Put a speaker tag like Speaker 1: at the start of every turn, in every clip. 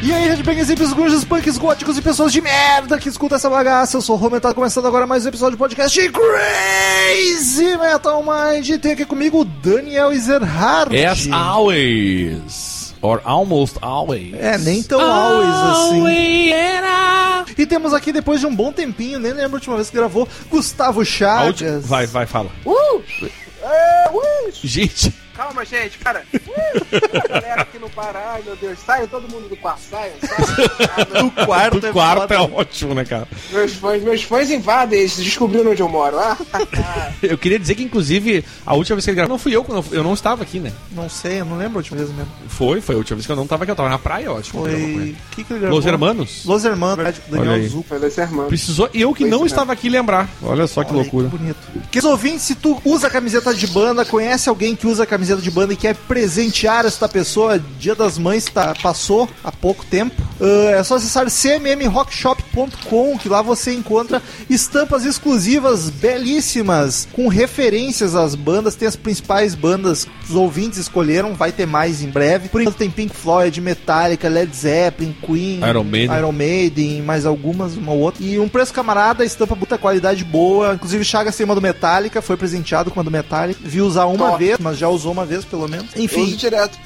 Speaker 1: jovens, hippies, grunges, punks, góticos e pessoas de merda que escuta essa bagaça. Eu sou o Romer, tá começando agora mais um episódio do podcast Crazy Metal Mind. Tem aqui comigo o Daniel Ezerhard.
Speaker 2: É As always. Or almost always.
Speaker 1: É, nem tão always assim. E temos aqui, depois de um bom tempinho, nem lembro a última vez que gravou, Gustavo
Speaker 2: A ulti-
Speaker 1: Chagas.
Speaker 2: Vai, vai, fala.
Speaker 1: Uh! É,
Speaker 2: Gente,
Speaker 3: Calma, gente, cara. Uh, galera aqui no Pará, ai, meu Deus. Saiam todo mundo do quarto, saiam, saiam.
Speaker 1: Do quarto,
Speaker 2: o quarto é ótimo, né, cara?
Speaker 3: meus, fãs, meus fãs invadem, eles descobriram onde eu moro. Ah,
Speaker 2: Eu queria dizer que, inclusive, a última vez que ele gravou, não fui eu, quando eu- eu não estava aqui, né?
Speaker 1: Não sei, eu não lembro a última vez mesmo.
Speaker 2: Foi, foi a última vez que eu não estava aqui, eu tava na praia, eu acho. que eu gravava com
Speaker 1: Foi.
Speaker 2: ele.
Speaker 1: O que, que ele gravou?
Speaker 2: Los Hermanos.
Speaker 1: Los Hermanos, verdade, com Daniel
Speaker 2: Olha aí.
Speaker 1: Zucco.
Speaker 3: foi desse irmão.
Speaker 2: Precisou eu que
Speaker 3: Foi
Speaker 2: não
Speaker 3: isso
Speaker 2: estava aqui lembrar. Olha só que
Speaker 1: Olha aí,
Speaker 2: loucura.
Speaker 1: Que bonito. Queridos ouvintes, se tu usa camiseta de banda, conhece alguém que usa camiseta de banda e quer presentear esta pessoa, Dia das Mães tá, passou há pouco tempo, ah, é só acessar cmmrockshop.com, que lá você encontra estampas exclusivas belíssimas, com referências às bandas, tem as principais bandas que os ouvintes escolheram, vai ter mais em breve. Por enquanto tem Pink Floyd, Metallica, Led Zeppelin, Queen,
Speaker 2: Iron Maiden.
Speaker 1: Iron Maiden, mais algumas, uma ou outra. E um preço camarada, estampa puta qualidade boa. Inclusive, Chagas tem uma do Metallica, foi presenteado com uma do Metallica. Vi usar uma
Speaker 3: Top.
Speaker 1: vez, mas já usou uma vez pelo menos.
Speaker 3: Eu
Speaker 1: Enfim.
Speaker 3: uso direto.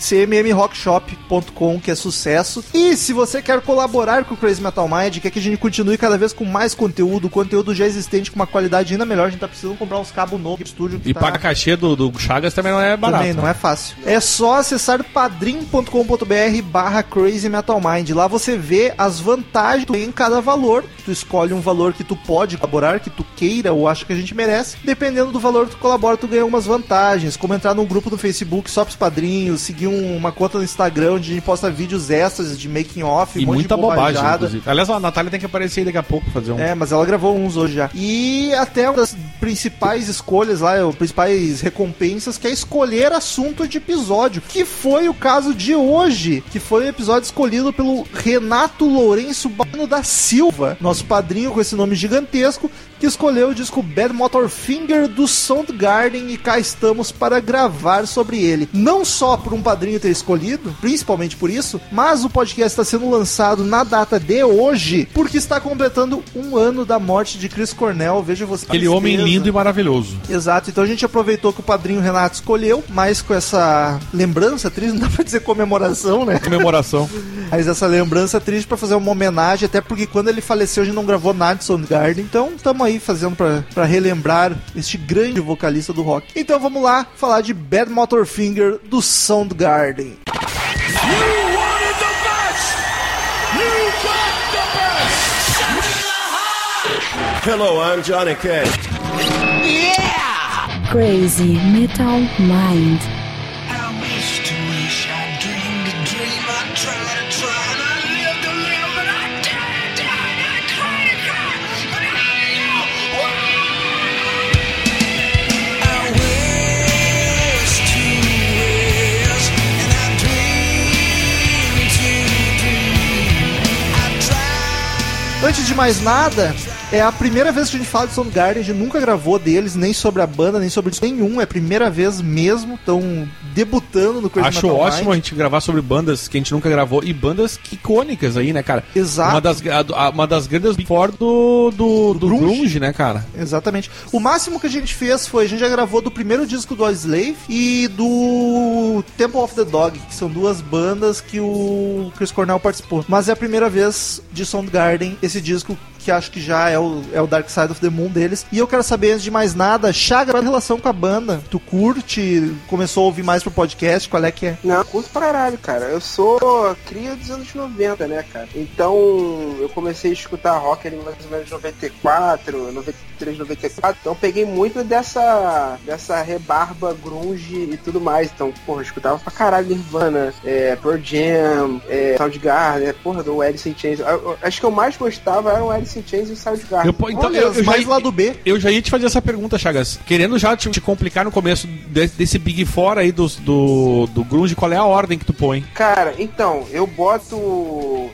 Speaker 1: CMMRockshop.com, que é sucesso. E se você quer colaborar com o Crazy Metal Mind, quer que a gente continue cada vez com mais conteúdo, conteúdo já existente com uma qualidade ainda melhor, a gente tá precisando comprar uns cabos novos pro estúdio. que
Speaker 2: E
Speaker 1: tá-
Speaker 2: paga cachê do, do Chagas também não é barato.
Speaker 1: também não é fácil. É só acessar padrim.com.br barra Crazy Metal Mind. Lá você vê as vantagens em cada valor. Tu escolhe um valor que tu pode colaborar, que tu queira ou acha que a gente merece. Dependendo do valor que tu colabora, tu ganha algumas vantagens. Como entrar num grupo do Facebook só pros padrinhos, seguir um- uma conta no Instagram onde a gente posta vídeos extras de making off, um
Speaker 2: E muita
Speaker 1: é de
Speaker 2: bobagem,
Speaker 1: bobajada.
Speaker 2: inclusive. Aliás, a Natália tem que aparecer aí daqui a pouco pra fazer um.
Speaker 1: É, mas ela gravou uns hoje já. E até uma das principais escolhas lá, ou principais recompensas, que é escolher assunto de episódio. Que foi o caso de hoje, que foi o episódio escolhido pelo Renato Lourenço Bano da Silva, nosso padrinho com esse nome gigantesco, que escolheu o disco Bad Motor Finger do Soundgarden e cá estamos para gravar sobre ele. Não só por um padrinho ter escolhido, principalmente por isso, mas o podcast está sendo lançado na data de hoje, porque está completando um ano da morte de Chris Cornell. Veja você.
Speaker 2: Aquele homem lindo e maravilhoso.
Speaker 1: Exato, então a gente aproveitou que o padrinho Renato escolheu, mas com essa lembrança triste, não dá pra dizer comemoração, né?
Speaker 2: Comemoração.
Speaker 1: Mas essa lembrança triste pra fazer uma homenagem, até porque quando ele faleceu a gente não gravou nada de Soundgarden. Então estamos aí fazendo pra, pra relembrar este grande vocalista do rock. Então vamos lá falar de Bad Motor Finger do Soundgarden.
Speaker 4: Hello, I'm Johnny Cash.
Speaker 5: Crazy Metal Mind.
Speaker 6: I wish to wish, I dreamed a dream, I tried to try, and I lived to live, but I died and died, and I cried and cried, but I didn't know why. I wish to wish, and I dream to dream, I tried.
Speaker 1: Antes de mais nada, é a primeira vez que a gente fala de Soundgarden, a gente nunca gravou deles, nem sobre a banda, nem sobre isso nenhum, é a primeira vez mesmo, estão debutando no Crazy
Speaker 2: Acho
Speaker 1: Metal Mind.
Speaker 2: ótimo a gente gravar sobre bandas que a gente nunca gravou e bandas que icônicas aí, né, cara?
Speaker 1: Exato.
Speaker 2: Uma das, a- a- uma das grandes Big Four do, do, do grunge. né, cara?
Speaker 1: Exatamente. O máximo que a gente fez foi, a gente já gravou do primeiro disco do Slave e do Temple of the Dog, que são duas bandas que o Chris Cornell participou. Mas é a primeira vez de Soundgarden, esse disco que acho que já é o, é o Dark Side of the Moon deles. E eu quero saber, antes de mais nada, Chaga, qual é a relação com a banda? Tu curte? Começou a ouvir mais pro podcast? Qual é que é?
Speaker 3: Não, curto pra caralho, cara. Eu sou cria dos anos 90, né, cara? Então, eu comecei a escutar rock ali mais ou menos em 94, 93, 94. Então, eu peguei muito dessa, dessa rebarba grunge e tudo mais. Então, porra, eu escutava pra caralho Nirvana, é, Pearl Jam, é, Soundgarden, né? porra, do Alice in Chains. Eu- eu- Acho que eu mais gostava era o Alice in Chains e o Soundgarden.
Speaker 2: Eu po- então,
Speaker 1: Olha,
Speaker 2: eu, eu
Speaker 1: mais
Speaker 2: já,
Speaker 1: lá do B.
Speaker 2: eu já ia te fazer essa pergunta, Chagas. Querendo já te, te complicar no começo de- desse Big Four aí dos- do, do grunge, qual é a ordem que tu põe?
Speaker 3: Cara, então, eu boto.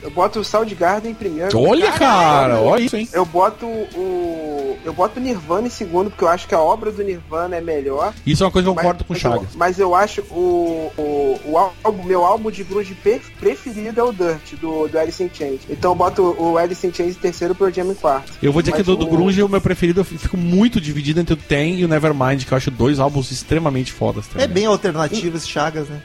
Speaker 3: Eu boto o Soundgarden em primeiro.
Speaker 2: Olha, cara, olha isso, hein?
Speaker 3: Eu boto o, Eu boto Nirvana em segundo, porque eu acho que a obra do Nirvana é melhor.
Speaker 2: Isso é uma coisa que eu concordo
Speaker 3: mas,
Speaker 2: com o
Speaker 3: mas eu-
Speaker 2: Chagas.
Speaker 3: Mas eu acho o, o, o álbum, meu álbum de grunge per- preferido é o Dirt, do, do Alice in Chains. Então eu boto o Alice in Chains em terceiro pro Jam em quarto.
Speaker 2: Eu vou dizer que
Speaker 3: Mas
Speaker 2: do, do
Speaker 3: o-
Speaker 2: Grunge, o meu preferido, eu fico muito dividido entre o Ten e o Nevermind, que eu acho dois álbuns extremamente fodas.
Speaker 1: É
Speaker 2: também.
Speaker 1: bem alternativo esse Chagas, né?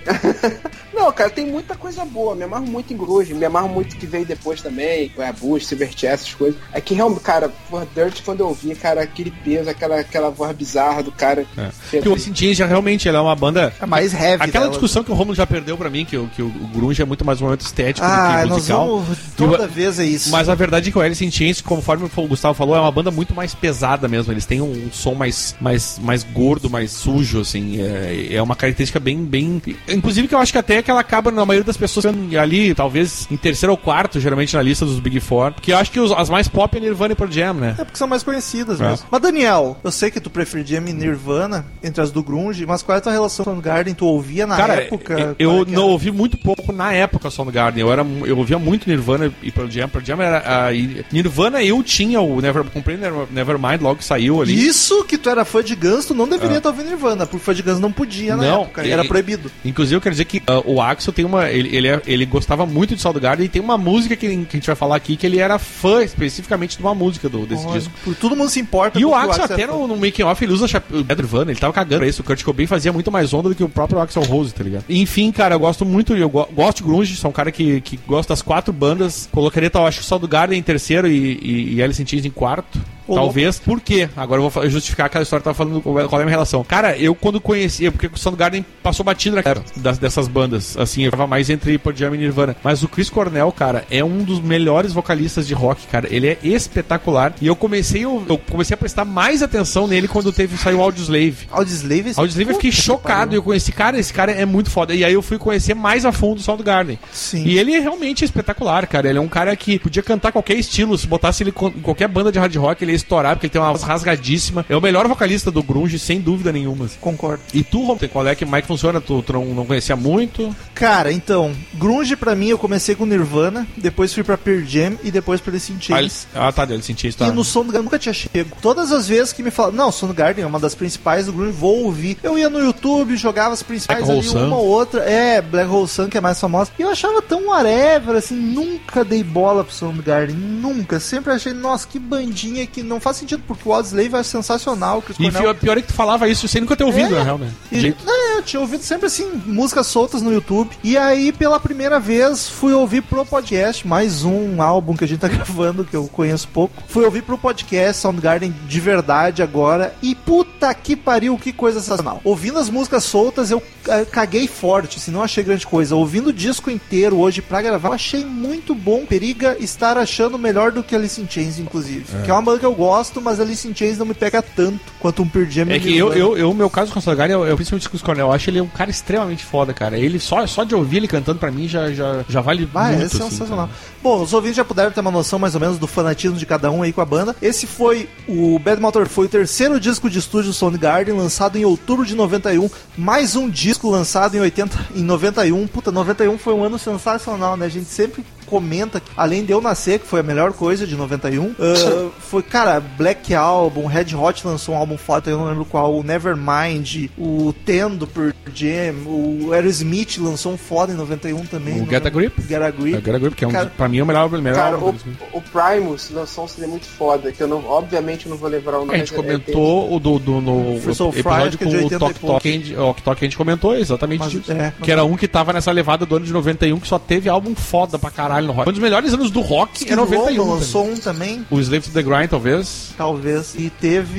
Speaker 3: Não, cara, tem muita coisa boa. Me amarro muito em grunge, me amarro muito que veio depois também, com a Bush, Silverchair, essas coisas. É que realmente, cara, porra, Dirt, quando eu ouvi, cara, aquele peso, aquela, aquela voz bizarra do cara.
Speaker 2: É. Porque o Alice in Chains já realmente ela é uma banda.
Speaker 1: É mais heavy.
Speaker 2: Aquela
Speaker 1: delas.
Speaker 2: discussão que o Romulo já perdeu pra mim, que, o- que o Grunge é muito mais um momento estético
Speaker 1: Ah,
Speaker 2: do que
Speaker 1: nós
Speaker 2: musical.
Speaker 1: vamos. Toda vez é isso.
Speaker 2: Mas a verdade é que o Alice in Chains, conforme o Gustavo falou, é uma banda muito mais pesada mesmo. Eles têm um, um som mais, mais, mais gordo, mais sujo, assim. É, é uma característica bem, bem... Inclusive que eu acho que até que ela acaba, na maioria das pessoas, ficando ali, talvez, em terceiro ou quarto, geralmente, na lista dos Big Four. Porque eu acho que os- as mais pop é Nirvana e Pearl Jam, né?
Speaker 1: É porque são mais conhecidas
Speaker 2: É.
Speaker 1: mesmo. Mas Daniel, eu sei que tu preferia Jam e Nirvana entre as do Grunge, mas qual é a tua relação com o Garden? Tu ouvia na
Speaker 2: Cara,
Speaker 1: época?
Speaker 2: eu
Speaker 1: Qual é que
Speaker 2: não
Speaker 1: era?
Speaker 2: ouvi muito pouco na época Soundgarden. Eu, era, mu- eu ouvia muito Nirvana e Pearl Jam. Pearl Jam era... A, e Nirvana eu tinha o Never... Comprei Never- Nevermind logo que saiu ali.
Speaker 1: Isso que tu era fã de Guns, tu não deveria estar ouvindo Nirvana, porque fã de Guns não podia na
Speaker 2: Ah. Não,
Speaker 1: época,
Speaker 2: e-
Speaker 1: era proibido.
Speaker 2: Inclusive, eu quero dizer que ah, o Axel tem uma. Ele, ele, é- ele gostava muito de Soundgarden e tem uma música que, que a gente vai falar aqui que ele era fã especificamente de uma música do, desse
Speaker 1: Olha,
Speaker 2: disco.
Speaker 1: por todo mundo se importa.
Speaker 2: E
Speaker 1: com
Speaker 2: o
Speaker 1: que
Speaker 2: Axel,
Speaker 1: é
Speaker 2: até
Speaker 1: fã.
Speaker 2: no, no making off, ele usa chape- o Pedro Van, ele tava cagando pra isso. O Kurt Cobain fazia muito mais onda do que o próprio Axel Rose, tá ligado? Enfim, cara, eu gosto muito, eu go- gosto de Grunge, sou um cara que, que gosta das quatro bandas. Colocaria, tal, acho que só do Garden em terceiro e, e, e Alice in Chains em quarto.
Speaker 1: Ô,
Speaker 2: Talvez. Por quê? Agora eu vou fa- justificar aquela história que eu tava falando qual é qual é a minha relação. Cara, eu quando conhecia, porque o Soundgarden passou batido na cara das, dessas bandas. Assim, eu tava mais entre Pearl Jam e Nirvana. Mas o Chris Cornell, cara, é um dos melhores vocalistas de rock, cara. Ele é espetacular. E eu comecei, eu, eu comecei a prestar mais atenção nele quando teve, saiu o é Audioslave.
Speaker 1: Audioslave, é esse-
Speaker 2: Audioslave eu fiquei
Speaker 1: Puta que
Speaker 2: chocado. E
Speaker 1: pariu.
Speaker 2: eu conheci, cara, esse cara é muito foda. E aí eu fui conhecer mais a fundo o Soundgarden.
Speaker 1: Sim.
Speaker 2: E ele é realmente espetacular, cara. Ele é um cara que podia cantar qualquer estilo. Se botasse ele com- em qualquer banda de hard rock, ele ia estourar, porque ele tem uma voz rasgadíssima. É o melhor vocalista do Grunge, sem dúvida nenhuma. assim.
Speaker 1: Concordo.
Speaker 2: E tu, Rom, qual é que mais funciona? Tu, tu não, não conhecia muito?
Speaker 1: Cara, então, Grunge pra mim, eu comecei com Nirvana, depois fui pra Pearl Jam e depois pra Alice in Chains.
Speaker 2: Ah, tá, ele sentia isso. tá.
Speaker 1: E no Soundgarden eu nunca tinha chego. Todas as vezes que me falam, não, Soundgarden é uma das principais do Grunge, vou ouvir. Eu ia no YouTube, jogava as principais
Speaker 2: Black
Speaker 1: ali,
Speaker 2: Hole Sun.
Speaker 1: uma ou outra. É, Black Hole Sun, que é mais famosa. E eu achava tão whatever, assim, nunca dei bola pro Soundgarden, nunca. Sempre achei, nossa, que bandinha que não faz sentido, porque o Audioslave é sensacional, o Chris
Speaker 2: E
Speaker 1: Cornell...
Speaker 2: pior, pior é que tu falava isso sem nunca ter ouvido,
Speaker 1: É.
Speaker 2: na real, né?
Speaker 1: E,
Speaker 2: Jeito.
Speaker 1: é, eu tinha ouvido sempre assim, músicas soltas no YouTube. E aí, pela primeira vez, fui ouvir pro podcast, mais um álbum que a gente tá gravando, que eu conheço pouco. Fui ouvir pro podcast Soundgarden de verdade agora. E puta que pariu, que coisa sensacional. Ouvindo as músicas soltas, eu eh, caguei forte, assim, não achei grande coisa. Ouvindo o disco inteiro hoje pra gravar, eu achei muito bom. Periga estar achando melhor do que Alice in Chains, inclusive. Que é uma banda que eu gosto, mas Alice in Chains não me pega tanto quanto um Pearl Jam
Speaker 2: É
Speaker 1: e
Speaker 2: que eu,
Speaker 1: Nirvana.
Speaker 2: eu, eu meu caso com o Soundgarden, eu, eu principalmente com o Cornel, eu acho ele um cara extremamente foda, cara. Ele só, só de ouvir ele cantando pra mim já, já, já vale
Speaker 1: Vai,
Speaker 2: muito.
Speaker 1: é
Speaker 2: assim,
Speaker 1: sensacional.
Speaker 2: cara.
Speaker 1: Bom, os ouvintes já puderam ter uma noção mais ou menos do fanatismo de cada um aí com a banda. Esse foi o Bad Motor, foi o terceiro disco de estúdio do Soundgarden, lançado em outubro de 91. Mais um disco lançado em 80, em 91. Puta, 91 foi um ano sensacional, né? A gente sempre comenta, que, além de eu nascer, que foi a melhor coisa de 91, ah, foi, cara, Black Album, Red Hot lançou um álbum foda, eu não lembro qual, o Nevermind, o Tendo por Jam, o Aerosmith lançou um foda em 91 também.
Speaker 2: O
Speaker 1: não
Speaker 2: Get a
Speaker 1: lembro.
Speaker 2: Grip?
Speaker 1: Get a Grip.
Speaker 2: É, Greta Gerwig, que é um,
Speaker 1: Cara-
Speaker 2: dos- pra mim é o melhor, melhor
Speaker 3: Cara,
Speaker 2: álbum
Speaker 3: o,
Speaker 2: deles, né?
Speaker 3: o Primus lançou um CD muito foda, que eu não, obviamente eu não vou lembrar o nome.
Speaker 2: A gente
Speaker 3: é- é-
Speaker 2: comentou o do, do- no
Speaker 1: Free Soul Fry, acho
Speaker 2: episódio
Speaker 1: que é de 80
Speaker 2: com o
Speaker 1: e
Speaker 2: Tok
Speaker 1: pouco.
Speaker 2: Tok, a gente- o Ok Tok a gente comentou exatamente
Speaker 1: Mas,
Speaker 2: disso.
Speaker 1: é,
Speaker 2: que era um que tava nessa levada do ano de 91 que só teve álbum foda pra caralho no rock. Um dos melhores anos do rock é
Speaker 1: Skid
Speaker 2: 91.
Speaker 1: Row
Speaker 2: também.
Speaker 1: lançou um também,
Speaker 2: né? O Slave to the Grind, talvez.
Speaker 1: talvez. E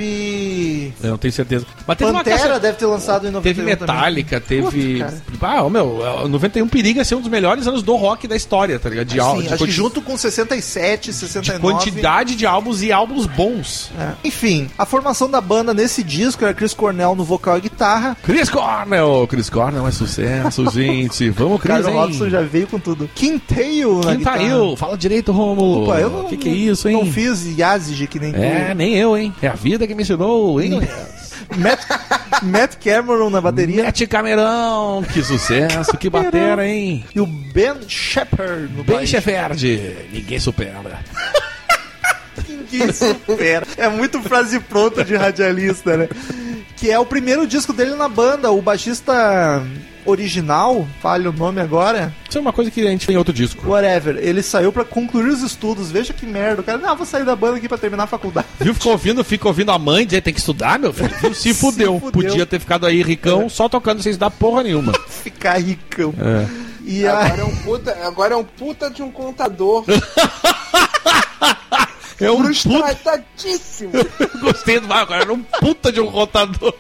Speaker 1: teve.
Speaker 2: Eu não tenho certeza. Mas teve uma
Speaker 1: Pantera
Speaker 2: caixa-
Speaker 1: deve ter lançado em 91.
Speaker 2: Teve Metallica, teve. Ah, ô, meu, é, 91 periga ser um dos melhores anos do rock da história, tá ligado? De,
Speaker 1: Também.
Speaker 2: al-
Speaker 1: Sim,
Speaker 2: de
Speaker 1: Assim, acho que
Speaker 2: quanti-
Speaker 1: junto com 67,
Speaker 2: de
Speaker 1: 69.
Speaker 2: quantidade de álbuns e álbuns bons.
Speaker 1: É. Enfim, a formação da banda nesse disco era Chris Cornell no vocal e guitarra.
Speaker 2: Chris Cornell! Chris Cornell é sucesso, gente. Vamos, Chris.
Speaker 1: Cara, o Robson já veio com tudo. Quintail na guitarra.
Speaker 2: Quintail, fala direito, Romulo.
Speaker 1: Opa, eu não,
Speaker 2: que, que é isso, hein?
Speaker 1: não fiz Yazid que nem
Speaker 2: É, nem eu, hein? É a vida que me ensinou, hein?
Speaker 1: tu. Matt, Matt Cameron na bateria
Speaker 2: Mete Camerão, que sucesso, que batera, hein?
Speaker 1: e o Ben Shepard no
Speaker 2: Bem
Speaker 1: baixo.
Speaker 2: Shepard, ninguém supera.
Speaker 1: Ninguém supera. É muito frase pronta de radialista, né? Que é o primeiro disco dele na banda, o baixista original, falha o nome agora,
Speaker 2: Isso é uma coisa que a gente tem em outro disco.
Speaker 1: whatever. Ele saiu pra concluir os estudos. Veja que merda, o cara, não, vou sair da banda aqui pra terminar a faculdade.
Speaker 2: Viu? Ficou ouvindo, fica ouvindo a mãe dizer tem que estudar, meu filho. Viu? Se fudeu.
Speaker 1: fudeu.
Speaker 2: Podia ter ficado aí ricão só tocando sem estudar porra nenhuma.
Speaker 1: Ficar ricão.
Speaker 2: É.
Speaker 1: E a...
Speaker 3: Agora é, um puta, agora é um puta de um contador.
Speaker 2: É um puta.
Speaker 3: Frustradíssimo.
Speaker 2: Gostei do agora era um puta de um contador.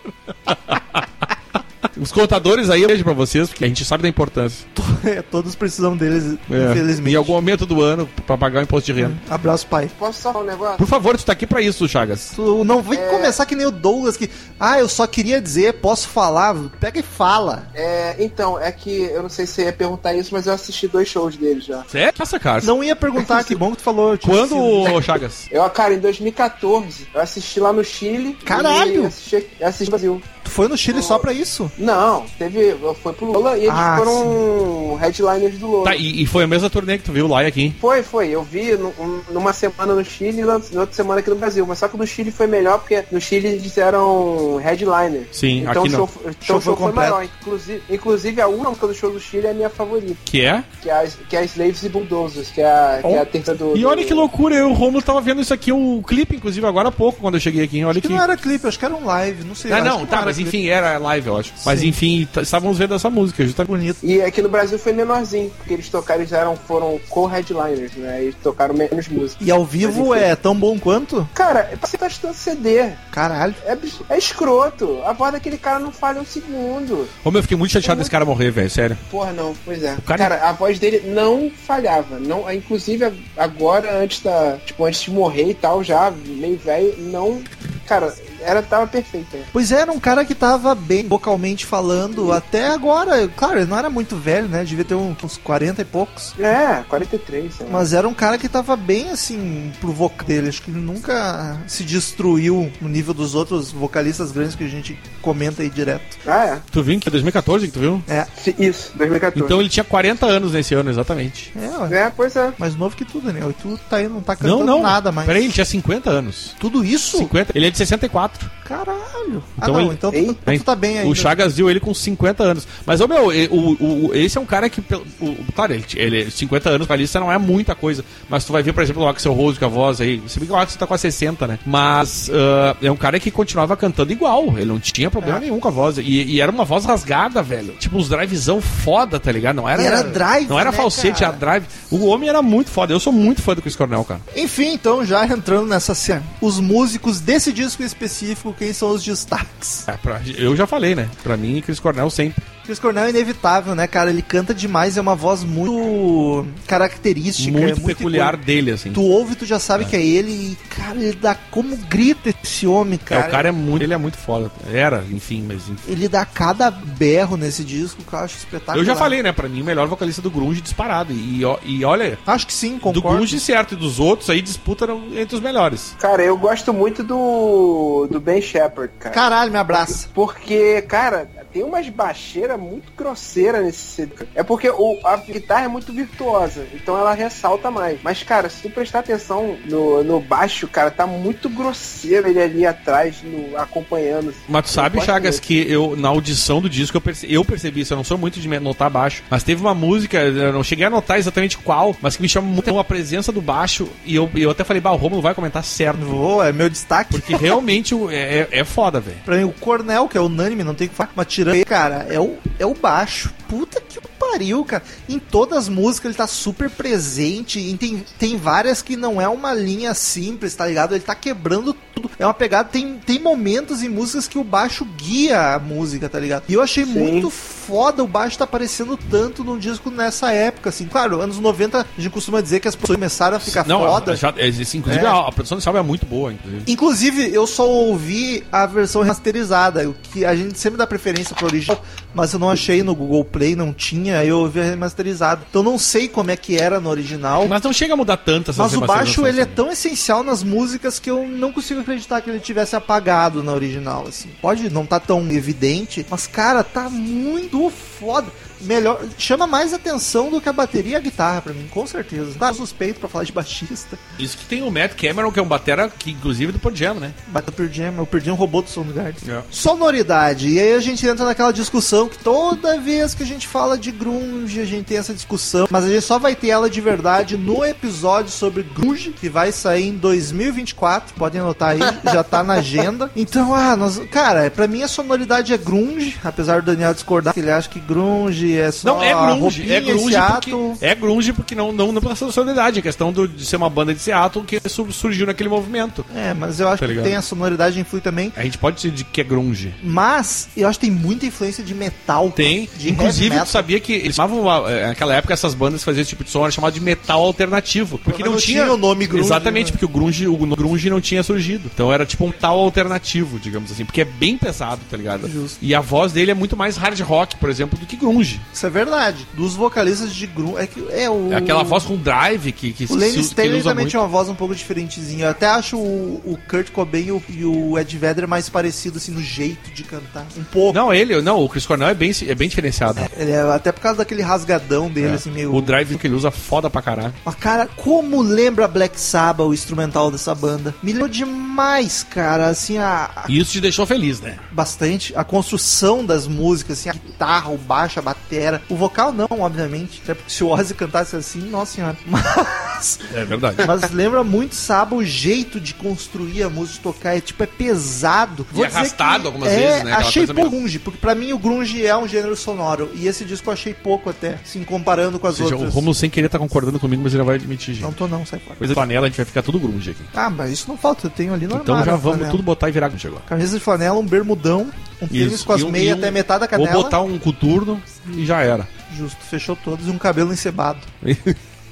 Speaker 2: Os contadores aí, eu beijo pra vocês, porque a gente sabe da importância.
Speaker 1: é, todos precisam deles,
Speaker 2: É.
Speaker 1: infelizmente.
Speaker 2: Em algum momento do ano, pra pagar o imposto de renda.
Speaker 1: Abraço, pai.
Speaker 3: Posso só falar um negócio?
Speaker 2: Por favor, tu tá aqui pra isso, Chagas.
Speaker 1: Tu não vem começar que nem o Douglas que. Ah, eu só queria dizer, posso falar? Pega e fala.
Speaker 3: É, então, é que eu não sei se você ia perguntar isso, mas eu assisti dois shows dele já.
Speaker 2: Sério? Nossa, cara.
Speaker 1: Não ia perguntar, "Ah, que bom que tu falou. eu tinha
Speaker 2: Quando,
Speaker 1: esquecido.
Speaker 2: ô, Chagas?
Speaker 3: Eu, cara, em 2014, eu assisti lá no Chile.
Speaker 1: Caralho!
Speaker 3: e Assisti, eu assisti no Brasil.
Speaker 1: Tu foi no Chile só pra isso?
Speaker 3: Não, teve. Foi pro Lola e eles
Speaker 1: Ah,
Speaker 3: foram headliners do Lola.
Speaker 2: Tá, e, e foi a mesma turnê que tu viu lá e aqui, hein?
Speaker 3: Foi, foi. Eu vi nu- um- numa semana no Chile e na na outra semana aqui no Brasil. Mas só que no Chile foi melhor porque no Chile eles eram headliner.
Speaker 2: Sim,
Speaker 3: então
Speaker 2: aqui não.
Speaker 3: o show, f- então
Speaker 1: Show
Speaker 3: o
Speaker 1: foi
Speaker 3: show foi,
Speaker 1: completo.
Speaker 3: maior. Inclusive, inclusive a última música do show do Chile é a minha favorita,
Speaker 2: Que é?
Speaker 3: que é a, que é a Slaves e Bulldozers, que é a,
Speaker 1: Oh,
Speaker 3: que é a terça do.
Speaker 2: E olha que
Speaker 3: do-
Speaker 2: loucura, eu, o Romulo, tava vendo isso aqui, o clipe, inclusive, agora há pouco, quando eu cheguei aqui. hein? Olha
Speaker 1: Acho que
Speaker 2: que...
Speaker 1: não era clipe, acho que era um live, não sei.
Speaker 2: Ah,
Speaker 1: acho
Speaker 2: não,
Speaker 1: que
Speaker 2: tá,
Speaker 1: era
Speaker 2: mas
Speaker 1: clipe.
Speaker 2: enfim, era live, eu acho. Mas enfim, t- estávamos vendo essa música, justamente.
Speaker 1: Bonito.
Speaker 3: E aqui no Brasil foi menorzinho, porque eles tocaram, eles eram, foram co-headliners, né? Eles tocaram menos músicas.
Speaker 1: E ao vivo é tão bom quanto?
Speaker 3: Cara, você tá estudando CD.
Speaker 1: Caralho.
Speaker 3: É, bis- é escroto. A voz daquele cara não falha um segundo.
Speaker 2: Como eu fiquei muito chateado desse cara morrer, velho, sério.
Speaker 3: Porra, não, pois é.
Speaker 2: cara-
Speaker 3: Cara... a voz dele não falhava. Não, inclusive, a- agora, antes da. Tipo, antes de morrer e tal, já, meio velho, não. Cara, era tava perfeita.
Speaker 1: Pois era um cara que tava bem vocalmente falando até agora. Claro, ele não era muito velho, né? Devia ter um- uns 40 e poucos.
Speaker 3: É, 43, sei lá.
Speaker 1: Mas era um cara que tava bem assim pro vocal dele. Acho que ele nunca se destruiu no nível dos outros vocalistas grandes que a gente comenta aí direto.
Speaker 3: Ah,
Speaker 2: Tu viu que é 2014 que tu viu?
Speaker 3: é. Se- Isso, 2014.
Speaker 2: Então ele tinha 40 anos nesse ano, exatamente.
Speaker 1: É, ó,
Speaker 3: É, pois é.
Speaker 1: mais novo que tudo, Daniel. E tu tá aí, não tá cantando
Speaker 2: Não, não.
Speaker 1: nada mais.
Speaker 2: Peraí, ele tinha 50 anos.
Speaker 1: Tudo isso?
Speaker 2: 50. Ele é de 64.
Speaker 1: Caralho. ah,
Speaker 2: Então
Speaker 1: não,
Speaker 2: ele-
Speaker 1: então tu-
Speaker 3: Ei.
Speaker 1: tu, tá bem aí.
Speaker 2: O Chagas viu ele com 50 anos. Mas, ô meu, e- o, o- o- esse é um cara que. pelo- o- claro, ele, ele 50 anos pra lista não é muita coisa. Mas tu vai ver, por exemplo, o Axel Rose com a voz aí. Se bem que o Axel tá com a 60, né? Mas ah, é um cara que continuava cantando igual. Ele não tinha problema
Speaker 1: É.
Speaker 2: nenhum com a voz. E, e era uma voz rasgada, velho. Tipo, uns drivezão foda, tá ligado? Não era.
Speaker 1: E era drive,
Speaker 2: Não era
Speaker 1: né,
Speaker 2: falsete,
Speaker 1: cara?
Speaker 2: era drive. O homem era muito foda. Eu sou muito fã do Chris Cornell, cara.
Speaker 1: Enfim, então já entrando nessa cena, os músicos desse disco específico, quem são os destaques?
Speaker 2: É, pra- eu já falei, né? Pra mim, Chris Cornell sempre.
Speaker 1: Chris Cornell é inevitável, né, cara? Ele canta demais, é uma voz muito característica, é
Speaker 2: muito peculiar
Speaker 1: icônica.
Speaker 2: dele, assim.
Speaker 1: Tu ouve, tu já sabe que é ele e, cara, ele dá como grita esse homem, cara.
Speaker 2: é, o cara é muito, ele é muito foda. Era, enfim, mas enfim.
Speaker 1: Ele dá cada berro nesse disco, que eu acho espetacular.
Speaker 2: Eu já falei, né? Pra mim, o melhor vocalista do Grunge disparado. E, ó- e olha,
Speaker 1: Acho que sim,
Speaker 2: do
Speaker 1: concordo.
Speaker 2: Grunge certo e dos outros aí disputa no- entre os melhores.
Speaker 3: Cara, eu gosto muito do. do Ben Shepard, cara.
Speaker 1: Caralho, me abraça.
Speaker 3: Porque, cara, tem umas baixeiras muito grosseiras nesse CD. cara. É porque o, a guitarra é muito virtuosa, então ela ressalta mais. Mas, cara, se tu prestar atenção no, no baixo, cara, tá muito grosseiro ele ali atrás, no- acompanhando. assim.
Speaker 2: Mas tu sabe,
Speaker 3: Eu gosto
Speaker 2: Chagas,
Speaker 3: muito.
Speaker 2: que eu, na audição do disco, eu percebi, eu percebi isso. Eu não sou muito de me notar baixo. Mas teve uma música, eu não cheguei a notar exatamente qual, mas que me chama muito a presença do baixo. E eu, eu até falei, bah, o Romulo vai comentar certo.
Speaker 1: Vou, é meu destaque.
Speaker 2: Porque realmente o- é, é, é foda, velho.
Speaker 1: Pra mim, o Cornel, que é unânime, não tem o que falar, mas tirando ele, cara, é o, é o baixo. Puta que pariu, cara. Em todas as músicas ele tá super presente. E tem, tem várias que não é uma linha simples, tá ligado? Ele tá quebrando tudo. É uma pegada. Tem, tem momentos em músicas que o baixo guia a música, tá ligado? E eu achei
Speaker 3: Sim.
Speaker 1: muito foda o baixo tá aparecendo tanto num disco nessa época, assim. Claro, anos 90 a gente costuma dizer que as pessoas começaram a ficar
Speaker 2: Não,
Speaker 1: foda.
Speaker 2: já- é, assim, inclusive
Speaker 1: É.
Speaker 2: a, a produção de salva é muito boa, inclusive.
Speaker 1: Inclusive, eu só ouvi a versão remasterizada, o que a gente sempre dá preferência pro original, mas eu não achei no Google Play, não tinha, aí eu ouvi a remasterizada. Então não sei como é que era no original,
Speaker 2: Mas não chega a mudar tanto essas
Speaker 1: É mas o baixo
Speaker 2: remasterizações,
Speaker 1: ele é
Speaker 2: né?
Speaker 1: tão essencial nas músicas que eu não consigo acreditar que ele tivesse apagado na original, assim. Pode não tá tão evidente, mas cara, tá muito muito foda. Melhor, chama mais atenção do que a bateria e a guitarra pra mim, com certeza. Tá suspeito pra falar de baixista.
Speaker 2: Isso que tem o Matt Cameron, que é um batera, que inclusive é do Pearl Jam, né?
Speaker 1: Mas eu perdi, eu perdi um robô do Soundgarden.
Speaker 2: É.
Speaker 1: Sonoridade. E aí a gente entra naquela discussão que toda vez que a gente fala de grunge, a gente tem essa discussão, mas a gente só vai ter ela de verdade no episódio sobre grunge, que vai sair em 2024, podem anotar aí, já tá na agenda. Então, ah, nós, cara, pra mim a sonoridade é grunge, apesar do Daniel discordar, que ele acha que grunge é só
Speaker 2: Não, é grunge.
Speaker 1: roupinha,
Speaker 2: É grunge,
Speaker 1: Seattle.
Speaker 2: porque, é grunge porque não, não, não pela sonoridade. É questão do- de ser uma banda de Seattle que su- surgiu naquele movimento.
Speaker 1: É, mas eu acho
Speaker 2: Tá
Speaker 1: que
Speaker 2: ligado.
Speaker 1: tem a sonoridade influi também.
Speaker 2: A gente pode dizer de que é grunge.
Speaker 1: Mas eu acho que tem muita influência de metal.
Speaker 2: Tem.
Speaker 1: um De heavy
Speaker 2: Inclusive,
Speaker 1: metal.
Speaker 2: tu sabia que eles chamavam, ah, eh, naquela época, essas bandas que faziam esse tipo de som era chamado de metal alternativo. Porque
Speaker 1: Mas
Speaker 2: não,
Speaker 1: não
Speaker 2: tinha...
Speaker 1: tinha o nome grunge,
Speaker 2: Exatamente,
Speaker 1: né?
Speaker 2: porque o grunge, o grunge não tinha surgido. Então era tipo um tal alternativo, digamos assim. Porque é bem pesado, tá ligado?
Speaker 1: Justo.
Speaker 2: E a voz dele é muito mais hard rock, por exemplo, do que grunge.
Speaker 1: Isso é verdade. Dos vocalistas de grunge. É, que- é o.
Speaker 2: É Aquela voz com drive que, que
Speaker 1: O
Speaker 2: se-
Speaker 1: Lenny
Speaker 2: se- que ele
Speaker 1: Taylor
Speaker 2: usa
Speaker 1: também
Speaker 2: muito.
Speaker 1: tinha uma voz um pouco diferentezinha. Eu até acho o, o Kurt Cobain e o, e o Ed Vedder mais parecido, assim, no jeito de cantar. Um pouco.
Speaker 2: Não, ele, não, o Chris Cornell é bem, é bem diferenciado.
Speaker 1: Ele é- até por causa daquele rasgadão dele,
Speaker 2: É.
Speaker 1: assim, meio.
Speaker 2: O drive que ele usa é foda pra caralho.
Speaker 1: Mas, cara, como lembra Black Sabbath o instrumental dessa banda? Me lembrou demais, cara. Assim, a, a-
Speaker 2: E isso te deixou feliz, né?
Speaker 1: bastante a construção das músicas, assim, a guitarra, o baixo, a batera. O vocal não, obviamente. Até porque se o Ozzy cantasse assim, nossa senhora. Mas.
Speaker 2: É verdade.
Speaker 1: Mas lembra muito Saba o jeito de construir a música, de tocar. É tipo, é pesado.
Speaker 2: E
Speaker 1: dizer
Speaker 2: arrastado
Speaker 1: que
Speaker 2: algumas
Speaker 1: é,
Speaker 2: vezes, né? Aquela
Speaker 1: Achei
Speaker 2: coisa
Speaker 1: pouco grunge, porque pra mim o grunge é um gênero sonoro. E esse disco eu achei pouco até, assim, comparando com as
Speaker 2: Ou seja, o
Speaker 1: outras. Então-
Speaker 2: Romulo sem querer tá concordando comigo, mas ele vai admitir, gente.
Speaker 1: Não tô não, sai fora.
Speaker 2: Coisa de panela, a gente vai ficar tudo grunge aqui.
Speaker 1: Ah, mas isso não falta, eu tenho ali no
Speaker 2: Então
Speaker 1: armário
Speaker 2: já
Speaker 1: a
Speaker 2: vamos
Speaker 1: flanela.
Speaker 2: tudo botar e virar grunge agora.
Speaker 1: Camisa de flanela, um bermudão, um tênis com as
Speaker 2: E um-
Speaker 1: meias
Speaker 2: e um-
Speaker 1: até metade da canela.
Speaker 2: Vou botar um coturno e já era.
Speaker 1: Justo, fechou todos e um cabelo encebado.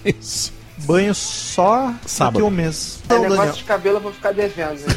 Speaker 2: Isso.
Speaker 1: Banho só
Speaker 2: Sábado.
Speaker 1: daqui a um mês.
Speaker 3: Esse
Speaker 1: Então,
Speaker 3: negócio
Speaker 1: Daniel.
Speaker 3: de cabelo eu vou ficar devendo. né?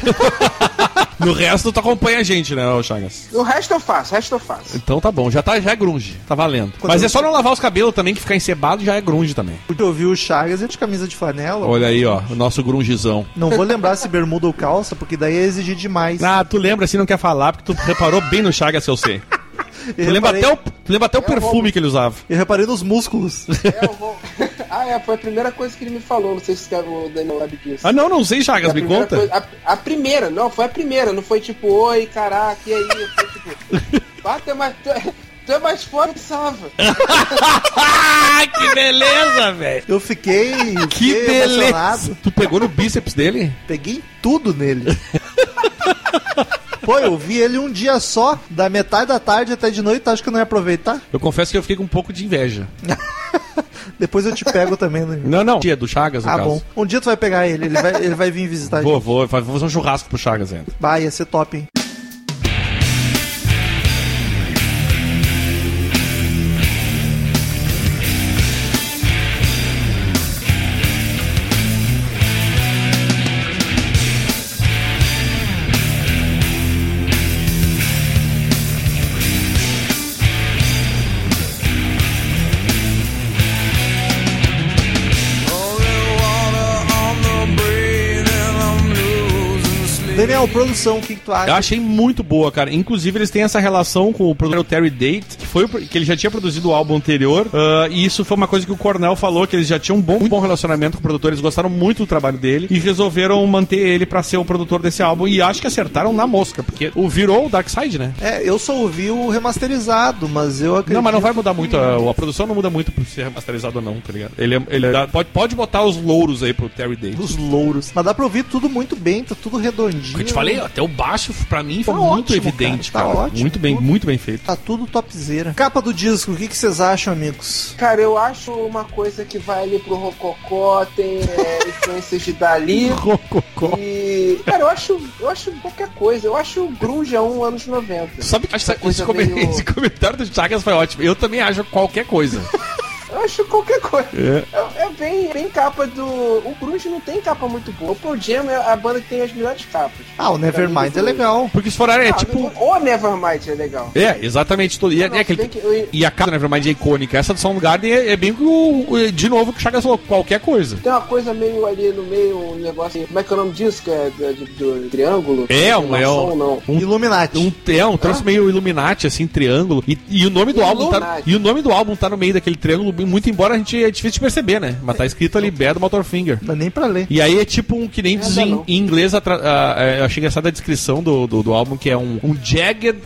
Speaker 2: No resto, tu acompanha a gente, né, ô Chagas?
Speaker 3: o resto eu faço, o resto eu faço.
Speaker 2: Então tá bom, já, tá, já é grunge, tá valendo.
Speaker 1: Quando
Speaker 2: Mas
Speaker 1: eu-
Speaker 2: é só não lavar os cabelos também, que ficar encebado já é grunge também.
Speaker 1: Porque eu vi o Chagas e de camisa de flanela.
Speaker 2: Olha aí, ó, o nosso grungizão.
Speaker 1: Não vou lembrar se bermuda ou calça, porque daí ia exigir demais.
Speaker 2: Ah, tu lembra assim, não quer falar, porque tu reparou bem no Chagas, eu sei. Tu
Speaker 1: eu,
Speaker 2: lembra
Speaker 1: reparei,
Speaker 2: até o, tu lembra até o perfume que ele usava.
Speaker 1: eu reparei nos músculos.
Speaker 3: É, eu vou- ah, é, foi a primeira coisa que ele me falou. Não sei se é o Daniel sabe disso.
Speaker 2: Ah, não, não sei,
Speaker 3: É A
Speaker 2: Chagas, me
Speaker 3: primeira
Speaker 2: conta.
Speaker 3: coisa- a, a primeira, não, foi a primeira. Não foi tipo, oi, caraca, e aí? Foi tipo, ah, tu é mais, tu, é- tu é mais forte que salva.
Speaker 2: Ah, que beleza, velho.
Speaker 1: Eu fiquei,
Speaker 2: Que
Speaker 1: fiquei
Speaker 2: beleza.
Speaker 1: emocionado.
Speaker 2: Tu pegou no bíceps dele?
Speaker 1: Peguei tudo nele. Pô, eu vi ele um dia só, da metade da tarde até de noite, acho que eu não ia aproveitar.
Speaker 2: Eu confesso que eu fiquei com um pouco de inveja.
Speaker 1: Depois eu te pego também, né?
Speaker 2: Não, não. Tia do Chagas, no
Speaker 1: Ah,
Speaker 2: caso.
Speaker 1: bom. Um dia tu vai pegar ele, ele vai, ele vai vir visitar a
Speaker 2: Vou,
Speaker 1: gente.
Speaker 2: vou, vou fazer um churrasco pro Chagas ainda.
Speaker 1: Vai, ia ser top, hein? Daniel, produção, o que, que tu acha?
Speaker 2: Eu achei muito boa, cara. Inclusive, eles têm essa relação com o produtor Terry Date, que, foi, o pr- que ele já tinha produzido o álbum anterior. ah, e isso foi uma coisa que o Cornell falou, que eles já tinham um bom, muito bom relacionamento com o produtor, eles gostaram muito do trabalho dele e resolveram manter ele pra ser o produtor desse álbum. E acho que acertaram na mosca, porque o virou o Dark Side, né?
Speaker 1: É, eu só ouvi o remasterizado, mas eu acredito.
Speaker 2: Não, mas não vai mudar muito. A, a produção não muda muito por ser remasterizado ou não, tá ligado? Ele, é- ele é- dá- pode, pode botar os louros aí pro Terry Day.
Speaker 1: Os louros. Mas dá pra ouvir tudo muito bem, tá tudo redondinho.
Speaker 2: Eu te falei, até o baixo pra mim foi
Speaker 1: Tá
Speaker 2: muito
Speaker 1: ótimo,
Speaker 2: evidente,
Speaker 1: cara,
Speaker 2: cara.
Speaker 1: tá ótimo.
Speaker 2: muito bem, muito bem feito.
Speaker 1: Tá tudo topzera. Capa do disco, o que que vocês acham, amigos?
Speaker 3: Cara, eu acho uma coisa que vai ali pro Rococó, tem é, influências de Dali.
Speaker 2: Rococó.
Speaker 3: E, cara, eu acho, eu acho qualquer coisa. Eu acho o Grunge é um anos 90.
Speaker 2: Sabe que essa- esse,
Speaker 3: coisa
Speaker 2: come-
Speaker 3: meio-
Speaker 2: esse comentário do Chagas foi ótimo. Eu também acho qualquer coisa.
Speaker 3: Eu acho qualquer coisa.
Speaker 2: É.
Speaker 3: Eu, é bem, bem capa do. O Grunge não tem capa muito boa. O Pearl Jam é a banda que tem as melhores capas.
Speaker 1: Ah, o Nevermind é legal.
Speaker 2: Porque se for olhar, é
Speaker 3: Ah,
Speaker 2: tipo.
Speaker 3: O Nevermind é legal.
Speaker 2: É, exatamente. Todo. E, é-
Speaker 3: Não,
Speaker 2: é aquele-
Speaker 3: se bem que eu-
Speaker 2: e a casa, na verdade, é icônica. Essa do Soundgarden é, é bem que o, o- de novo que o Chagas falou, qualquer coisa.
Speaker 3: Tem uma coisa meio ali no meio, um negócio. Como é que é o nome disso? Que é do, do- do triângulo?
Speaker 2: É, um- é
Speaker 3: Maçom,
Speaker 2: um-
Speaker 3: não.
Speaker 2: Um-
Speaker 1: Illuminati.
Speaker 2: Um, é, um troço meio Illuminati, assim, triângulo. E, e o nome do álbum tá,
Speaker 3: Illuminati.
Speaker 2: e o nome do álbum tá no meio daquele triângulo, muito embora a gente é difícil de perceber, né? Mas tá escrito ali Bad Motorfinger.
Speaker 1: Não é nem pra ler.
Speaker 2: E aí é tipo um que nem diz
Speaker 3: Nada
Speaker 2: em,
Speaker 3: não.
Speaker 2: em inglês, atra- a- a- eu achei engraçada a descrição do, do, do álbum, que é um, um jagged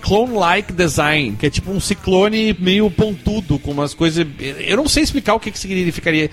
Speaker 2: cyclone-like design, que é tipo um ciclone meio pontudo, com umas coisas. Eu não sei explicar o que, que significaria.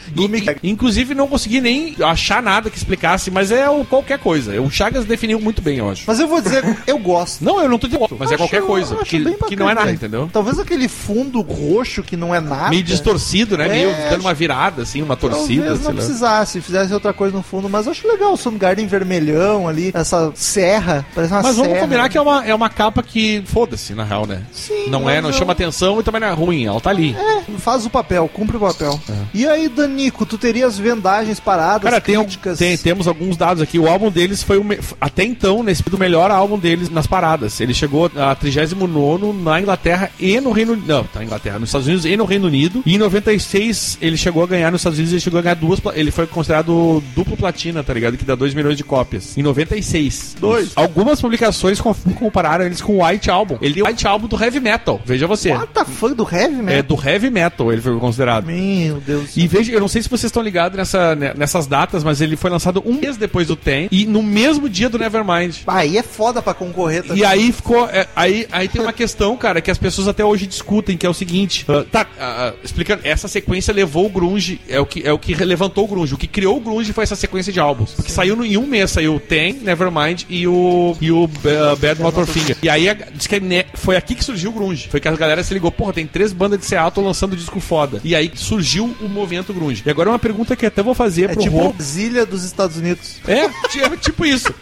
Speaker 2: E, inclusive, não consegui nem achar nada que explicasse, mas é o, qualquer coisa. O Chagas definiu muito bem, eu acho.
Speaker 1: Mas eu vou dizer, eu gosto.
Speaker 2: Não, eu não tô de volta, mas é
Speaker 1: Acho-
Speaker 2: qualquer coisa.
Speaker 1: acho
Speaker 2: Que,
Speaker 1: bem
Speaker 2: que não é
Speaker 1: bacana.
Speaker 2: nada, entendeu?
Speaker 1: Talvez aquele fundo roxo que não é nada.
Speaker 2: Meio distorcido, né?
Speaker 1: É,
Speaker 2: Meio dando
Speaker 1: acho-
Speaker 2: uma virada, assim, uma torcida.
Speaker 1: Talvez
Speaker 2: Sei
Speaker 1: não
Speaker 2: lá.
Speaker 1: precisasse, fizesse outra coisa no fundo, mas eu acho legal o Soundgarden vermelhão ali, essa serra, parece uma
Speaker 2: Mas
Speaker 1: serra.
Speaker 2: vamos combinar que é uma, é uma capa que foda-se, na real, né?
Speaker 1: Sim,
Speaker 2: não é,
Speaker 1: mas
Speaker 2: não
Speaker 1: eu-
Speaker 2: chama atenção e também não é ruim, ela tá ali.
Speaker 1: É, faz o papel, cumpre o papel. E aí, Danico, tu terias vendagens paradas,
Speaker 2: É. Cara, tem, um-
Speaker 1: críticas?
Speaker 2: tem- temos alguns dados aqui. O álbum deles foi o me- até então, nesse período, o melhor álbum deles nas paradas. Ele chegou a 39 na Inglaterra e no Reino Unido. Não, na Inglaterra, nos Estados Unidos e no Reino Unido. E em 96 ele chegou a ganhar nos Estados Unidos, ele chegou a ganhar duas. pla- Ele foi considerado duplo platina, tá ligado? Que dá 2 milhões de cópias. Em 96.
Speaker 1: Dois.
Speaker 2: Algumas publicações conf- compararam eles com o White Album. Ele é o White Album do Heavy Metal. Veja você.
Speaker 1: What the fuck do heavy,
Speaker 2: É
Speaker 1: man?
Speaker 2: do Heavy Metal, ele foi considerado.
Speaker 1: Meu Deus.
Speaker 2: E veja, eu não sei se vocês estão ligados nessa, né, nessas datas, mas ele foi lançado um mês depois do Ten e no mesmo dia do Nevermind.
Speaker 1: Aí é foda pra concorrer também.
Speaker 2: E aí ficou. é, aí, aí tem uma questão, cara, que as pessoas até hoje discutem, que é o seguinte. ah, tá, ah, ah, explicando, essa sequência levou o Grunge, é o, que, é o que levantou o Grunge. O que criou o Grunge foi essa sequência de álbuns. Porque saiu no- em um mês, saiu o Ten, Nevermind e o, e o ah, Bad Motorfinger. E aí a- diz que né, foi aqui que surgiu o Grunge. Foi que a galera se ligou, porra, tem três bandas de Seattle lançando disco foda. E aí surgiu o movimento Grunge. E agora uma pergunta que até vou fazer
Speaker 1: é
Speaker 2: pro
Speaker 1: tipo
Speaker 2: Rô.
Speaker 1: Brasília dos Estados Unidos.
Speaker 2: É, ti- é tipo isso.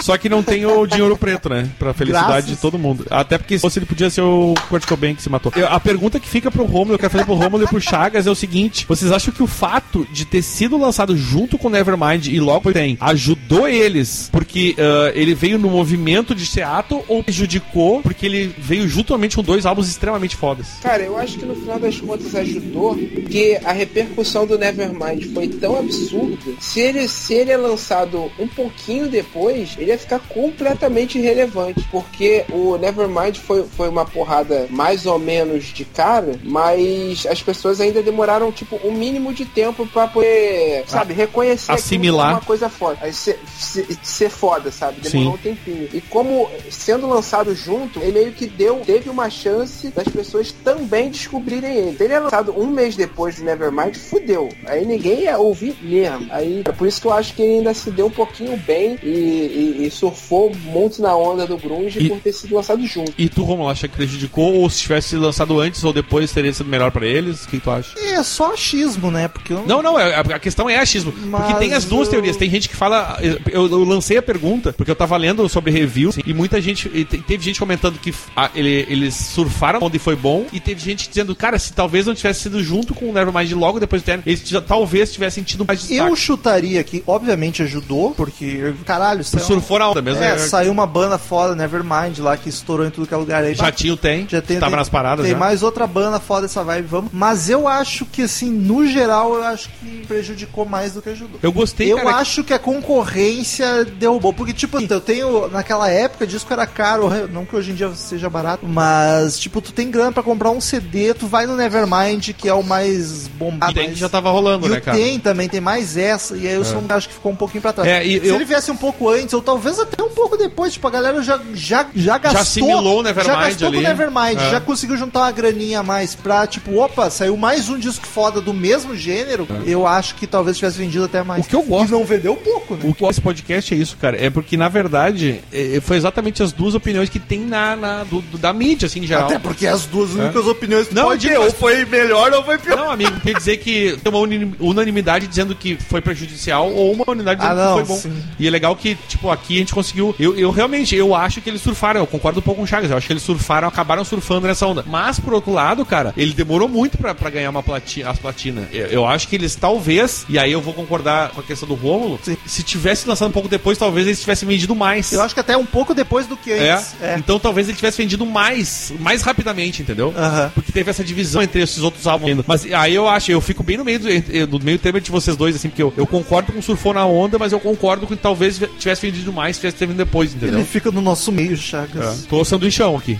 Speaker 2: Só que não tem o dinheiro preto, né? Pra felicidade
Speaker 1: Graças.
Speaker 2: de todo mundo. Até porque se fosse, ele podia ser o Kurt Cobain que se matou. Eu- a pergunta que fica pro Romulo, eu quero fazer pro Romulo e pro Chagas é o seguinte: vocês acham que o fato de ter sido lançado junto com Nevermind e logo tem ajudou eles porque ah, ele veio no movimento de Seattle ou prejudicou porque ele veio juntamente com dois álbuns extremamente fodas?
Speaker 3: Cara, eu acho que no final das contas ajudou, porque a repercussão do Nevermind foi tão absurda. Se ele, se ele é lançado um pouquinho depois, ele ia ficar completamente irrelevante, porque o Nevermind foi, foi uma porrada mais ou menos de cara, mas as pessoas ainda demoraram, tipo, o mínimo de tempo pra poder, sabe, reconhecer aquilo
Speaker 2: assimilar.
Speaker 3: como uma coisa foda. Aí ser, ser, ser foda, sabe? Demorou
Speaker 2: Sim.
Speaker 3: um tempinho. E como sendo lançado junto, ele meio que deu, teve uma chance das pessoas também descobrirem ele. Se Ele é lançado um mês depois do Nevermind, fudeu. Aí ninguém ia ouvir mesmo. Aí é por isso que eu acho que ele ainda se deu um pouquinho bem e, e- e surfou muito na onda do Grunge
Speaker 2: E-
Speaker 3: por ter sido lançado junto.
Speaker 2: E tu, Romulo, acha que prejudicou ou se tivesse lançado antes ou depois teria sido melhor pra eles? O que tu acha?
Speaker 1: É só achismo, né? Porque eu
Speaker 2: Não, não, é- a a questão é achismo. porque
Speaker 1: Mas
Speaker 2: tem as duas
Speaker 1: eu-
Speaker 2: teorias. Tem gente que fala. Eu, eu lancei a pergunta, porque eu tava lendo sobre review, assim, e muita gente. e te- teve gente comentando que ah, ele- eles surfaram onde foi bom, e teve gente dizendo, cara, se talvez não tivesse sido junto com o Nevermind logo depois do Terno, eles já- talvez tivessem tido mais destaque.
Speaker 1: Eu chutaria que, obviamente, ajudou, porque, caralho,
Speaker 2: Por
Speaker 1: saiu,
Speaker 2: surfou na onda mesmo.
Speaker 1: é,
Speaker 2: né?
Speaker 1: saiu uma banda foda, Nevermind, lá, que estourou em tudo que é lugar aí.
Speaker 2: já tinha o Tem,
Speaker 1: Já tem,
Speaker 2: tava
Speaker 1: tem-
Speaker 2: nas paradas.
Speaker 1: Tem
Speaker 2: já.
Speaker 1: mais outra banda foda essa vibe, vamos. Mas eu acho que, assim, no geral, eu acho que prejudicou mais do que ajudou.
Speaker 2: Eu gostei,
Speaker 1: eu
Speaker 2: cara, que-
Speaker 1: acho que a concorrência derrubou. Porque, tipo, eu tenho. Naquela época, disco era caro. Não que hoje em dia seja barato. Mas, tipo, tu tem grana pra comprar um CD, tu vai no Nevermind, que é o mais bombado.
Speaker 2: o Tem
Speaker 1: mais-
Speaker 2: já tava rolando,
Speaker 1: e
Speaker 2: né,
Speaker 1: o
Speaker 2: cara?
Speaker 1: tem também, tem mais essa, e aí eu sou um acho que ficou um pouquinho pra trás.
Speaker 2: É, e
Speaker 1: Se
Speaker 2: eu-
Speaker 1: ele viesse um pouco antes, ou talvez até um pouco depois, tipo, a galera já, já, já gastou.
Speaker 2: assimilou o Nevermind
Speaker 1: Já gastou com
Speaker 2: ali.
Speaker 1: o Nevermind,
Speaker 2: É.
Speaker 1: já conseguiu juntar uma graninha a mais pra, tipo, opa, saiu mais um disco foda do mesmo gênero. Eu acho que talvez tivesse vendido até mais.
Speaker 2: É. O que eu gosto-
Speaker 1: E não vendeu pouco, né?
Speaker 2: O que esse podcast é isso, cara. É porque, na verdade, é- foi exatamente as duas opiniões que tem na, na- do- do- da mídia, assim, em geral.
Speaker 1: Até porque as duas únicas opiniões que
Speaker 2: É. Não,
Speaker 1: pode
Speaker 2: eu digo,
Speaker 1: ter,
Speaker 2: mas-
Speaker 1: ou foi melhor ou foi pior.
Speaker 2: Não, amigo, quer dizer que tem uma uni- unanimidade dizendo que foi prejudicial ou uma unanimidade
Speaker 1: Ah,
Speaker 2: dizendo
Speaker 1: não,
Speaker 2: que foi bom.
Speaker 1: sim.
Speaker 2: E é legal que, tipo, a, aqui a gente conseguiu. Eu, eu realmente, eu acho que eles surfaram, eu concordo um pouco com o Chagas, eu acho que eles surfaram, acabaram surfando nessa onda. Mas, por outro lado, cara, ele demorou muito pra, pra ganhar uma platina, as platinas. Eu, eu acho que eles talvez, e aí eu vou concordar com a questão do Rômulo, se, se tivesse lançado um pouco depois, talvez eles tivessem vendido mais.
Speaker 1: Eu acho que até um pouco depois do que
Speaker 2: É.
Speaker 1: antes. É.
Speaker 2: Então talvez ele tivesse vendido mais, mais rapidamente, entendeu?
Speaker 1: Aham.
Speaker 2: Porque teve essa divisão entre esses outros álbuns. ainda. Mas aí eu acho, eu fico bem no meio do, entre- do meio termo de vocês dois, assim, porque eu, eu concordo com o Surfou na Onda, mas eu concordo que talvez tivesse vendido mais, tivesse vendido depois, entendeu?
Speaker 1: Ele fica no nosso meio, Chagas.
Speaker 2: É. Tô sanduichão aqui.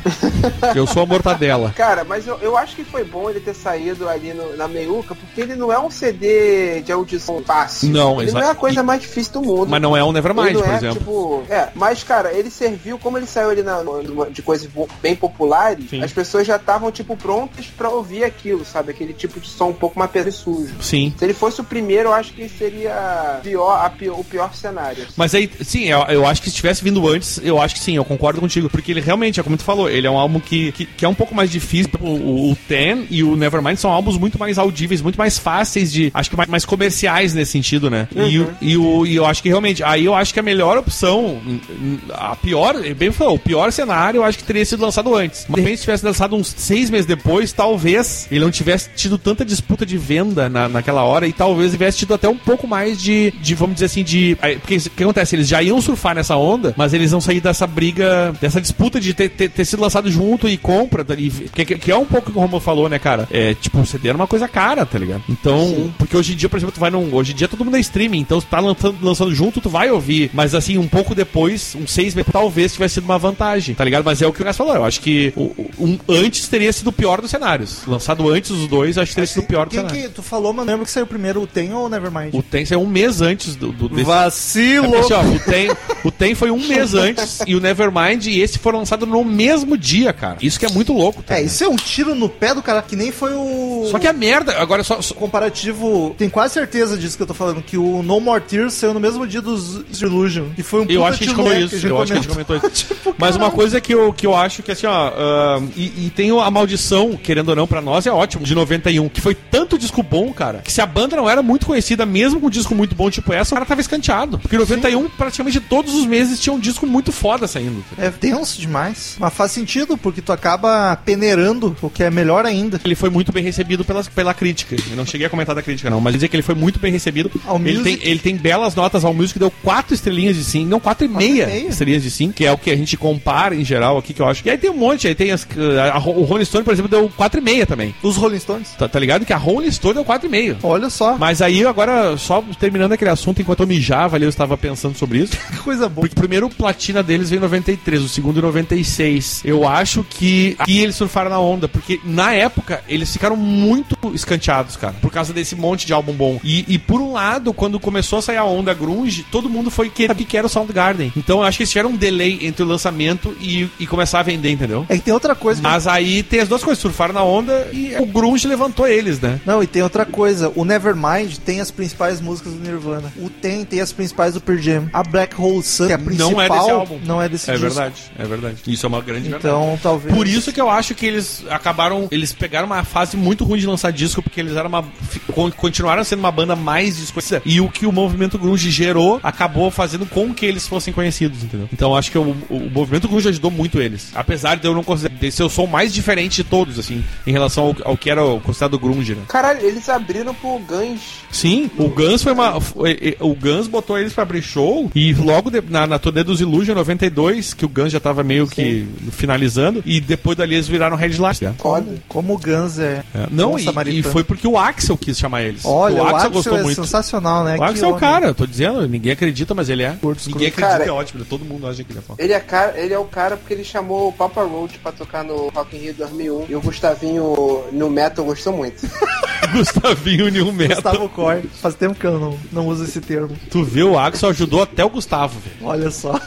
Speaker 2: eu sou a mortadela.
Speaker 3: Cara, mas eu, eu acho que foi bom ele ter saído ali no- na meiuca, porque ele não é um CD de audição fácil.
Speaker 2: Não,
Speaker 3: ele
Speaker 2: exa-
Speaker 3: não é a coisa mais difícil do mundo.
Speaker 2: Mas não é um Nevermind,
Speaker 3: Ele não
Speaker 2: por
Speaker 3: é,
Speaker 2: exemplo.
Speaker 3: Tipo, é, mas cara, ele serviu, como ele saiu ali na, numa- de coisas bo- bem populares,
Speaker 2: Sim.
Speaker 3: as pessoas já estavam, tipo, prontas pra ouvir aquilo, sabe? Aquele tipo de som um pouco mais pesado e sujo.
Speaker 2: Sim.
Speaker 3: Se ele fosse o primeiro, eu acho que seria pior, a pior- o pior cenário.
Speaker 2: Mas aí, sim, eu, eu acho que se tivesse vindo antes, eu acho que sim, eu concordo contigo. Porque ele realmente, é como tu falou, ele é um álbum que, que, que é um pouco mais difícil. O, o, o Ten e o Nevermind são álbuns muito mais audíveis, muito mais fáceis de. Acho que mais, mais comerciais nesse sentido, né? E, o- e, o, e eu acho que realmente. Aí eu acho que a melhor opção, hum, hum, a pior, é bem falou, o pior cenário eu acho que teria sido lançado antes. Mas de repente, se tivesse lançado uns seis meses depois, talvez ele não tivesse tido tanta disputa de venda na, naquela hora e talvez tivesse tido até um pouco mais de, de vamos dizer assim, de. aí, Porque o que acontece? Eles já iam surfar nessa onda, mas eles vão sair dessa briga, dessa disputa de ter, ter, ter sido lançado junto e compra, tá, e, que, que- que é um pouco o que o Romulo falou, né, cara? É, tipo, o CD era uma coisa cara, tá ligado? Então, porque hoje em dia, por exemplo, tu vai num. Hoje em dia todo mundo é streaming, então se tá lançando, lançando junto, tu vai ouvir. Mas assim, um pouco depois, uns seis meses, talvez tivesse sido uma vantagem, tá ligado? Mas é o que o Gas falou, eu acho que o, o- um, antes teria sido o pior dos cenários. Lançado antes os dois, eu acho que teria sido o pior dos
Speaker 1: Quem
Speaker 2: cenários.
Speaker 1: que tu falou, mas não lembro que saiu primeiro o Tem ou o Nevermind?
Speaker 2: O Ten saiu um mês antes do, do desse- é
Speaker 1: Vacilo!
Speaker 2: porque, assim, ó, o, Ten, o Ten foi um mês antes e o Nevermind e esse foram lançados no mesmo dia, cara. Isso que é muito louco. tá
Speaker 1: É,
Speaker 2: ligado?
Speaker 1: isso é um tiro no pé do cara, que nem foi o.
Speaker 2: Só que a merda, agora só. só-
Speaker 1: o comparativo. Tem quase certeza disso que eu tô falando, que o No More Tears saiu no mesmo dia dos Illusion. E foi um
Speaker 2: eu
Speaker 1: puta
Speaker 2: acho que a gente
Speaker 1: tiro no pé,
Speaker 2: comentou isso. Eu acho que a gente
Speaker 1: comentou.
Speaker 2: comentou isso. Mas uma coisa que eu, que eu acho que assim, ó. ahn, e, e tem a maldição, querendo ou não, pra nós, é ótimo, de 91. Que foi tanto disco bom, cara, que se a banda não era muito conhecida, mesmo com um disco muito bom tipo essa, o cara tava escanteado. Porque em 91, praticamente todos os meses, tinha um disco muito foda saindo. tá
Speaker 1: É denso demais. Mas faz sentido, porque tu acaba peneirando, o que é melhor ainda.
Speaker 2: Ele foi muito bem recebido pela, pela crítica. Eu não cheguei a comentar da crítica, não, mas dizer que ele foi muito bem recebido.
Speaker 1: Ao
Speaker 2: ele, tem,
Speaker 1: Music.
Speaker 2: ele tem belas notas ao Music, deu quatro estrelinhas de sim, não, quatro e
Speaker 1: Quatro e
Speaker 2: meia,
Speaker 1: meia.
Speaker 2: estrelinhas de sim, que é o que a gente compara em geral aqui, que eu acho. E aí tem um monte, aí tem as, a- a- o Rolling Stone, por exemplo, deu quatro e meia também.
Speaker 1: Os Rolling Stones.
Speaker 2: Tá, tá ligado? Que a Rolling Stone deu quatro e meio.
Speaker 1: Olha só,
Speaker 2: Mas aí, agora, só terminando aquele assunto, enquanto eu mijava ali, eu estava pensando sobre isso.
Speaker 1: que coisa boa.
Speaker 2: Porque o primeiro platina deles veio em 93, o segundo em 96. Eu acho que aqui eles surfaram na onda, porque na época eles ficaram muito escanteados, cara, por causa desse monte de álbum bom. E, e por um lado, quando começou a sair a onda grunge, todo mundo foi querer saber que era o Soundgarden. Então eu acho que eles tiveram um delay entre o lançamento e, e começar a vender, entendeu?
Speaker 1: É que tem outra coisa. que-
Speaker 2: Mas aí tem as duas coisas, surfaram na onda e o grunge levantou eles, né?
Speaker 1: Não, e tem outra coisa. O Nevermind tem as principais músicas do Nirvana. O Tem tem as principais do Pearl Jam. A Black Hole Sun, que é a principal,
Speaker 2: Não é desse álbum.
Speaker 1: Não é desse
Speaker 2: É
Speaker 1: disco.
Speaker 2: verdade, é verdade. Isso é uma grande verdade.
Speaker 1: Então, talvez...
Speaker 2: Por isso que eu acho que eles acabaram. Eles pegaram uma fase muito ruim de lançar disco, porque eles eram uma. fi- con- continuaram sendo uma banda mais desconhecida. E o que o movimento Grunge gerou acabou fazendo com que eles fossem conhecidos, entendeu? Então eu acho que o, o movimento Grunge ajudou muito eles. Apesar de eu não considerar. de ser o som mais diferente de todos, assim, em relação ao, ao que era o considerado Grunge, né?
Speaker 3: Caralho, eles abriram pro Guns.
Speaker 2: Sim, o Guns foi uma. foi- e- O Guns botou eles pra abrir show e logo de- na, na turnê dos Illusion 92, que o Guns já tava meio que finalizando, e depois dali eles viraram headliners. né?
Speaker 3: Foda.
Speaker 1: Como o Guns é...
Speaker 2: É, Não,
Speaker 1: bom
Speaker 2: e, e
Speaker 1: samaritano.
Speaker 2: foi porque o Axel quis chamar eles.
Speaker 1: Olha,
Speaker 2: o Axel,
Speaker 1: é
Speaker 2: gostou muito.
Speaker 1: sensacional, né?
Speaker 2: O Axel
Speaker 1: Que
Speaker 2: é o
Speaker 1: homem.
Speaker 2: cara, eu tô dizendo, ninguém acredita, mas ele é.
Speaker 1: Gordo escroto.
Speaker 2: ninguém acredita,
Speaker 3: Cara,
Speaker 2: é ótimo, todo mundo acha que ele é foda.
Speaker 3: Ele é, cara, ele é o cara porque ele chamou o Papa Roach pra tocar no Rock in Rio 2001 e o Gustavinho no Metal gostou muito.
Speaker 2: Gustavinho New Metal.
Speaker 1: Gustavo Cor. Faz tempo que eu não, não uso esse termo.
Speaker 2: Tu vê, o Axel ajudou até o Gustavo, velho.
Speaker 1: Olha só.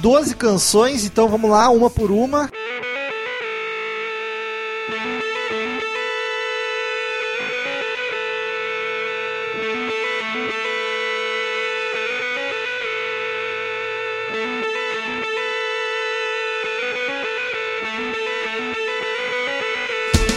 Speaker 1: 12 canções, então vamos lá, uma por uma.
Speaker 6: Thank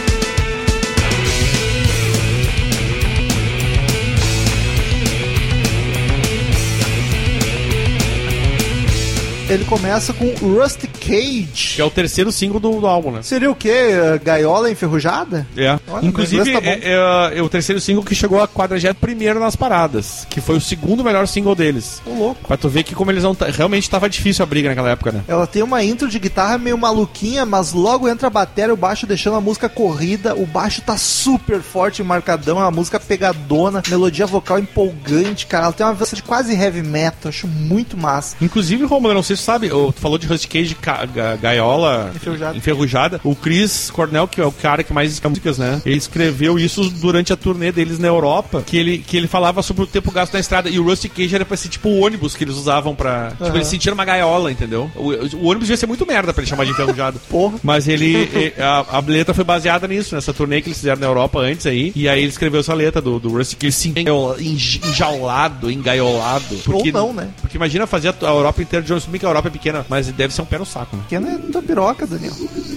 Speaker 1: ele começa com Rust Cage.
Speaker 2: Que é o terceiro single do, do álbum, né?
Speaker 1: Seria o quê? Gaiola enferrujada?
Speaker 2: É.
Speaker 1: Olha,
Speaker 2: Inclusive,
Speaker 1: meu inglês tá
Speaker 2: é, é, é o terceiro single que chegou a 41 nas paradas, que foi o segundo melhor single deles.
Speaker 1: Ô, louco.
Speaker 2: Pra tu ver que como eles não. tá- Realmente tava difícil a briga naquela época, né?
Speaker 1: Ela tem uma intro de guitarra meio maluquinha, mas logo entra a bateria, o baixo deixando a música corrida. O baixo tá super forte, marcadão, é uma música pegadona, melodia vocal empolgante, cara. Ela tem uma versão de quase heavy metal, acho muito massa.
Speaker 2: Inclusive, Romulo, não sei se você sabe, ô, tu falou de Rust Cage, ca- ga- gaiola
Speaker 1: Enferrujada.
Speaker 2: enferrujada. O Chris Cornell, que é o cara que mais escreve músicas, né? Ele escreveu isso durante a turnê deles na Europa, que ele, que ele falava sobre o tempo gasto na estrada. E o Rust Cage era pra ser tipo o ônibus que eles usavam pra. Tipo,
Speaker 1: Aham.
Speaker 2: eles sentiram uma gaiola, entendeu? O, o ônibus ia ser muito merda pra ele chamar de enferrujado.
Speaker 1: Porra.
Speaker 2: Mas ele. e- A, a letra foi baseada nisso, nessa turnê que eles fizeram na Europa antes aí. E aí ele escreveu essa letra do, do Rusty Cage assim, se engaiola- enj- enjaulado, engaiolado. Porque,
Speaker 1: não, né?
Speaker 2: Porque imagina fazer a, a Europa inteira de ônibus, se bem que a Europa é pequena, mas deve ser um pé no saco, né?
Speaker 1: Pequena é tua piroca, Daniel.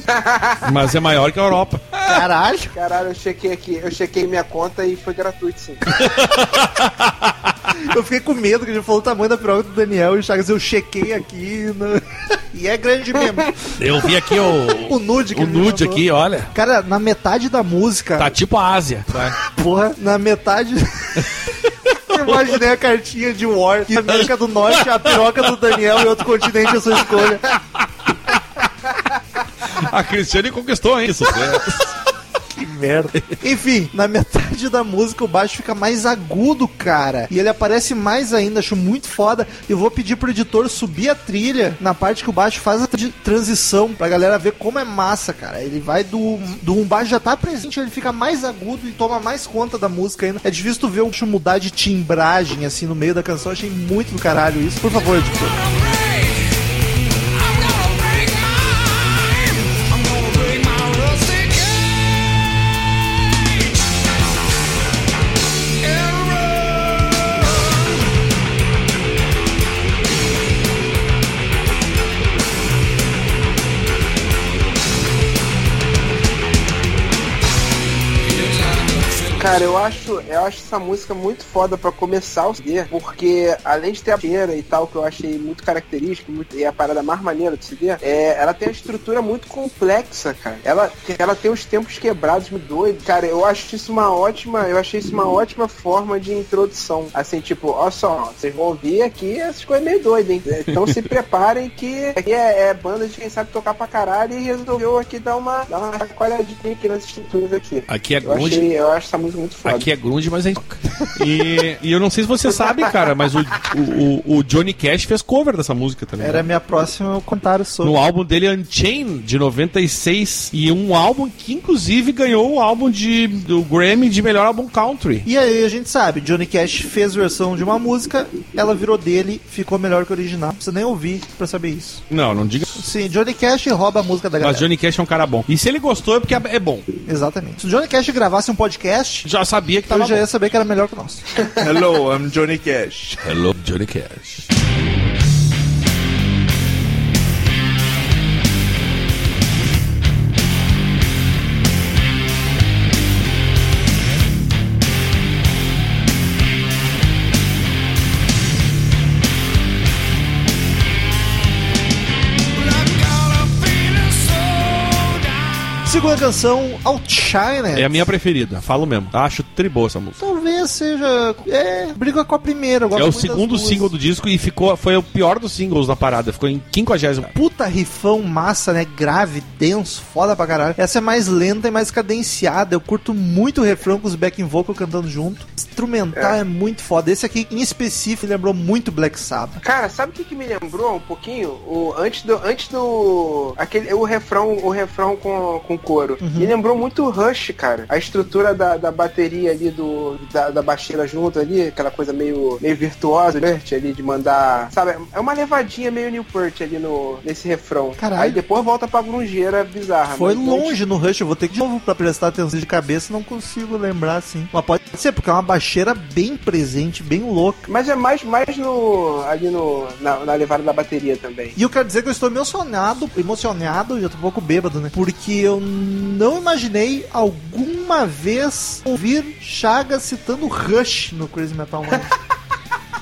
Speaker 2: Mas é maior que a Europa.
Speaker 1: Caralho.
Speaker 3: Caralho, eu chequei aqui, eu chequei minha conta e foi gratuito, sim.
Speaker 1: Eu fiquei com medo que a gente falou o tamanho da piroca do Daniel e Chagas, eu chequei aqui. né? e é grande mesmo.
Speaker 2: Eu vi aqui o.
Speaker 1: O nude que
Speaker 2: o
Speaker 1: ele me
Speaker 2: nude
Speaker 1: mandou.
Speaker 2: aqui, olha.
Speaker 1: Cara, na metade da música,
Speaker 2: Tá tipo a Ásia.
Speaker 1: Porra, na metade. Eu Imaginei a cartinha de War, que América do Norte é a piroca do Daniel e outro continente é sua escolha.
Speaker 2: A Cristiane conquistou, hein? Isso. é.
Speaker 1: Que merda. Enfim, na metade da música o baixo fica mais agudo, cara. E ele aparece mais ainda, acho muito foda. Eu vou pedir pro editor subir a trilha na parte que o baixo faz a tra- transição pra galera ver como é massa, cara. Ele vai do, do um baixo já tá presente, ele fica mais agudo e toma mais conta da música ainda. É difícil tu ver o baixo mudar de timbragem assim no meio da canção. Eu Achei muito do caralho isso. Por favor, editor.
Speaker 3: Cara, eu acho, eu acho essa música muito foda pra começar o CD, porque além de ter a cheira e tal, que eu achei muito característico, muito- e a parada mais maneira do CD, é, ela tem uma estrutura muito complexa, cara. Ela, ela tem os tempos quebrados, muito doido. Cara, eu acho isso uma ótima, eu achei isso uma ótima forma de introdução. Assim, tipo, ó só, vocês vão ouvir aqui essas coisas meio doidas, hein? Então se preparem que aqui é, é banda de quem sabe tocar pra caralho e resolveu aqui dar uma, dar uma chacoalhadinha aqui nas estruturas aqui.
Speaker 2: Aqui é
Speaker 3: Eu,
Speaker 2: grunge.
Speaker 3: achei, eu acho essa música muito foda.
Speaker 2: Aqui é grunge, mas é toca. E, e eu não sei se você sabe, cara, mas o, o, o Johnny Cash fez cover dessa música também. né?
Speaker 1: Era a minha próxima eu contar sobre.
Speaker 2: No álbum dele, Unchained, de 96. E um álbum que, inclusive, ganhou o álbum de, do Grammy de melhor álbum country.
Speaker 1: E aí a gente sabe, Johnny Cash fez versão de uma música, ela virou dele, ficou melhor que o original. Não precisa nem ouvir pra saber isso.
Speaker 2: Não, não diga.
Speaker 1: Sim, Johnny Cash rouba a música da galera.
Speaker 2: Mas Johnny Cash é um cara bom. E se ele gostou é porque é bom.
Speaker 1: Exatamente. Se o Johnny Cash gravasse um podcast,
Speaker 2: Já sabia que
Speaker 1: eu
Speaker 2: tava
Speaker 1: já
Speaker 2: Tá bom.
Speaker 1: ia saber que era melhor que o nosso.
Speaker 4: Hello, I'm Johnny Cash.
Speaker 2: Hello, Johnny Cash.
Speaker 1: Segunda canção, Outshine.
Speaker 2: É a minha preferida, falo mesmo. Acho tribou essa música.
Speaker 1: Talvez seja. É, briga com a primeira. eu gosto
Speaker 2: É
Speaker 1: muito
Speaker 2: o
Speaker 1: das
Speaker 2: segundo
Speaker 1: duas.
Speaker 2: single do disco e ficou, foi o pior dos singles da parada. Ficou em 50.
Speaker 1: Puta rifão massa, né? Grave, denso, foda pra caralho. Essa é mais lenta e mais cadenciada. Eu curto muito o refrão com os backing vocal cantando junto. Instrumental é, muito foda. Esse aqui, em específico, me lembrou muito Black Sabbath.
Speaker 3: Cara, sabe o que, que me lembrou um pouquinho? O, antes do. Antes do. Aquele, o refrão, o refrão com, com couro.
Speaker 1: Uhum.
Speaker 3: Me lembrou muito o Rush, cara. A estrutura da, da bateria ali do. Da, da baixeira junto ali, aquela coisa meio, meio virtuosa, né? ali, de mandar. Sabe, é uma levadinha meio Newport ali no, nesse refrão.
Speaker 1: Caralho.
Speaker 3: Aí depois volta pra grungeira bizarra.
Speaker 1: Foi
Speaker 3: Ah, mas antes-
Speaker 1: longe no Rush, eu vou ter que de novo pra prestar atenção de cabeça, não consigo lembrar assim. Mas pode ser, porque é uma baixeira bem presente, bem louca.
Speaker 3: Mas é mais, mais no. ali no. Na, na levada da bateria também.
Speaker 1: E eu quero dizer que eu estou emocionado, emocionado, já tô um pouco bêbado, né? Porque eu não imaginei alguma vez ouvir Chagas citando Rush no Crazy Metal Mind.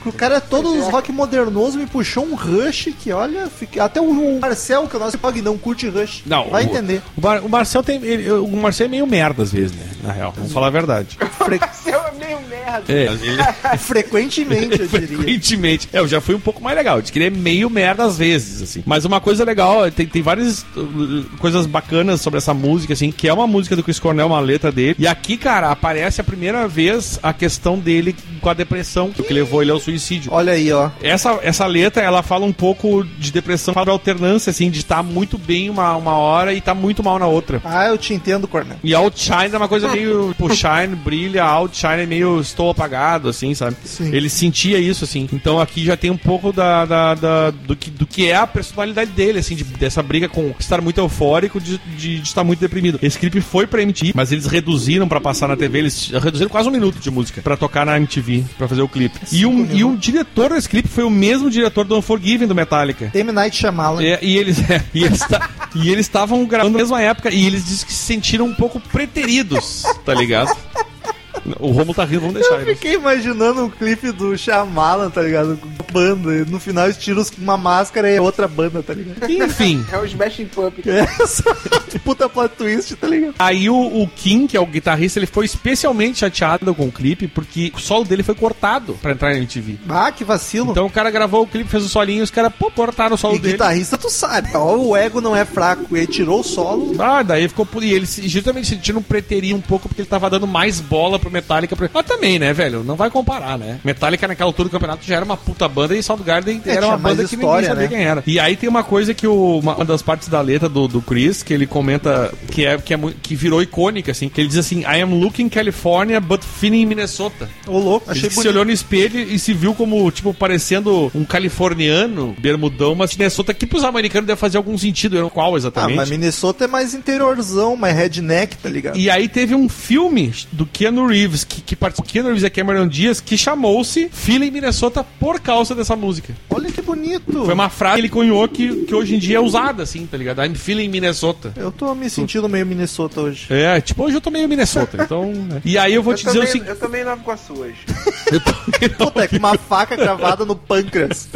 Speaker 1: O cara é todo os rock modernoso, me puxou um Rush que, olha, fica... até o Marcel, que é o nosso blog, não curte Rush.
Speaker 2: Não,
Speaker 1: Vai
Speaker 2: o-
Speaker 1: entender.
Speaker 2: O, Mar- o Marcel tem. ele- o Marcel é meio merda às vezes, né? Na real. Vamos falar a verdade.
Speaker 1: Fre-
Speaker 3: Seu é meio merda.
Speaker 2: É, ele
Speaker 1: Frequentemente, eu diria.
Speaker 2: frequentemente. É, eu já fui um pouco mais legal. De que ele é meio merda às vezes, assim. Mas uma coisa legal, é, tem, tem várias uh, coisas bacanas sobre essa música, assim, que é uma música do Chris Cornell, uma letra dele. E aqui, cara, aparece a primeira vez a questão dele com a depressão, que levou ele ao suicídio.
Speaker 1: Olha aí, ó.
Speaker 2: Essa, essa letra, ela fala um pouco de depressão, fala de alternância, assim, de estar muito bem uma, uma hora e tá muito mal na outra.
Speaker 1: Ah, eu te entendo, Cornel.
Speaker 2: E Outshine é uma coisa meio. Tipo, Shine brilha, Outshine é meio estou apagado, assim, sabe?
Speaker 1: Sim.
Speaker 2: Ele sentia isso, assim. Então aqui já tem um pouco da, da- da- do, que, do que é a personalidade dele, assim, de- dessa briga com estar muito eufórico, de, de- de estar muito deprimido. Esse clipe foi pra MTV, mas eles reduziram pra passar na TV, eles reduziram quase um minuto de música pra tocar na MTV, pra fazer o clipe. E um, e um diretor desse clipe foi o mesmo diretor do Unforgiven do Metallica.
Speaker 1: M. Night Shyamalan.
Speaker 2: É, e eles é, e eles ta- e eles estavam gravando na mesma época e eles dizem que se sentiram um pouco preteridos, tá ligado? O Romulo tá rindo, vamos deixar
Speaker 1: Eu
Speaker 2: ele.
Speaker 1: fiquei imaginando o clipe do Shyamalan, tá ligado? Com Banda. E no final eles tiram os- uma máscara e é outra banda, tá ligado?
Speaker 2: Enfim.
Speaker 3: É o Smashing Pump.
Speaker 1: Essa puta plot twist, tá ligado?
Speaker 2: Aí o, o Kim, que é o guitarrista, ele foi especialmente chateado com o clipe porque o solo dele foi cortado pra entrar na MTV.
Speaker 1: Ah, que vacilo.
Speaker 2: Então o cara gravou o clipe, fez o solinho, os caras, pô, cortaram o solo
Speaker 1: e
Speaker 2: dele.
Speaker 1: guitarrista, tu sabe. Ó, o ego não é fraco. Ele tirou o solo.
Speaker 2: Ah, daí ficou por. E ele se- justamente sentindo um preteria um pouco porque ele tava dando mais bola pro Metallica. Pro... Mas também, né, velho? Não vai comparar, né? Metallica naquela altura do campeonato já era uma puta banda e Soundgarden
Speaker 1: É,
Speaker 2: era
Speaker 1: tinha
Speaker 2: uma
Speaker 1: mais
Speaker 2: banda que
Speaker 1: história,
Speaker 2: ninguém sabia
Speaker 1: né?
Speaker 2: quem era. E aí tem uma coisa que o, uma, uma das partes da letra do, do Chris, que ele comenta que é, que é mui- que virou icônica, assim, que ele diz assim: I am looking California, but feeling Minnesota.
Speaker 1: Ô, louco.
Speaker 2: Achei
Speaker 1: Achei
Speaker 2: que se
Speaker 1: bonito. Ah,
Speaker 2: olhou no espelho e se viu como, tipo, parecendo um californiano, bermudão, mas Minnesota, que pros americanos deve fazer algum sentido, eu não qual
Speaker 1: Ah,
Speaker 2: exatamente.
Speaker 1: mas Minnesota é mais interiorzão, mais redneck, tá ligado?
Speaker 2: E aí teve um filme do Keanu Reeves, que, que participou Keanu Reeves e a Cameron Diaz, que chamou-se Feeling Minnesota por causa dessa música.
Speaker 1: Olha que bonito.
Speaker 2: Foi uma frase que ele cunhou que, que hoje em dia é usada, assim, tá ligado? I'm feeling Minnesota.
Speaker 1: Eu tô me sentindo meio Minnesota hoje.
Speaker 2: É, tipo, hoje eu tô meio Minnesota, então... né? E aí eu vou
Speaker 3: Eu
Speaker 2: te dizer
Speaker 3: também,
Speaker 2: o seguinte...
Speaker 3: eu também não com as suas.
Speaker 1: Puta, é com uma faca cravada no pâncreas.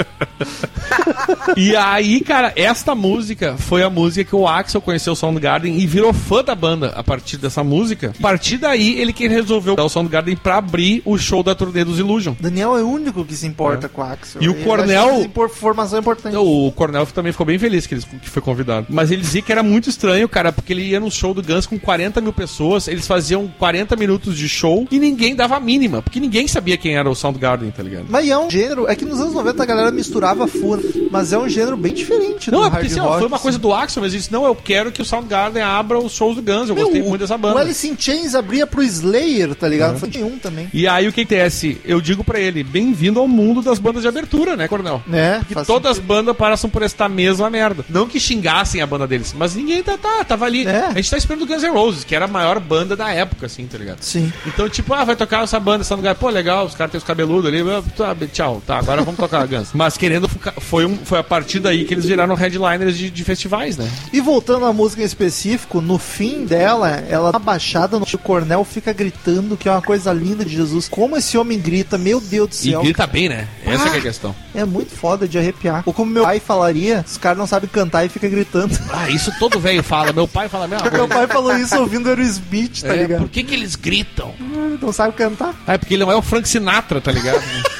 Speaker 2: E aí, cara, esta música foi a música que o Axel conheceu o Soundgarden e virou fã da banda a partir dessa música. A partir daí, ele que resolveu dar o Soundgarden pra abrir o show da turnê dos Illusion.
Speaker 1: Daniel é o único que se importa com a Axel.
Speaker 2: É. E o
Speaker 1: Ele
Speaker 2: Cornell-
Speaker 1: acha que essa Informação importante.
Speaker 2: O Cornel também ficou bem feliz que, eles, que foi convidado. Mas ele dizia que era muito estranho, cara, porque ele ia num show do Guns com 40 mil pessoas, eles faziam 40 minutos de show e ninguém dava a mínima, porque ninguém sabia quem era o Soundgarden, tá ligado?
Speaker 1: Mas é um gênero. É que nos anos 90 a galera misturava full, mas é um gênero bem diferente
Speaker 2: Não,
Speaker 1: do
Speaker 2: é porque
Speaker 1: hard
Speaker 2: assim, ó,
Speaker 1: rock.
Speaker 2: foi uma coisa do Axel, mas ele disse, não, eu quero que o Soundgarden abra os shows do Guns, eu
Speaker 1: Meu,
Speaker 2: gostei muito dessa
Speaker 1: O
Speaker 2: banda. Uhum.
Speaker 1: Alice in Chains abria pro Slayer, tá ligado? Foi de um também.
Speaker 2: E aí o que acontece? Eu digo pra ele, bem-vindo ao mundo das bandas de abertura, né, Cornel?
Speaker 1: Né?
Speaker 2: Que
Speaker 1: Faz
Speaker 2: todas as bandas passam por esta mesma merda. Não que xingassem a banda deles, mas ninguém tá, tá- tava ali.
Speaker 1: É.
Speaker 2: A gente tá esperando o Guns N' Roses, que era a maior banda da época, assim, tá ligado?
Speaker 1: Sim.
Speaker 2: Então, tipo, ah, vai tocar essa banda, essa lugar. Pô, legal, os caras têm os cabeludos ali. ah, tá, Tchau, tá, agora vamos tocar Guns. Mas querendo, focar- foi, um, foi a partir daí que eles viraram headliners de, de festivais, né?
Speaker 1: E voltando à música em específico, no fim dela, ela tá baixada, o Cornel fica gritando que é uma coisa linda de Jesus. Como esse homem grita, meu Deus do
Speaker 2: E
Speaker 1: céu.
Speaker 2: grita bem, né? Essa que é a questão.
Speaker 1: É muito foda de arrepiar. Ou como meu pai falaria, os caras não sabem cantar e fica gritando.
Speaker 2: Ah, isso todo velho fala. Meu pai fala a mesma
Speaker 1: meu
Speaker 2: coisa.
Speaker 1: pai falou isso ouvindo Aerosmith, tá
Speaker 2: É,
Speaker 1: ligado?
Speaker 2: por que, que eles gritam?
Speaker 1: Não sabe cantar.
Speaker 2: Ah, é porque ele não é o Frank Sinatra, tá ligado?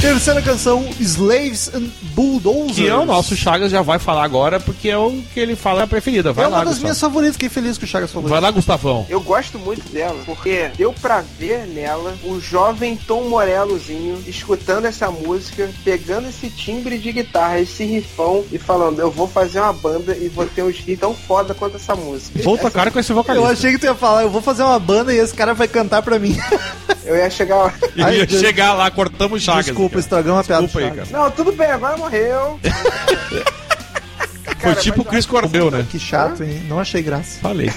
Speaker 1: Terceira canção, Slaves and Bulldozers.
Speaker 2: que é o nosso Chagas já vai falar agora, porque é o que ele fala é a preferida. Vai
Speaker 1: É
Speaker 2: lá,
Speaker 1: uma das
Speaker 2: Gustavo.
Speaker 1: minhas favoritas, fiquei feliz que o Chagas falou.
Speaker 2: Vai lá, Gustavão.
Speaker 3: Eu gosto muito dela, porque deu pra ver nela o jovem Tom Morelozinho escutando essa música, pegando esse timbre de guitarra, esse rifão e falando, eu vou fazer uma banda e vou ter uns riffs tão foda quanto essa música.
Speaker 2: Vou tocar com esse
Speaker 1: Eu
Speaker 2: vocalista.
Speaker 1: achei que tu ia falar, eu vou fazer uma banda e esse cara vai cantar pra mim.
Speaker 3: Eu ia chegar...
Speaker 2: Eu
Speaker 1: Ai,
Speaker 2: ia
Speaker 1: Deus.
Speaker 2: chegar lá, cortamos o Chagas.
Speaker 1: Desculpa,
Speaker 2: cara.
Speaker 1: estragamos a piada.
Speaker 2: Desculpa aí,
Speaker 1: do Chagas.
Speaker 2: cara.
Speaker 3: Não, tudo bem, agora morreu.
Speaker 2: Foi tipo o Chris Corbel, né?
Speaker 1: Que chato, hein? Não achei graça.
Speaker 2: Falei.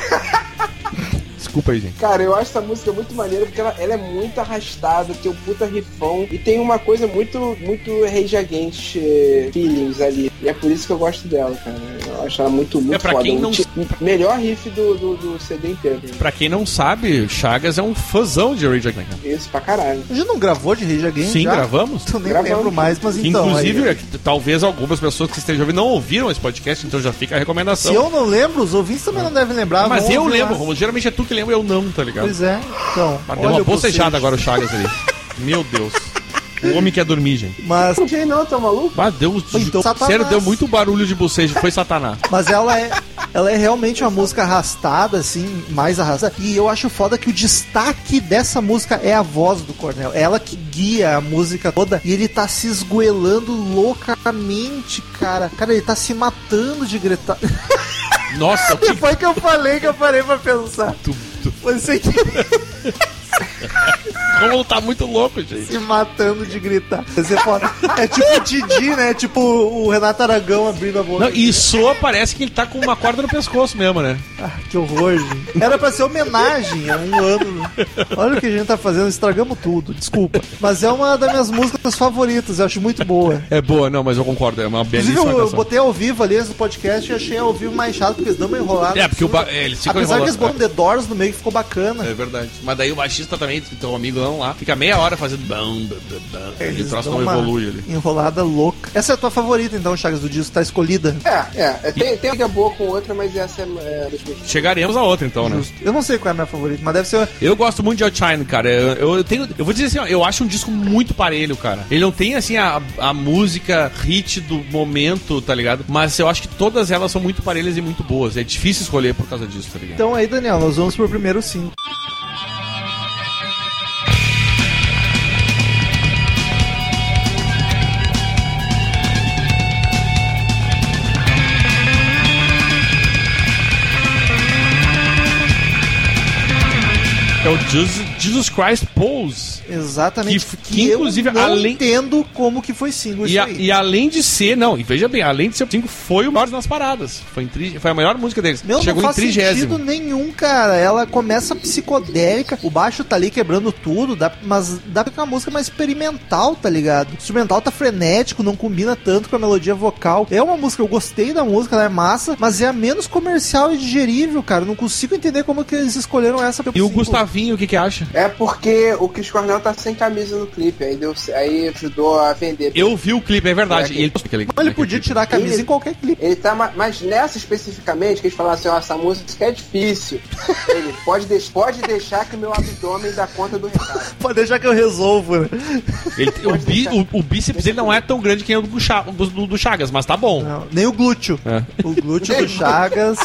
Speaker 2: Desculpa aí, gente.
Speaker 3: Cara, eu acho essa música muito maneira porque ela, ela é muito arrastada, tem um puta rifão e tem uma coisa muito, muito Rage Against eh, Feelings ali. E é por isso que eu gosto dela, cara. Eu acho ela muito, muito
Speaker 2: É, pra
Speaker 3: foda.
Speaker 2: quem
Speaker 3: Um
Speaker 2: não-
Speaker 3: ti- um melhor riff do, do, do CD inteiro.
Speaker 2: Pra quem não sabe, Chagas é um fãzão de Rage Against.
Speaker 3: Isso pra caralho.
Speaker 1: A gente não gravou de Rage Against?
Speaker 2: Sim,
Speaker 1: já?
Speaker 2: gravamos.
Speaker 1: Eu nem
Speaker 3: Gravamos.
Speaker 1: lembro mais, mas então.
Speaker 2: Inclusive,
Speaker 1: aí.
Speaker 2: é que talvez algumas pessoas que estejam ouvindo não ouviram esse podcast, então já fica a recomendação.
Speaker 1: se eu não lembro, os ouvintes também não devem lembrar.
Speaker 2: Mas
Speaker 1: vão
Speaker 2: eu
Speaker 1: ouvir lá.
Speaker 2: lembro, Romulo. Geralmente é tu que lembra, eu não, tá ligado?
Speaker 1: Pois é, então.
Speaker 2: Ah, Deu
Speaker 1: olha
Speaker 2: uma
Speaker 1: o bocejo.
Speaker 2: bocejada agora o Chagas ali. Meu Deus. O homem quer dormir, gente.
Speaker 1: Mas,
Speaker 3: Não sei não, tá maluco?
Speaker 2: Ah, deu,
Speaker 1: Então,
Speaker 2: sério,
Speaker 1: Satanás.
Speaker 2: deu muito barulho de bocejo. Foi Satanás.
Speaker 1: mas ela é. Ela é realmente uma música arrastada, assim, mais arrastada. E eu acho foda que o destaque dessa música é a voz do Cornel. Ela que guia a música toda. E ele tá se esgoelando loucamente, cara. Cara, ele tá se matando de gritar.
Speaker 2: Nossa, que
Speaker 1: Depois que eu falei, que eu parei pra pensar.
Speaker 2: tu, tu,
Speaker 1: Você que tá
Speaker 2: Romulo tá muito louco, gente.
Speaker 1: se matando de gritar. Você foda. É tipo o Didi, né? É tipo o Renato Aragão abrindo a boca.
Speaker 2: Não, e soa parece que ele tá com uma corda no pescoço mesmo, né?
Speaker 1: Ah, que horror, gente. Era pra ser homenagem a um ano. Olha o que a gente tá fazendo, estragamos tudo, desculpa. Mas é uma das minhas músicas favoritas, eu acho muito boa.
Speaker 2: É boa, não, mas eu concordo, é uma
Speaker 1: Inclusive,
Speaker 2: belíssima
Speaker 1: eu, eu
Speaker 2: canção.
Speaker 1: botei ao vivo ali antes do podcast e achei ao vivo mais chato, porque eles dão uma enrolada.
Speaker 2: É, porque o ba... é, eles ficam
Speaker 1: Apesar que eles
Speaker 2: enrolando.
Speaker 1: botam The Doors no meio que ficou bacana.
Speaker 2: É verdade. Mas daí o baixista também, teu amigo não lá, fica meia hora fazendo bam, bam, bam, bam. E o
Speaker 1: Eles
Speaker 2: É, troço
Speaker 1: dão
Speaker 2: não
Speaker 1: uma
Speaker 2: evolui ali.
Speaker 1: Enrolada louca. Essa é a tua favorita, então, Chagas, do disco, tá escolhida.
Speaker 3: É, é. é, Tem, tem uma boa com outra, mas essa é, é das minhas
Speaker 2: Chegaremos a outra então, né?
Speaker 1: Eu não sei qual é a minha favorita, mas deve ser.
Speaker 2: Eu gosto muito de Outshine, cara. Eu, eu- eu tenho, eu vou dizer assim, ó, eu acho um disco muito parelho, cara. Ele não tem assim a, a música hit do momento, tá ligado? Mas eu acho que todas elas são muito parelhas e muito boas. É difícil escolher por causa disso, tá ligado?
Speaker 1: Então aí, Daniel, nós vamos pro primeiro sim.
Speaker 2: É o Jesus, Jesus Christ Pose.
Speaker 1: Exatamente.
Speaker 2: Que- que, inclusive,
Speaker 1: eu não
Speaker 2: além-
Speaker 1: entendo como que foi single
Speaker 2: E,
Speaker 1: isso
Speaker 2: a-
Speaker 1: aí.
Speaker 2: e além de ser, não, e veja bem, além de ser o 5, foi o maior nas paradas. Foi, em tri- foi a maior música deles.
Speaker 1: Meu,
Speaker 2: Chegou
Speaker 1: não
Speaker 2: em
Speaker 1: faz sentido
Speaker 2: trigésimo.
Speaker 1: nenhum, cara. Ela começa psicodélica, o baixo tá ali quebrando tudo, dá- mas dá pra ficar uma música mais experimental, tá ligado? O instrumental tá frenético, não combina tanto com a melodia vocal. É uma música, eu gostei da música, ela é massa, mas é a menos comercial e digerível, cara. Eu não consigo entender como que eles escolheram essa
Speaker 2: E o
Speaker 1: single.
Speaker 2: Gustavinho, o que que acha?
Speaker 3: É porque o Chris Cornell tá sem camisa no clipe, aí, deu, aí ajudou a vender.
Speaker 2: Eu vi o clipe, é verdade.
Speaker 3: É
Speaker 2: e ele, aquele-
Speaker 1: Ele
Speaker 2: aquele
Speaker 1: podia
Speaker 2: clipe.
Speaker 1: tirar a camisa
Speaker 3: Ele-
Speaker 1: em qualquer clipe.
Speaker 3: Ele tá, ma- mas nessa especificamente, que eles falaram assim, ó, essa música é difícil. Ele pode, deix- pode deixar que meu abdômen dá conta do recado.
Speaker 1: Pode deixar que eu resolvo, né?
Speaker 2: Ele- o, bi- o- o bíceps dele não é tão grande que nem o do, Cha- do- do- do Chagas, mas tá bom.
Speaker 1: Não, nem o glúteo.
Speaker 2: É.
Speaker 1: O glúteo do Chagas.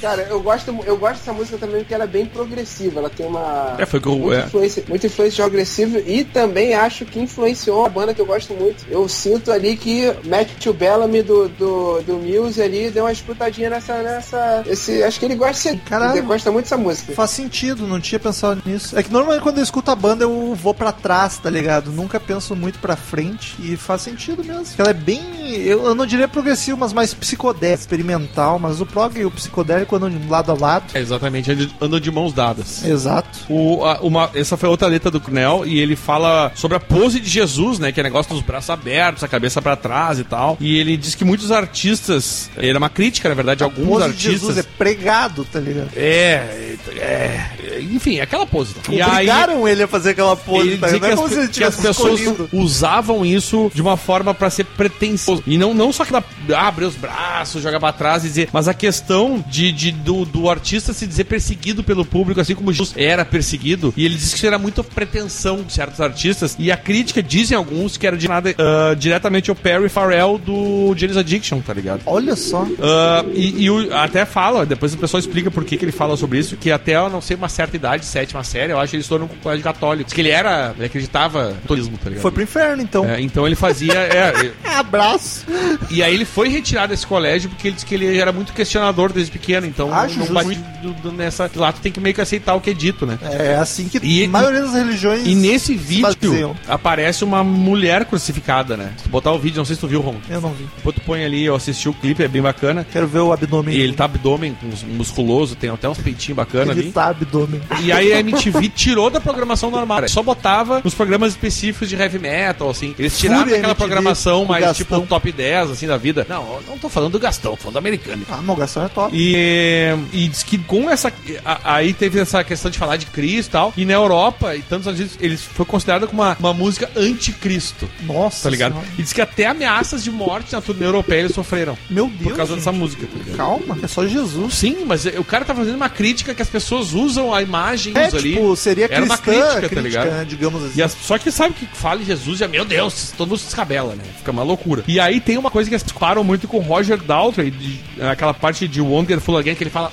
Speaker 3: Cara, eu gosto, mu- eu gosto dessa música também porque ela é bem progressiva, ela tem uma
Speaker 2: É, foi que eu-
Speaker 3: muita,
Speaker 2: é.
Speaker 3: influência, muita influência agressiva e também acho que influenciou a banda que eu gosto muito. Eu sinto ali que Matthew Bellamy do, do, do Muse ali deu uma disputadinha nessa. nessa esse, acho que ele gosta, de-
Speaker 1: Caralho.
Speaker 3: ele gosta muito dessa música.
Speaker 1: Faz sentido, não tinha pensado nisso. É que normalmente quando eu escuto a banda eu vou pra trás, tá ligado? Nunca penso muito pra frente e faz sentido mesmo. Ela é bem, eu, eu não diria progressivo, mas mais psicodélico, experimental, mas o prog e o psicodélico andam de lado a lado.
Speaker 2: É, exatamente, ele andam de mãos dadas.
Speaker 1: Exato.
Speaker 2: O- a- uma- essa foi outra letra do Cunel e ele fala sobre a pose de Jesus, né? Que é negócio dos braços abertos, a cabeça pra trás e tal. E ele diz que muitos artistas. Era uma crítica, na verdade, de alguns
Speaker 1: Pose de
Speaker 2: artistas.
Speaker 1: Jesus é pregado, tá ligado?
Speaker 2: É, é, enfim, é aquela pose. Tá? E aí,
Speaker 1: Obrigaram ele a fazer aquela pose,
Speaker 2: ele
Speaker 1: tá ligado?
Speaker 2: dizia que
Speaker 1: Não é como
Speaker 2: as,
Speaker 1: se ele
Speaker 2: que as
Speaker 1: tivesse
Speaker 2: pessoas
Speaker 1: escolhido.
Speaker 2: usavam isso de uma forma pra ser pretensioso. E não, não só que abre os braços, joga pra trás e dizer. Mas a questão de, de- do, do artista se dizer perseguido pelo público, assim como Jesus era perseguido. E ele disse que isso era muita pretensão de certos artistas. E a crítica, dizem alguns, que era de nada ah, diretamente o Perry Farrell do Janis Addiction, tá ligado?
Speaker 1: Olha só.
Speaker 2: Ah, e e o- até fala, depois o pessoal explica por que, que ele fala sobre isso, que até eu não sei uma certa idade, sétima série, eu acho que ele estourou num colégio católico. Diz que ele era, ele acreditava no turismo, tá ligado?
Speaker 1: Foi pro inferno, então.
Speaker 2: É, então ele fazia. é, é,
Speaker 1: Abraço.
Speaker 2: E aí ele foi retirado desse colégio porque ele disse que ele era muito questionador desde pequeno, então
Speaker 1: Acho
Speaker 2: não
Speaker 1: Ah, justo.
Speaker 2: bate do- do- nessa. Lá tu tem que meio que aceitar o que é dito, né?
Speaker 1: É assim que
Speaker 2: E-
Speaker 1: a maioria das religiões.
Speaker 2: E nesse
Speaker 1: baseiam.
Speaker 2: vídeo aparece uma mulher crucificada, né? Se tu botar o vídeo, não sei se tu viu, Ron.
Speaker 1: Eu não vi.
Speaker 2: Depois tu põe ali, eu assisti o clipe, é bem bacana.
Speaker 1: Quero ver o abdômen.
Speaker 2: E ele tá abdômen com uns musculoso, tem até uns peitinhos bacanas
Speaker 1: Ele
Speaker 2: ali.
Speaker 1: tá abdômen.
Speaker 2: E aí a MTV tirou da programação normal. né? Só botava nos programas específicos de heavy metal, assim. Eles tiraram
Speaker 1: Fúria
Speaker 2: daquela
Speaker 1: MTV,
Speaker 2: programação
Speaker 1: o
Speaker 2: mais
Speaker 1: Gastão.
Speaker 2: tipo top 10, assim, da vida. Não, eu não tô falando do Gastão, tô falando do americano.
Speaker 1: Ah, malgação é top.
Speaker 2: E, e diz que com essa. a- aí teve essa questão de falar de Cristo e tal. E na Europa, e tantos anos, eles foi considerada como uma, uma música anticristo,
Speaker 1: Nossa,
Speaker 2: tá ligado?
Speaker 1: senhora.
Speaker 2: E diz que até ameaças de morte na turnê europeia eles sofreram.
Speaker 1: Meu Deus.
Speaker 2: Por causa
Speaker 1: gente.
Speaker 2: dessa música, tá ligado?
Speaker 1: Calma, é só Jesus.
Speaker 2: Sim, mas o cara tá fazendo uma crítica que as pessoas usam a imagem
Speaker 1: É,
Speaker 2: usam ali.
Speaker 1: tipo, seria
Speaker 2: Era
Speaker 1: cristã,
Speaker 2: uma crítica, tá
Speaker 1: crítica,
Speaker 2: ligado?
Speaker 1: né, digamos assim.
Speaker 2: E as- só que sabe que fala em Jesus e é, meu Deus, todo mundo se descabela, né? Fica uma loucura. E aí tem uma coisa que eles param muito com o Roger Daltrey, de- aquela parte de Wonderful Again, que ele fala.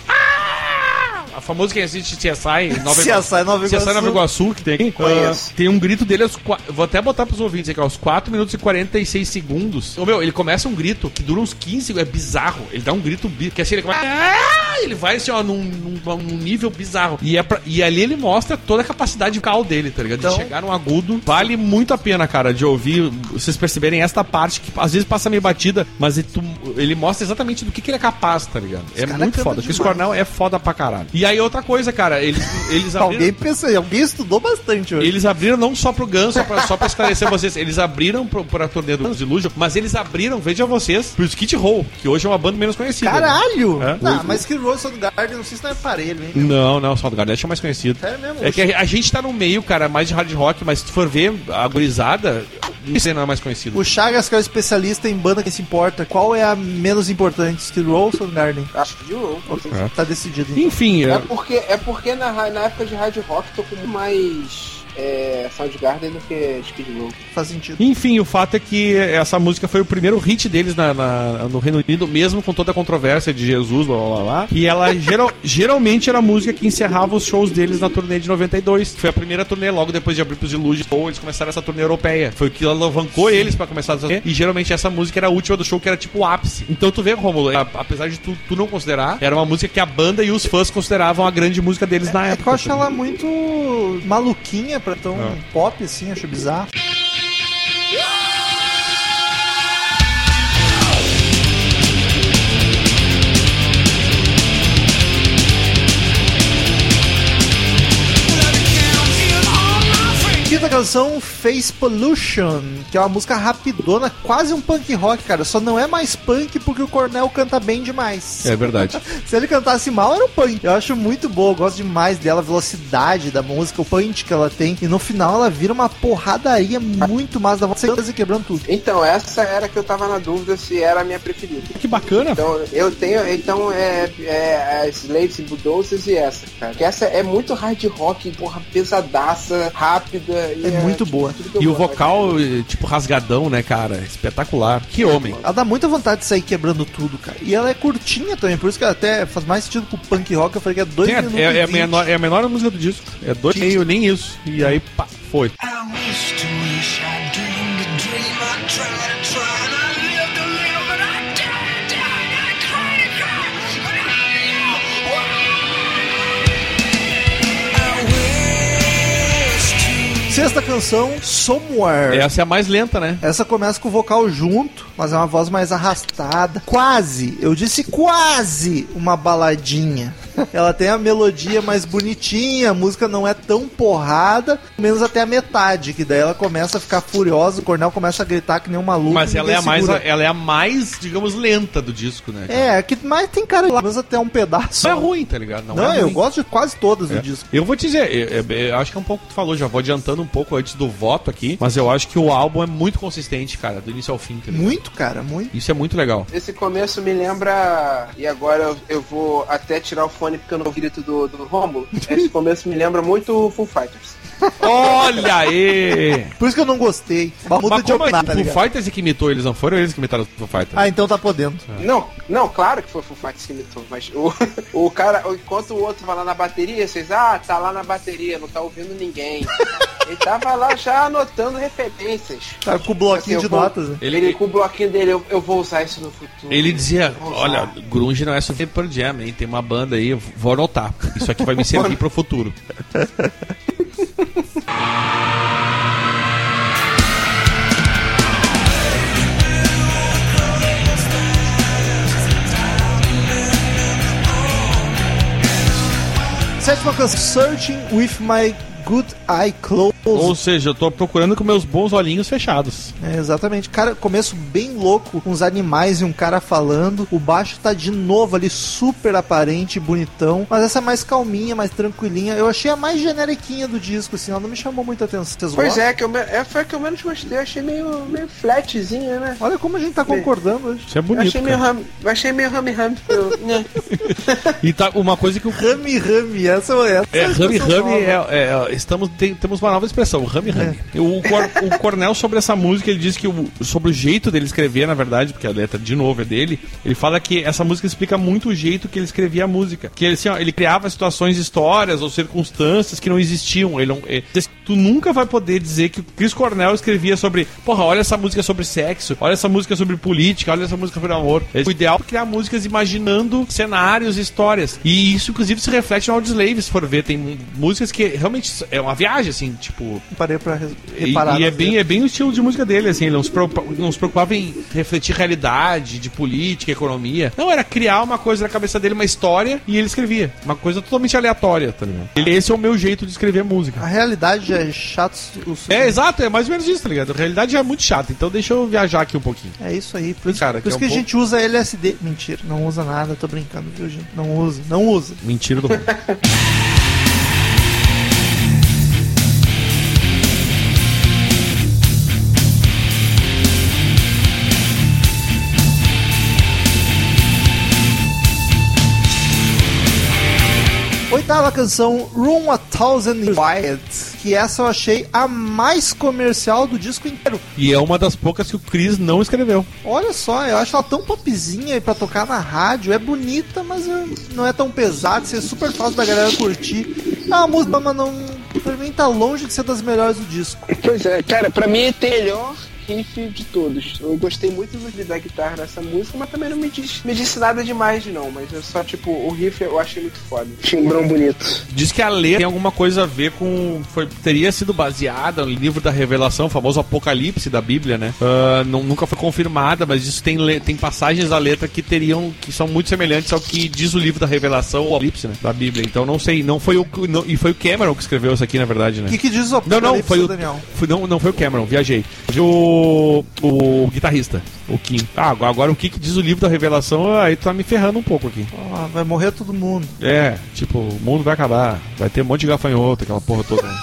Speaker 2: "Ah!" A famosa que existe CSI em Nova
Speaker 1: Se assai Nova
Speaker 2: CSI Nova
Speaker 1: Iguaçu.
Speaker 2: Iguaçu, que tem aqui.
Speaker 3: Conheço.
Speaker 2: Ah, tem um grito dele aos. qua- Vou até botar pros ouvintes aqui, aos 4 minutos e 46 segundos. Ô, meu, ele começa um grito que dura uns 15 segundos. É bizarro. Ele dá um grito. bi- Que assim ele começa. "Ah!" Ele vai assim, ó, num, num- num nível bizarro. E, é pra- e ali ele mostra toda a capacidade vocal dele, tá ligado?
Speaker 1: Então-
Speaker 2: De chegar num agudo. Vale muito a pena, cara, de ouvir. Vocês perceberem esta parte que às vezes passa meio batida, mas ele, tu- ele mostra exatamente do que, que ele é capaz, tá ligado? é
Speaker 1: cara
Speaker 2: muito
Speaker 1: canta
Speaker 2: foda. Chris
Speaker 1: demais.
Speaker 2: Cornell é foda pra caralho. E aí outra coisa, cara, eles, eles
Speaker 1: Alguém pensa, alguém estudou bastante hoje.
Speaker 2: eles abriram não só pro Guns, só pra, só pra esclarecer vocês. Eles abriram pro, pra turnê do Guns Illusion, mas eles abriram, vejam vocês, pro Skid Row, que hoje é uma banda menos conhecida. né?
Speaker 1: Caralho!
Speaker 2: É?
Speaker 1: Ah, mas que Rose do Garden, não sei se não é parelho, hein?
Speaker 2: Não, não, só do Garnet é mais conhecido.
Speaker 1: Sério mesmo?
Speaker 2: É que a, a gente tá no meio, cara, mais de hard rock, mas se tu for ver a gurizada, isso aí não é mais conhecido.
Speaker 1: O Chagas, que é o especialista em banda que se importa, qual é a menos importante? Skid Row ou Sound Garden?
Speaker 3: Acho que de novo.
Speaker 2: É.
Speaker 1: Tá decidido. então.
Speaker 2: Enfim,
Speaker 3: É
Speaker 2: é,
Speaker 3: porque, é porque na, ra- na época de hard rock tô com muito mais é, Soundgarden do que Speed Row.
Speaker 1: Faz sentido.
Speaker 2: Enfim, o fato é que essa música foi o primeiro hit deles na- na- no Reino Unido, mesmo com toda a controvérsia de Jesus, blá blá blá. blá. E ela geral- geralmente era a música que encerrava os shows deles na turnê de 92. Foi a primeira turnê logo depois de abrir pros Illusion, ou eles começaram essa turnê europeia. Foi o que alavancou eles pra começar essa turnê. E geralmente essa música era a última do show, que era tipo o ápice. Então tu vê, Romulo, a- apesar de tu, tu não considerar, era uma música que a banda e os fãs consideravam a grande música deles na
Speaker 1: É
Speaker 2: época. tá
Speaker 1: que eu acho ela muito maluquinha pra tão
Speaker 2: É.
Speaker 1: pop assim, acho bizarro. Quinta canção, Face Pollution, que é uma música rapidona, quase um punk rock, cara. Só não é mais punk porque o Cornell canta bem demais.
Speaker 2: verdade.
Speaker 1: Se ele cantasse mal, era um punk. Eu acho muito boa, eu gosto demais dela, a velocidade da música, o punch que ela tem. E no final ela vira uma porradaria muito massa da voz, certeza quebrando tudo.
Speaker 3: Então, essa era que eu tava na dúvida se era a minha preferida.
Speaker 2: Que bacana,
Speaker 3: Então, eu tenho. Então, é. é a Slaves e Bulldozers e essa, cara. Que essa é muito hard rock, porra, pesadaça, rápida. e tipo,
Speaker 1: É muito boa.
Speaker 3: tudo que eu
Speaker 2: E o
Speaker 3: gosto.
Speaker 2: vocal, eh, tipo, rasgadão, né, cara? Espetacular. Que homem.
Speaker 1: Ela dá muita vontade de sair quebrando tudo, cara. E ela é curtinha também, por isso que ela até faz mais sentido com o punk rock. Eu falei que é dois
Speaker 2: Tem a-
Speaker 1: minutos.
Speaker 2: é, é
Speaker 1: e
Speaker 2: a
Speaker 1: 20.
Speaker 2: menor, é a menor música do disco. É dois e meio, nem isso. E aí, pá, foi.
Speaker 6: I wish to wish I dreamed a dream. I tried to try and I lived a little, but I died, died. I cried and cried, but I know why. I wish to.
Speaker 1: Sexta canção, Somewhere.
Speaker 2: Essa é a mais lenta, né?
Speaker 1: Essa começa com o vocal junto, mas é uma voz mais arrastada. Quase, eu disse quase uma baladinha. Ela tem a melodia mais bonitinha, a música não é tão porrada, menos até a metade, que daí ela começa a ficar furiosa, o Cornel começa a gritar que nem um maluco.
Speaker 2: Mas ela é, a
Speaker 1: ninguém
Speaker 2: mais,
Speaker 1: segura.
Speaker 2: ela é a mais, digamos, lenta do disco, né? cara?
Speaker 1: É, que mais tem cara lá, menos até um pedaço.
Speaker 2: Não é ruim, tá ligado?
Speaker 1: Não,
Speaker 2: é
Speaker 1: eu
Speaker 2: ruim.
Speaker 1: gosto de quase todas do
Speaker 2: É.
Speaker 1: disco.
Speaker 2: Eu vou te dizer, eu, eu- eu acho que é um pouco que tu falou, já vou adiantando um pouco antes do voto aqui, mas eu acho que o álbum é muito consistente, cara, do início ao fim, tá ligado?
Speaker 1: Muito, cara, muito.
Speaker 2: Isso é muito legal.
Speaker 3: Esse começo me lembra. E agora eu, eu vou até tirar o fone porque eu não ouvi o grito do, do Romulo. Esse começo me lembra muito o Full Fighters.
Speaker 2: Olha aí!
Speaker 1: Por isso que eu não gostei. Uma muda
Speaker 2: Mas
Speaker 1: de
Speaker 2: como é
Speaker 1: opinião,
Speaker 2: que
Speaker 1: tá
Speaker 2: o Foo
Speaker 1: ligado?
Speaker 2: Fighters é que imitou eles, não foram eles que imitaram o Foo Fighters?
Speaker 1: Ah, então tá podendo.
Speaker 3: Não, não, claro que foi o Foo Fighters que imitou, mas o, o cara, enquanto o outro vai lá na bateria, vocês, ah, tá lá na bateria, não tá ouvindo ninguém. Ele tava lá já anotando referências.
Speaker 1: Tá com o bloquinho
Speaker 3: Assim,
Speaker 1: de
Speaker 3: eu vou-
Speaker 1: notas, né?
Speaker 2: Ele-
Speaker 3: Ele, com o bloquinho dele, eu, eu vou usar isso no futuro.
Speaker 2: Ele dizia,
Speaker 3: Eu vou usar.
Speaker 2: olha, grunge não é só Pearl Jam, hein? Tem uma banda aí, eu vou anotar. Isso aqui vai me servir pro futuro.
Speaker 1: Sétima canção, Searching with My Good Eye Closed.
Speaker 2: Ou seja, eu tô procurando com meus bons olhinhos fechados.
Speaker 1: É, exatamente. Cara, começo bem louco, com uns animais e um cara falando. O baixo tá de novo ali, super aparente, bonitão. Mas essa é mais calminha, mais tranquilinha. Eu achei a mais generiquinha do disco, assim, ela não me chamou muita atenção. Vocês
Speaker 3: Pois
Speaker 1: gostam?
Speaker 3: é, que eu, me- é, foi a que eu menos gostei, achei meio, meio flatzinha, né?
Speaker 1: Olha como a gente tá concordando hoje.
Speaker 2: Isso é
Speaker 3: Eu
Speaker 2: bonito.
Speaker 3: achei meio
Speaker 2: cara.
Speaker 3: ram, eu achei meio ram ram. eu- né?
Speaker 2: E tá uma coisa que o.
Speaker 1: Rami Rami, essa essa
Speaker 2: É,
Speaker 1: uma
Speaker 2: Rami
Speaker 1: expressão
Speaker 2: Rami
Speaker 1: nova.
Speaker 2: é, é, estamos, tem- temos uma nova expressão, Rami
Speaker 3: É.
Speaker 2: Rami. O, Cor- o Cornel, sobre essa música, ele diz que o- sobre o jeito dele escrever, na verdade, porque a letra, de novo, é dele, ele fala que essa música explica muito o jeito que ele escrevia a música. Que ele, assim, ó, ele criava situações, histórias ou circunstâncias que não existiam. Ele não- é, tu nunca vai poder dizer que o Chris Cornell escrevia sobre, porra, olha essa música sobre sexo, olha essa música sobre política, olha essa música sobre amor. O ideal é criar músicas imaginando cenários, histórias. E isso, inclusive, se reflete no Audioslave, se for ver. Tem m- músicas que realmente s- é uma viagem, assim, tipo...
Speaker 1: Parei pra res-
Speaker 2: E,
Speaker 1: reparar.
Speaker 2: e é,
Speaker 1: nas
Speaker 2: bem, é bem o estilo de música dele, assim, ele não se, preocupa- não se preocupava em refletir realidade, de política, economia. Não, era criar uma coisa na cabeça dele, uma história, e ele escrevia. Uma coisa totalmente aleatória, tá ligado? Ele, esse é o meu jeito de escrever música.
Speaker 1: A realidade é chato o su-
Speaker 2: É, exato, é mais ou menos isso, tá ligado? A realidade já é muito chata, então deixa eu viajar aqui um pouquinho.
Speaker 1: É isso aí. Por isso,
Speaker 2: Cara,
Speaker 1: por isso
Speaker 2: que
Speaker 1: que,
Speaker 2: é um
Speaker 1: a gente usa LSD. Mentira, não usa nada, tô brincando, viu, gente? Não usa, não usa.
Speaker 2: Mentira do mundo.
Speaker 1: Oitava canção, Room a Thousand Quiet, que essa eu achei a mais comercial do disco inteiro.
Speaker 2: E é uma das poucas que o Chris não escreveu.
Speaker 1: Olha só, eu acho ela tão popzinha pra tocar na rádio, é bonita, mas eh, não é tão pesada, isso é super fácil da galera curtir. É uma música, mas não, pra mim tá longe de ser das melhores do disco.
Speaker 3: Pois é, cara, pra mim é melhor riff de todos. Eu gostei muito do da guitarra nessa música, mas também não me disse, me disse nada demais, não. Mas é só, tipo, o riff eu achei muito foda. Timbrão bonito.
Speaker 2: Diz que a letra tem alguma coisa a ver com. Foi, teria sido baseada no livro da Revelação, o famoso Apocalipse da Bíblia, né? Ah, não, nunca foi confirmada, mas isso tem, le- tem passagens da letra que teriam. que são muito semelhantes ao que diz o livro da Revelação, o Apocalipse, né? Da Bíblia. Então não sei, não foi o. não- e foi o Cameron que escreveu isso aqui, na verdade, né?
Speaker 1: O que, que diz o
Speaker 2: Não, não,
Speaker 1: Apocalipse,
Speaker 2: foi o.
Speaker 1: Daniel?
Speaker 2: foi- não, não foi o Cameron, viajei. Foi o, o guitarrista, o Kim. Ah, agora, agora o que que diz o livro da revelação, aí tá me ferrando um pouco aqui.
Speaker 1: Ó, Ah, vai morrer todo mundo.
Speaker 2: É, tipo, o mundo vai acabar, vai ter um monte de gafanhoto, aquela porra toda. né?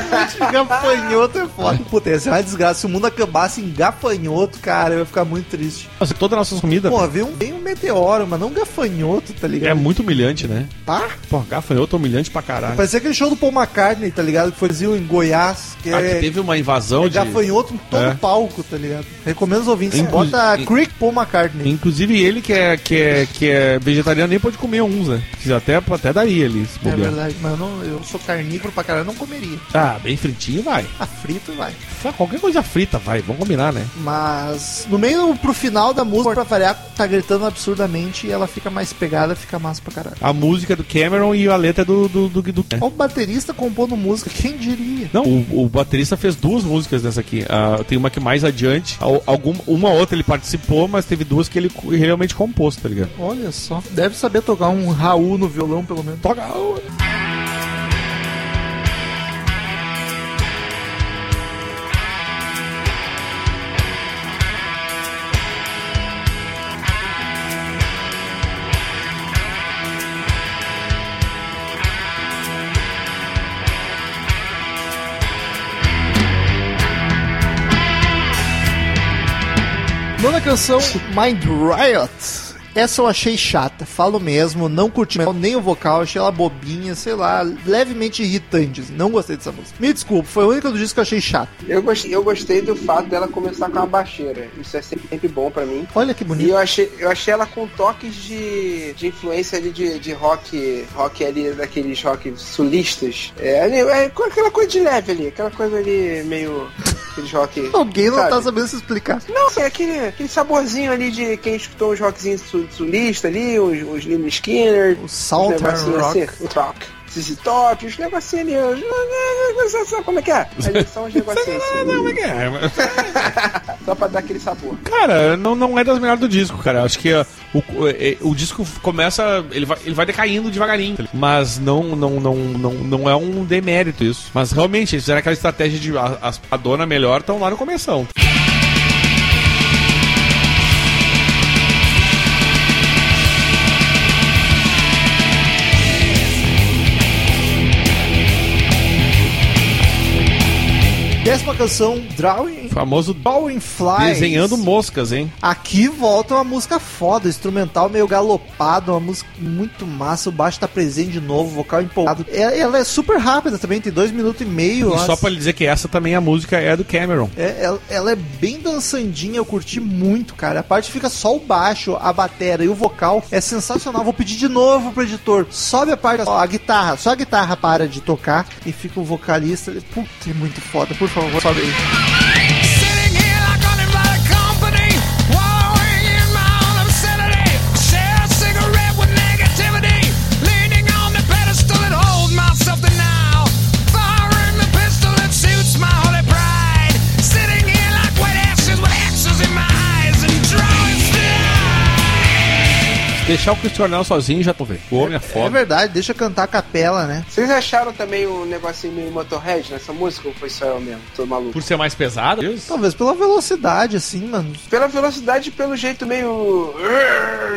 Speaker 1: Gafanhoto é foda. Puta, ia ser uma desgraça. Se o mundo acabasse em gafanhoto, cara, eu ia ficar muito triste.
Speaker 2: Nossa, toda a nossa comida
Speaker 1: Pô, veio um, veio um meteoro, mas não um gafanhoto, tá
Speaker 2: é
Speaker 1: ligado?
Speaker 2: muito humilhante, né?
Speaker 1: Tá?
Speaker 2: Pô, gafanhoto é humilhante pra caralho.
Speaker 1: Parecia aquele show do Paul McCartney, tá ligado? Que foi em Goiás, que
Speaker 2: Ah,
Speaker 1: é
Speaker 2: que teve uma invasão
Speaker 1: é
Speaker 2: de.
Speaker 1: gafanhoto em todo
Speaker 2: É.
Speaker 1: palco, tá ligado? Recomendo os ouvintes.
Speaker 2: Inclu-
Speaker 1: Bota
Speaker 2: in-
Speaker 1: Creek Paul McCartney.
Speaker 2: Inclusive ele que é, que é, que é vegetariano nem pode comer uns, né? Que Até, até daria ali, se
Speaker 1: É
Speaker 2: bobear.
Speaker 1: verdade, mano. Eu sou carnívoro pra caralho, eu não comeria.
Speaker 2: Ah, bem fritinho vai.
Speaker 1: A frito vai.
Speaker 2: Qualquer coisa frita vai, vamos combinar, né?
Speaker 1: Mas no meio pro final da música, pra variar, tá gritando absurdamente e ela fica mais pegada, fica massa pra caralho.
Speaker 2: A música do Cameron e a letra do. do, do, do-
Speaker 1: Olha o É um baterista compondo música, quem diria?
Speaker 2: Não, o, o baterista fez duas músicas nessa aqui. Ah, tem uma que mais adiante. al- Algum, uma outra ele participou, mas teve duas que ele co- realmente compôs, tá ligado?
Speaker 1: Olha só, deve saber tocar um Raul no violão, pelo menos.
Speaker 2: Toca.
Speaker 1: Nona canção, Mind Riot. Essa eu achei chata, falo mesmo, não curti nem o vocal, achei ela bobinha, sei lá, levemente irritante. assim, Não gostei dessa música. Me desculpa, foi a única do disco que eu achei chata.
Speaker 3: Eu gostei, eu gostei do fato dela começar com uma baixeira. Isso é sempre bom pra mim.
Speaker 1: Olha que
Speaker 3: E
Speaker 1: bonito.
Speaker 3: eu achei, eu achei ela com toques de, de influência ali de, de rock, rock ali, daqueles rock sulistas. É, ali, é com aquela coisa de leve ali, aquela coisa ali meio. aqueles rock.
Speaker 1: Alguém não tá
Speaker 3: sabe?
Speaker 1: sabendo se explicar.
Speaker 3: Não, é aquele, aquele saborzinho ali de quem escutou os rockzinhos su- sulista ali, os, os Lynyrd Skinner,
Speaker 1: O
Speaker 3: os
Speaker 1: Southern
Speaker 3: negocinhos
Speaker 1: Rock.
Speaker 3: assim, o rock. ZZ Top, os negocinhos ali, os- os- os- os- como é que é? Ali são os negocinhos assim,
Speaker 2: É, mas-
Speaker 3: só pra dar aquele sabor.
Speaker 2: Cara, não, não é das melhores do disco, cara. Acho que ó, o, é, o disco começa. Ele vai, ele vai decaindo devagarinho. tá ligado? Mas não, não, não, não, não é um demérito isso. Mas realmente, eles fizeram aquela estratégia de a, as- a dona melhor estão lá no começão.
Speaker 1: Décima canção, Drawing.
Speaker 2: Famoso
Speaker 1: Drawing Flies.
Speaker 2: desenhando moscas, hein?
Speaker 1: Aqui volta uma música foda, instrumental meio galopado, uma música muito massa, o baixo tá presente de novo, vocal empolgado. É- Ela é super rápida também, tem dois minutos e meio.
Speaker 2: E só
Speaker 1: nossa.
Speaker 2: pra lhe dizer que essa também a música é do Cameron.
Speaker 1: É, ela, ela é bem dançandinha, eu curti muito, cara. A parte fica só o baixo, a batera e o vocal é sensacional. Vou pedir de novo pro editor. Sobe a parte, ó, a guitarra, só a guitarra para de tocar e fica o vocalista. Puta, é muito foda, por favor, sobe aí.
Speaker 6: Sitting here like I'm in my company, wallowing in my own obscenity. Share a cigarette with negativity, leaning on the pedestal that holds myself to now. Firing the pistol that shoots my holy pride. Sitting here like wet ashes with axes in my eyes and drawing
Speaker 2: Deixar o Chris Cornell sozinho já tô vendo. O homem é
Speaker 1: É
Speaker 2: foda.
Speaker 1: verdade, deixa eu cantar a capela, né?
Speaker 3: Vocês acharam também um negocinho meio Motorhead nessa música ou foi só eu mesmo? Tô maluco.
Speaker 2: Por ser mais pesado.
Speaker 1: Talvez pela velocidade, assim, mano.
Speaker 3: Pela velocidade e pelo jeito meio.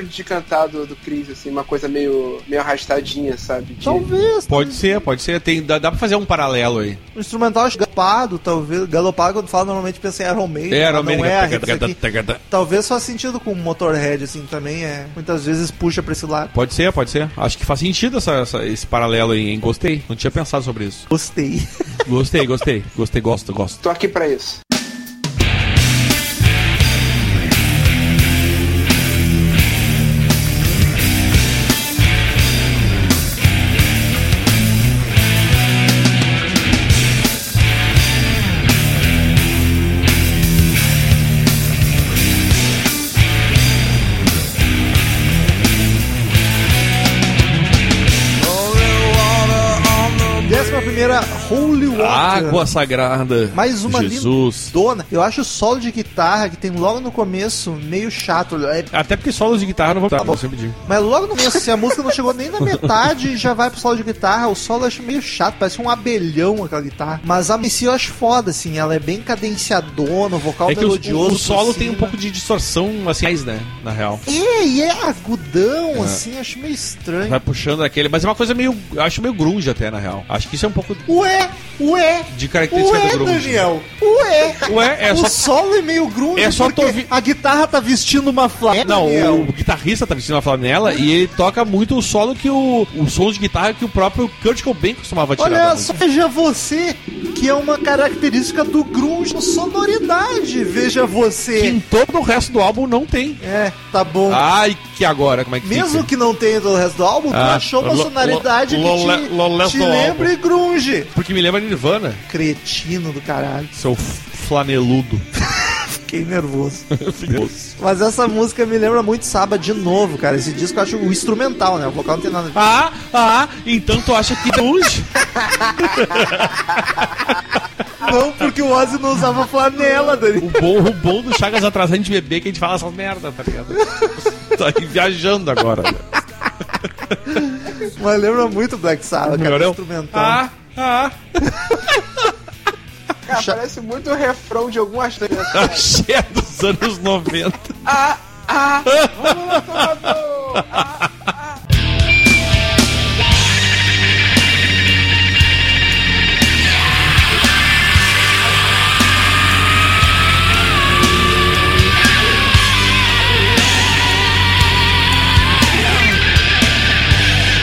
Speaker 3: de cantar do, do Chris, assim, uma coisa meio, meio arrastadinha, sabe? De-
Speaker 1: Talvez.
Speaker 2: Pode ser, pode ser. Tem, dá, dá pra fazer um paralelo aí.
Speaker 1: O instrumental acho galopado, talvez. Galopado, quando fala, normalmente pensa em Iron Maiden.
Speaker 2: É,
Speaker 1: mas
Speaker 2: Iron Maiden,
Speaker 1: Não é,
Speaker 2: tagada,
Speaker 1: isso aqui.
Speaker 2: tagada.
Speaker 1: Talvez faça sentido com o Motorhead, assim, também é. Muitas vezes puxa pra esse lado.
Speaker 2: Pode ser, pode ser. Acho que faz sentido essa- essa- esse paralelo aí, hein? Gostei. Não tinha pensado sobre isso.
Speaker 1: Gostei.
Speaker 2: Gostei, gostei. Gostei, gosto, gosto.
Speaker 3: Tô aqui pra isso.
Speaker 1: Décima primeira, Holy Water.
Speaker 2: Água sagrada.
Speaker 1: Mais uma
Speaker 2: Jesus.
Speaker 1: lindona. Eu acho o solo de guitarra que tem logo no começo meio chato. É-
Speaker 2: Até porque solos de guitarra não vão tá, eu sempre digo.
Speaker 1: mas logo no começo, assim, a música não chegou nem na metade e já vai pro solo de guitarra. O solo eu acho meio chato, parece um abelhão aquela guitarra. Mas a Messi eu acho foda, assim. Ela é bem cadenciadona, o vocal
Speaker 2: É que
Speaker 1: Tá
Speaker 2: o,
Speaker 1: melodioso.
Speaker 2: o
Speaker 1: por
Speaker 2: solo tem um
Speaker 1: cima.
Speaker 2: pouco de distorção, assim, mais, né? Na real.
Speaker 1: É, e é agudão, assim, acho meio estranho.
Speaker 2: Vai puxando aquele. Mas é uma coisa meio. eu Acho meio grunge até, na real. Acho que isso é um pouco
Speaker 1: Ué, ué,
Speaker 2: de característica
Speaker 1: ué,
Speaker 2: é do grunge.
Speaker 1: Daniel, ué.
Speaker 2: Ué, é
Speaker 1: o
Speaker 2: só.
Speaker 1: solo é meio grunge
Speaker 2: é só
Speaker 1: porque
Speaker 2: tu ouvir-
Speaker 1: a guitarra tá vestindo uma flanela.
Speaker 2: Não, o guitarrista tá vestindo uma flanela e ele toca muito o solo que o. O som de guitarra que o próprio Kurt Cobain costumava tirar. da
Speaker 1: Olha
Speaker 2: música.
Speaker 1: só, veja você, que é uma característica do grunge, sonoridade, veja
Speaker 2: que
Speaker 1: você.
Speaker 2: em todo o resto do álbum não tem.
Speaker 1: É, tá bom.
Speaker 2: Ai, que agora? Como é que
Speaker 1: Mesmo
Speaker 2: fica?
Speaker 1: que não tenha todo o resto do álbum, tu
Speaker 2: Ah,
Speaker 1: achou uma
Speaker 2: lo-
Speaker 1: sonoridade
Speaker 2: lo-
Speaker 1: que te,
Speaker 2: lo- lo-
Speaker 1: te
Speaker 2: do álbum.
Speaker 1: lembre grunge.
Speaker 2: Porque me lembra Nirvana,
Speaker 1: Cretino do caralho,
Speaker 2: seu f- flaneludo.
Speaker 1: fiquei nervoso. Mas essa música me lembra muito Saba de novo, cara. Esse disco eu acho o instrumental, né? O vocal não tem nada a ver.
Speaker 2: ah, ah, então tu acha que longe?
Speaker 1: Não, porque o Ozzy não usava flanela, Dani.
Speaker 2: O bom, o bom do Chagas atrasando de bebê é que a gente fala essas merda, tá ligado? tá aí viajando agora.
Speaker 1: Mas lembra muito Black Sabbath, cara.
Speaker 2: Melhorou?
Speaker 1: Instrumental.
Speaker 2: Ah, ah,
Speaker 3: Cara,
Speaker 1: Cha-
Speaker 3: parece muito o refrão de algumas coisas.
Speaker 2: achei a dos anos 90.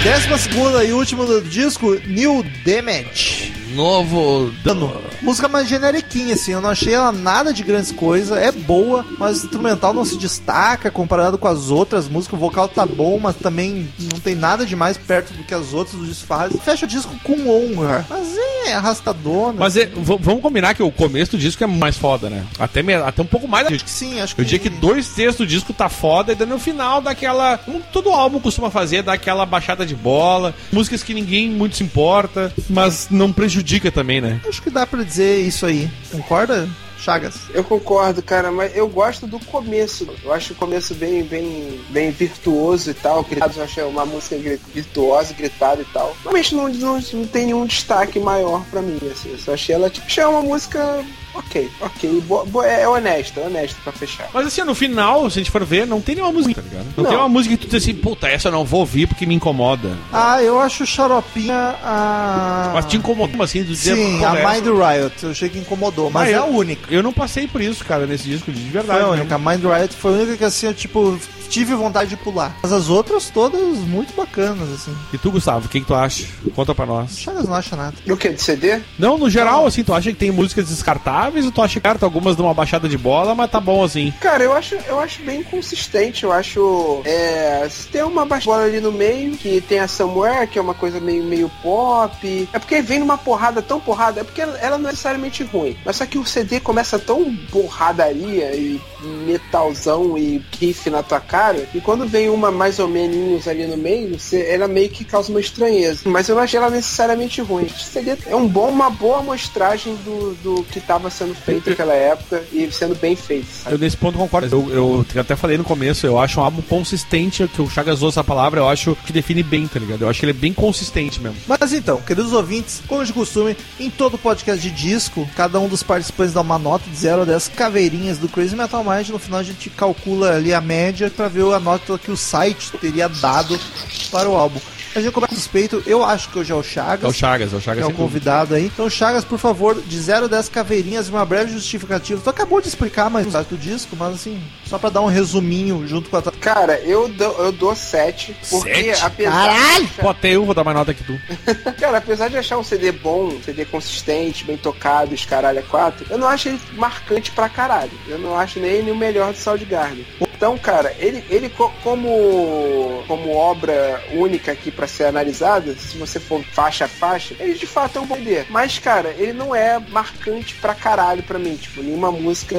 Speaker 1: Décima segunda e última do disco, New Damage.
Speaker 2: Novo
Speaker 1: Dano. Música mais generiquinha, assim, eu não achei ela nada de grandes coisas, é boa, mas o instrumental não se destaca comparado com as outras músicas, o vocal tá bom, mas também não tem nada de mais perto do que as outras do disco fazem. Fecha o disco com honra, mas é arrastadona.
Speaker 2: Mas é, v- vamos combinar que o começo do disco é mais foda, né? Até, me- até um pouco mais.
Speaker 1: Acho que sim, acho que
Speaker 2: Eu diria que dois terços do disco tá foda e daí no final daquela. como Todo álbum costuma fazer, dá aquela baixada de bola. Músicas que ninguém muito se importa, mas não prejudica também, né?
Speaker 1: Acho que dá pra dizer isso aí. Concorda, Chagas?
Speaker 3: Eu concordo, cara, mas eu gosto do começo. Eu acho o começo bem, bem, bem virtuoso e tal. Gritado, eu achei uma música gri- virtuosa, gritada e tal. Mas não, não, não tem nenhum destaque maior pra mim, assim. Eu só achei ela, tipo, achei uma música ok, ok. Bo, bo- é honesta, é honesta pra fechar.
Speaker 2: Mas assim, no final, se a gente for ver, não tem nenhuma música, tá ligado? Não,
Speaker 3: Não.
Speaker 2: tem uma música que tu diz assim, puta, essa eu não vou ouvir porque me incomoda.
Speaker 1: Ah, eu acho Xaropinha a.
Speaker 2: Mas te incomoda assim, do dizer,
Speaker 1: Sim,
Speaker 2: "Pô,
Speaker 1: a
Speaker 2: essa-
Speaker 1: Mind Riot. Eu achei que incomodou, é. mas
Speaker 2: Ah,
Speaker 1: é
Speaker 2: eu-
Speaker 1: a única.
Speaker 2: Eu não passei por isso, cara, nesse disco de
Speaker 1: Foi
Speaker 2: verdade.
Speaker 1: a
Speaker 2: né?
Speaker 1: única. A Mind Riot foi a única que assim, eu tipo, tive vontade de pular. Mas as outras todas muito bacanas, assim.
Speaker 2: E tu, Gustavo, o que, que tu acha? Conta pra nós.
Speaker 1: Chagas não acha nada.
Speaker 3: No que? De CD?
Speaker 2: Não, no geral, assim, tu acha que tem músicas descartáveis ou tu acha que, cara, algumas dão uma baixada de bola, mas tá bom assim.
Speaker 3: Cara, eu acho, eu acho bem consistente. Eu acho. É, se tem uma bola ali no meio, que tem a Somewhere, que é uma coisa meio, meio pop. É porque vem numa porrada tão porrada. É porque ela, ela não é necessariamente ruim. Mas só que o CD começa tão porradaria e metalzão e riff na tua cara. E quando vem uma mais ou menos ali no meio, você, ela meio que causa uma estranheza. Mas eu não achei ela necessariamente ruim. O CD é um bom, uma boa amostragem do, do que tava sendo feito naquela época e sendo bem feito. sabe?
Speaker 2: Eu nesse ponto concordo. Eu, eu até falei no começo, eu acho um álbum consistente, que o Chagas usou essa palavra, eu acho que define bem, tá ligado? Eu acho que ele é bem consistente mesmo.
Speaker 1: Mas então, queridos ouvintes, como de costume, em todo podcast de disco, cada um dos participantes dá uma nota de 0 a 10 caveirinhas do Crazy Metal Mind. No final a gente calcula ali a média pra ver a nota que o site teria dado para o álbum. A gente começa com o suspeito, eu acho que hoje é o
Speaker 2: É o
Speaker 1: Chagas.
Speaker 2: Chagas, é o
Speaker 1: que
Speaker 2: Chagas.
Speaker 1: é o
Speaker 2: sem dúvida.
Speaker 1: convidado aí. Então, Chagas, por favor, de 0 a 10 caveirinhas e uma breve justificativa. Tu acabou de explicar mais o do disco, mas assim, só pra dar um resuminho junto com a.
Speaker 3: Cara, eu dou, eu dou 7, porque
Speaker 2: Sete?
Speaker 3: apesar de
Speaker 2: Pô,
Speaker 3: achar,
Speaker 2: até eu vou dar mais nota que tu.
Speaker 3: cara, apesar de achar um CD bom, um CD consistente, bem tocado, os caralho é 4, eu não acho ele marcante pra caralho. Eu não acho nem ele o melhor do Soundgarden. Então, cara, ele, ele co- como, como obra única aqui pra ser analisada, se você for faixa a faixa, ele de fato é um bom CD. Mas, cara, ele não é marcante pra caralho pra mim. Tipo, nenhuma música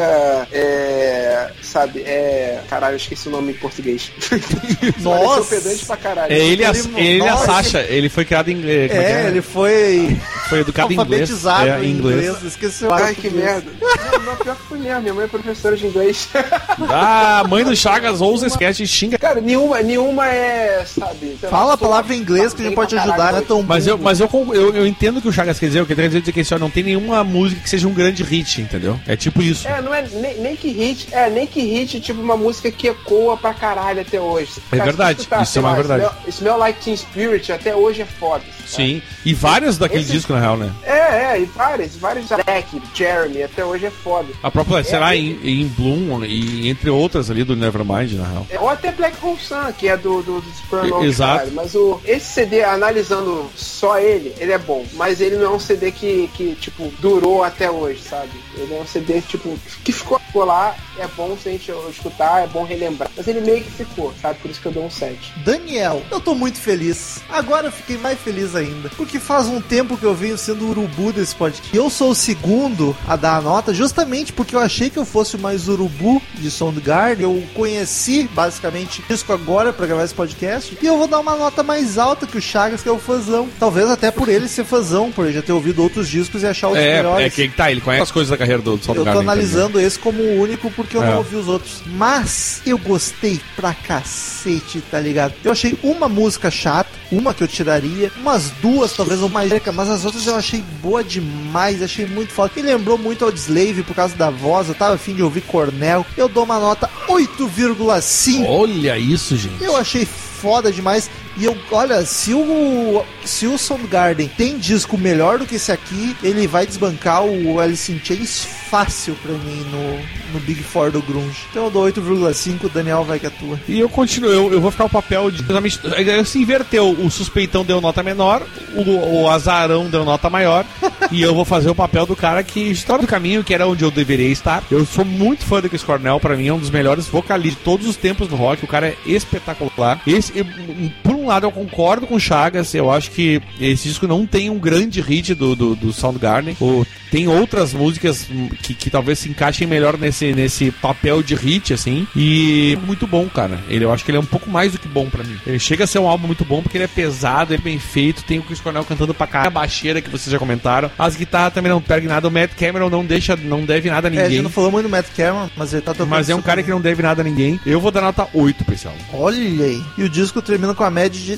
Speaker 3: é. Sabe, é. Caralho, eu esqueci o nome em português. Pareceu pedante pra caralho.
Speaker 2: É ele, a,
Speaker 1: Ele-
Speaker 2: ele a
Speaker 1: Nossa.
Speaker 2: Sasha, ele foi criado em inglês. como que
Speaker 1: É, ele foi
Speaker 2: Foi educado em inglês.
Speaker 1: alfabetizado
Speaker 2: É,
Speaker 1: em inglês, esqueceu.
Speaker 3: Ai, que merda. Não, não, pior que foi mesmo. Minha mãe é professora de inglês.
Speaker 2: Ah, a mãe do Chagas ousa, esquece e xinga.
Speaker 3: Cara, nenhuma, nenhuma é, sabe? sei lá,
Speaker 1: Fala a
Speaker 3: sou-
Speaker 1: palavra em inglês que a gente pode ajudar, não é tão
Speaker 2: Mas eu, mas eu, con- eu, eu entendo o que o Chagas quer dizer, o que ele quer dizer é que assim, ó, não tem nenhuma música que seja um grande hit, entendeu? É tipo isso.
Speaker 3: É, não é nem, nem que hit, é, nem que hit, tipo, uma música que ecoa pra caralho até hoje.
Speaker 2: É verdade,
Speaker 3: se
Speaker 2: isso
Speaker 3: sei
Speaker 2: é uma
Speaker 3: lá,
Speaker 2: verdade.
Speaker 3: Smell, Smell Like Teen Spirit até hoje é foda. sabe?
Speaker 2: Sim. E várias daquele
Speaker 3: Esse-
Speaker 2: disco, na real, né?
Speaker 3: É, é, e vários, vários. Jack, Jeremy, até hoje é foda.
Speaker 2: A própria, sei lá, em, em Bloom e entre outras ali do Nevermind, na real.
Speaker 3: É, Ou até Black Hole Sun, que é do, do, do Supernova,
Speaker 2: E- exato.
Speaker 3: caralho. Mas o, esse CD, analisando só ele, ele é bom. Mas ele não é um CD que, que, tipo, durou até hoje, sabe? Ele é um CD, tipo, que ficou, ficou lá. É bom se a gente escutar, é bom relembrar. Mas ele meio que ficou, sabe? Por isso que eu dou um 7.
Speaker 1: Daniel, eu tô muito feliz. Agora eu fiquei mais feliz ainda. Porque faz um tempo que eu venho sendo o urubu desse podcast. E eu sou o segundo a dar a nota, justamente porque eu achei que eu fosse o mais urubu de Soundgarden. Eu conheci, basicamente, o disco agora pra gravar esse podcast. E eu vou dar uma nota mais alta que o Chagas, que é o fãzão. Talvez até por ele ser fãzão, por ele já ter ouvido outros discos e achar os
Speaker 2: É, é
Speaker 1: melhores.
Speaker 2: que tá, ele conhece as coisas da carreira do
Speaker 1: Eu tô
Speaker 2: Soundgarden. entendeu?
Speaker 1: analisando esse como o único porque eu
Speaker 2: É.
Speaker 1: não ouvi os outros. Mas eu gostei pra cacete, tá ligado? Eu achei uma música chata, uma que eu tiraria, umas duas, talvez uma mais rica, mas as outras eu achei boa demais, achei muito foda. Me lembrou muito ao Slave por causa da voz, eu tava afim de ouvir Cornell. Eu dou uma nota 8,5.
Speaker 2: Olha isso, gente.
Speaker 1: Eu achei foda demais. E eu, olha, se o se o Soundgarden tem disco melhor do que esse aqui, ele vai desbancar o Alice in Chains fácil pra mim no, no Big Four do Grunge. Então eu dou 8,5, Daniel vai que é tua.
Speaker 2: E eu continuo, eu, eu vou ficar o papel de. exatamente- é, Se inverteu, o suspeitão deu nota menor, o, o azarão deu nota maior, e eu vou fazer o papel do cara que estoura do caminho, que era onde eu deveria estar. Eu sou muito fã do Chris Cornell, pra mim é um dos melhores vocalistas de todos os tempos do rock, o cara é espetacular. Esse, eu- por um lado, eu concordo com o Chagas, eu acho que esse disco não tem um grande hit do, do, do Soundgarden. O- tem outras músicas hum, que, que talvez se encaixem melhor nesse, nesse papel de hit, assim. E é muito bom, cara. Ele, eu acho que ele é um pouco mais do que bom pra mim. Ele chega a ser um álbum muito bom porque ele é pesado, ele é bem feito. Tem o Chris Cornell cantando pra caralho, a baixeira que vocês já comentaram. As guitarras também não pegam nada. O Matt Cameron não deixa, não deve nada a
Speaker 1: É, a gente
Speaker 2: ninguém.
Speaker 1: não falou muito do Matt Cameron, mas ele tá tocando.
Speaker 2: mas é um
Speaker 1: super
Speaker 2: cara
Speaker 1: bem.
Speaker 2: que não deve nada a ninguém. Eu vou dar nota 8 pra esse álbum.
Speaker 1: Olha aí. E o disco termina com a média de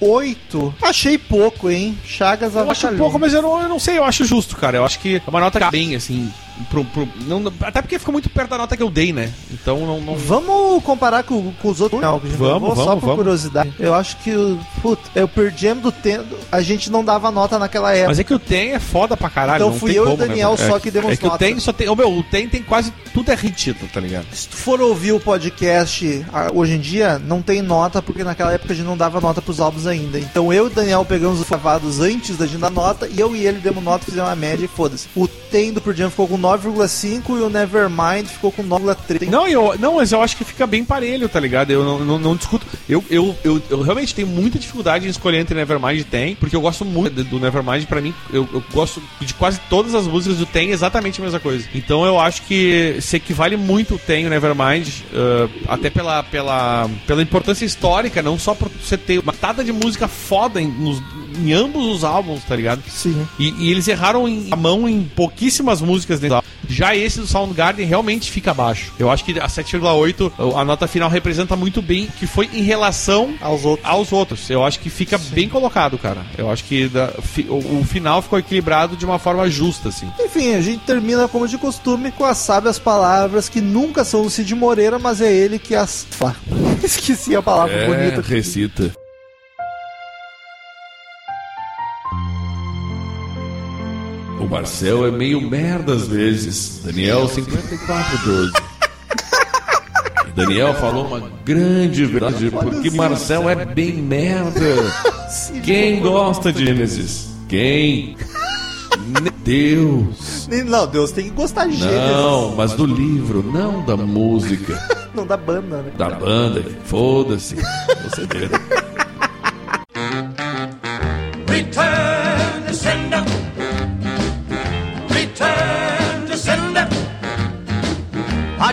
Speaker 1: 7,8. Achei pouco, hein? Chagas
Speaker 2: Eu acho
Speaker 1: avacalhou.
Speaker 2: pouco, mas eu não, eu não sei, eu acho justo, cara. Eu acho que é uma nota que cabe bem, assim. pro- pro- não- até porque ficou muito perto da nota que eu dei, né? Então não. não-
Speaker 1: Vamos comparar com, com os outros? Não, que a gente
Speaker 2: Vamos,
Speaker 1: gravou, Só
Speaker 2: vamos,
Speaker 1: por
Speaker 2: vamos.
Speaker 1: curiosidade. Eu acho que, o- puta, eu perdemos do tempo. A gente não dava nota naquela época.
Speaker 2: Mas é que o Tem é foda pra caralho.
Speaker 1: Então
Speaker 2: não
Speaker 1: fui
Speaker 2: tem
Speaker 1: eu e o
Speaker 2: como, né,
Speaker 1: Daniel
Speaker 2: cara?
Speaker 1: só que demos
Speaker 2: É que o
Speaker 1: nota.
Speaker 2: Tem só tem. ô, meu, o Tem tem quase. Tudo é retido, tá ligado?
Speaker 1: Se tu for ouvir o podcast ah, hoje em dia, não tem nota, porque naquela época a gente não dava nota pros álbuns ainda. Então eu e o Daniel pegamos os gravados antes da gente dar nota, e eu e ele demos nota, fizemos uma média e foda-se. O Tem do Pro Jam ficou com 9,5 e o Nevermind ficou com 9,3.
Speaker 2: Não, eu, não, mas eu acho que fica bem parelho, tá ligado? Eu não, não, não discuto. Eu, eu, eu, eu realmente tenho muita dificuldade em escolher entre Nevermind e Tem, porque eu gosto muito de- do Nevermind. Pra mim, eu, eu gosto de quase todas as músicas do Tem, exatamente a mesma coisa. Então eu acho que se equivale muito o Tem e o Nevermind, ah, até pela, pela, pela importância histórica, não só por você ter uma tada de música foda em, nos- em ambos os álbuns, tá ligado?
Speaker 1: Sim.
Speaker 2: E, e eles erraram em- a mão em pouquíssimas músicas dentro. Já esse do Soundgarden realmente fica abaixo. Eu acho que a 7,8, a nota final representa muito bem o que foi em relação
Speaker 1: Aos outros.
Speaker 2: aos outros. Eu acho que fica bem colocado, cara. Eu acho que da- fi- o, o final ficou equilibrado de uma forma justa, assim.
Speaker 1: Enfim, a gente termina como de costume com as sábias palavras que nunca são do Cid Moreira, mas é ele que as. Fá. Esqueci a palavra bonita.
Speaker 4: recita. O Marcel é meio merda às vezes. Daniel 5412. Daniel falou uma grande verdade, porque Marcel é bem merda.
Speaker 1: Cid
Speaker 4: Quem
Speaker 1: Moreira.
Speaker 4: gosta de Gênesis? Quem? Ne- Deus.
Speaker 1: Nem- Não, Deus tem que gostar de
Speaker 4: Não, mas do livro, não da música.
Speaker 1: Gênesis. Não da banda, né?
Speaker 4: da banda, que foda-se. Você vê. né?
Speaker 6: Return to sender. Return to sender.
Speaker 7: I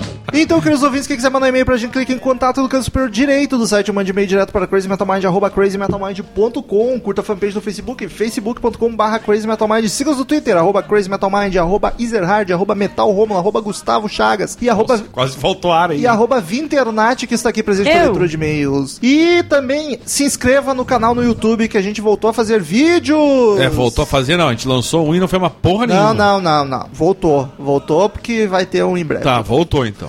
Speaker 1: Então, queridos ouvintes, quem quiser mandar e-mail pra gente, clique em contato no canto superior direito do site, mande e-mail direto para crazymetalmind, arroba crazymetalmind.com, curta a fanpage no Facebook, facebook.com barra crazymetalmind, siga-nos no Twitter, arroba crazymetalmind, arroba ezerhard, arroba metalromulo, arroba gustavo chagas e arroba...
Speaker 2: Quase faltou ar aí.
Speaker 1: E arroba Vinternat, que está aqui presente na
Speaker 8: Eu.
Speaker 1: leitura de e-mails. E também se inscreva no canal no YouTube, que a gente voltou a fazer vídeos.
Speaker 2: É, voltou a fazer, não. A gente lançou um e não foi uma porra nenhuma.
Speaker 1: Não, não, não, não. Voltou. Voltou porque vai ter um em breve.
Speaker 2: Tá, voltou então.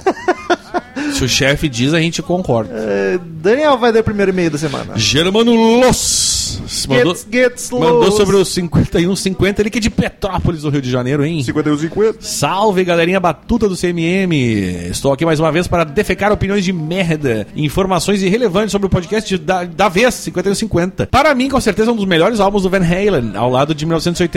Speaker 2: Se o chefe diz, a gente concorda.
Speaker 1: É, Daniel vai dar o primeiro e-mail da semana.
Speaker 2: Germano Loss mandou,
Speaker 1: Gets, gets
Speaker 2: Mandou
Speaker 1: lost.
Speaker 2: sobre o 5150, ele que é de Petrópolis, do Rio de Janeiro, hein?
Speaker 4: 51,50.
Speaker 2: Salve, galerinha batuta do CMM! Estou aqui mais uma vez para defecar opiniões de merda, informações irrelevantes sobre o podcast de- da, da vez, 5150. Para mim, com certeza, é um dos melhores álbuns do Van Halen, ao lado de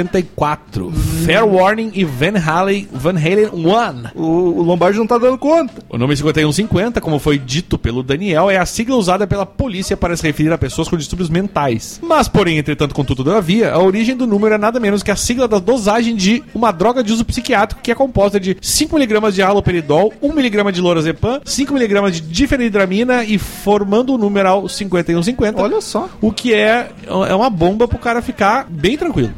Speaker 2: 1984. Fair Warning e Van Halen, Van Halen One.
Speaker 1: O, o Lombardi não tá dando conta.
Speaker 2: O nome 5150, como foi dito pelo Daniel, é a sigla usada pela polícia para se referir a pessoas com distúrbios mentais. Mas, porém, entretanto, contudo, todavia, a origem do número é nada menos que a sigla da dosagem de uma droga de uso psiquiátrico que é composta de 5mg de haloperidol, 1mg de lorazepam, 5mg de diferenidramina e formando o numeral 5150.
Speaker 1: Olha só.
Speaker 2: O que é, é uma bomba pro cara ficar bem tranquilo.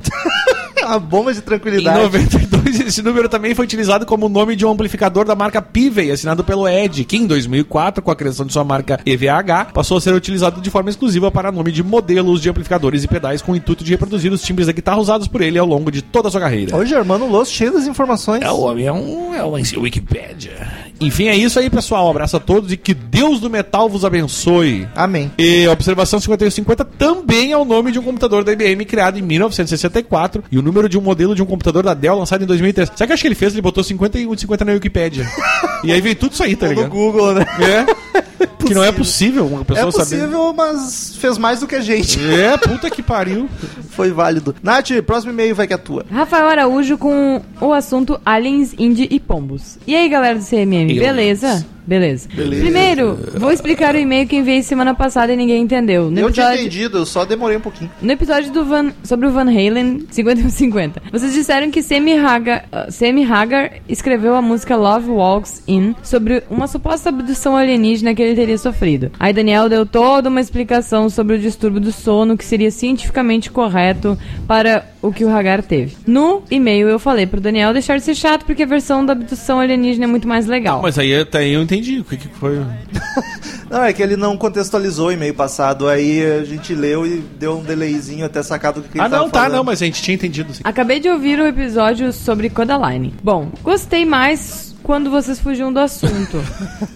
Speaker 1: A bomba de
Speaker 2: Em
Speaker 1: tranquilidade.
Speaker 2: 92 Depois, esse número também foi utilizado como nome de um amplificador da marca Pivey, assinado pelo Ed, que em 2004, com a criação de sua marca EVH, passou a ser utilizado de forma exclusiva para nome de modelos de amplificadores e pedais com o intuito de reproduzir os timbres da guitarra usados por ele ao longo de toda a sua carreira.
Speaker 1: Ô, Germano Loss, cheio das informações.
Speaker 2: É o homem, é um, é uma enciclopédia. Wikipédia. Enfim, é isso aí, pessoal. Um abraço a todos e que Deus do metal vos abençoe.
Speaker 1: Amém.
Speaker 2: E a observação 5150 também é o nome de um computador da IBM criado em 1964 e o número de um modelo de um computador da Dell lançado em 2003. Sabe o que eu acho que ele fez? Ele botou 5150 na Wikipédia. e aí veio tudo isso aí, tá
Speaker 1: No
Speaker 2: ligado?
Speaker 1: Google, né?
Speaker 2: É. que não é possível uma
Speaker 1: É
Speaker 2: pessoa saber.
Speaker 1: possível, mas fez mais do que a gente.
Speaker 2: É, puta que pariu.
Speaker 1: Foi válido. Nath, próximo e-mail vai que é tua.
Speaker 8: Rafael Araújo com o assunto aliens, indie e pombos. E aí, galera do CMM, beleza? Beleza. Primeiro, vou explicar o e-mail que enviei semana passada e ninguém entendeu. No
Speaker 1: eu tinha
Speaker 8: episódio-
Speaker 1: entendido, eu só demorei um pouquinho.
Speaker 8: no episódio do Van, sobre o Van Halen 5150, vocês disseram que Sammy Hagar, ah, Sammy Hagar escreveu a música Love Walks In sobre uma suposta abdução alienígena que ele teria sofrido. Aí Daniel deu toda uma explicação sobre o distúrbio do sono que seria cientificamente correto para o que o Hagar teve. No e-mail eu falei pro Daniel deixar de ser chato porque a versão da abdução alienígena é muito mais legal.
Speaker 2: Mas aí até aí eu entendi o que, que foi.
Speaker 1: Não, é que ele não contextualizou o e-mail passado, aí a gente leu e deu um delayzinho até sacar do que, que ele
Speaker 2: Ah, não,
Speaker 1: tava
Speaker 2: tá,
Speaker 1: falando.
Speaker 2: não, mas a gente tinha entendido. Assim.
Speaker 8: Acabei de ouvir o episódio sobre Codaline. Bom, gostei mais quando vocês fugiam do assunto,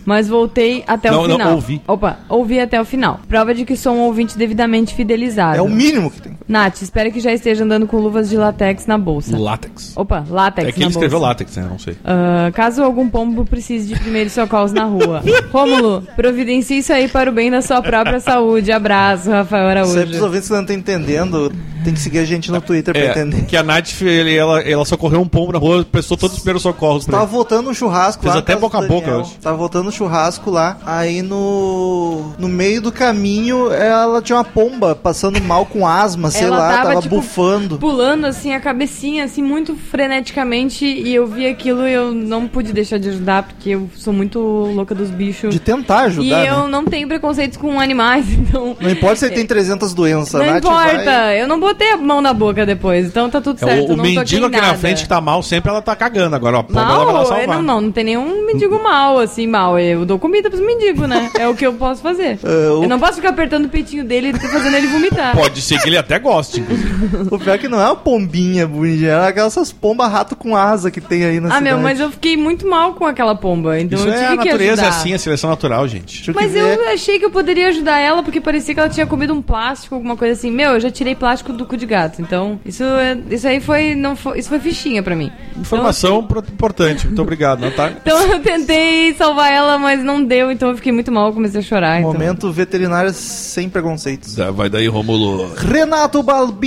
Speaker 8: mas voltei até
Speaker 2: Não,
Speaker 8: o
Speaker 2: não,
Speaker 8: final.
Speaker 2: ouvi.
Speaker 8: Opa, ouvi até o final. Prova de que sou um ouvinte devidamente fidelizado.
Speaker 1: É o mínimo que tem.
Speaker 8: Nath, espero que já esteja andando com luvas de látex na bolsa.
Speaker 2: Látex.
Speaker 8: Opa, látex
Speaker 2: É que
Speaker 8: na
Speaker 2: ele
Speaker 8: bolsa.
Speaker 2: escreveu látex, né? Não sei.
Speaker 8: Ah, caso algum pombo precise de primeiros socorros na rua. Rômulo, providencie isso aí para o bem da sua própria saúde. Abraço, Rafael
Speaker 1: Sempre os
Speaker 8: Araújo.
Speaker 1: ouvintes que não estão entendendo, tem que seguir a gente no Twitter pra
Speaker 2: É,
Speaker 1: entender.
Speaker 2: que a Nath, ele- ela, ela socorreu um pombo na rua, prestou todos os primeiros socorros pra
Speaker 1: Tava
Speaker 2: ele.
Speaker 1: voltando um churrasco
Speaker 2: Fez
Speaker 1: lá. na
Speaker 2: até
Speaker 1: casa do
Speaker 2: boca a boca
Speaker 1: Daniel.
Speaker 2: hoje.
Speaker 1: Tava voltando um churrasco lá. Aí no. No meio do caminho, ela tinha uma pomba passando mal com asma, sei
Speaker 8: Ela
Speaker 1: lá,
Speaker 8: tava,
Speaker 1: tava,
Speaker 8: tipo,
Speaker 1: bufando.
Speaker 8: pulando assim a cabecinha assim muito freneticamente e eu vi aquilo e eu não pude deixar de ajudar porque eu sou muito louca dos bichos
Speaker 1: De tentar
Speaker 8: e
Speaker 1: ajudar.
Speaker 8: eu
Speaker 1: né?
Speaker 8: não tenho preconceitos com animais então
Speaker 1: Não importa se ele tem 300 doenças,
Speaker 8: não
Speaker 1: Nath
Speaker 8: importa
Speaker 1: vai-
Speaker 8: eu não botei a mão na boca depois então tá tudo
Speaker 2: É,
Speaker 8: certo
Speaker 2: o o
Speaker 8: não
Speaker 2: mendigo aqui
Speaker 8: toquei
Speaker 2: na
Speaker 8: nada.
Speaker 2: frente que tá mal sempre, ela tá cagando agora, ó. A pomba, ela vai lá
Speaker 8: Mal, é,
Speaker 2: salvar.
Speaker 8: não, não, não tem nenhum
Speaker 1: Hum.
Speaker 8: mendigo mal, assim, mal. Eu dou comida pros mendigos, né? É o que eu posso fazer.
Speaker 1: É, o-
Speaker 8: Eu não posso ficar apertando o peitinho dele e fazendo ele vomitar.
Speaker 2: Pode ser que ele até goste. inclusive.
Speaker 1: O pior é que não é uma pombinha bonitinha, é aquelas essas pomba rato com asa que tem aí na
Speaker 8: Ah,
Speaker 1: cidade.
Speaker 8: meu, mas eu fiquei muito mal com aquela pomba. Então
Speaker 2: Isso
Speaker 8: eu tive
Speaker 2: é a
Speaker 8: que
Speaker 2: natureza, é
Speaker 8: ajudar.
Speaker 2: assim, a seleção natural, gente.
Speaker 1: Deixa
Speaker 8: Mas
Speaker 1: que ver.
Speaker 8: eu achei que eu poderia ajudar ela porque parecia que ela tinha comido um plástico, alguma coisa assim. Meu, eu já tirei plástico do cu de gato, então isso, é- isso aí foi, não foi, isso foi fichinha pra mim.
Speaker 2: Informação pro- importante, muito obrigado, tá? Natália.
Speaker 8: Então eu tentei salvar ela, mas não deu, então eu fiquei muito mal, eu comecei a chorar. então.
Speaker 1: Momento veterinário sem preconceitos.
Speaker 4: Dá- Vai daí, Romulo.
Speaker 1: Renato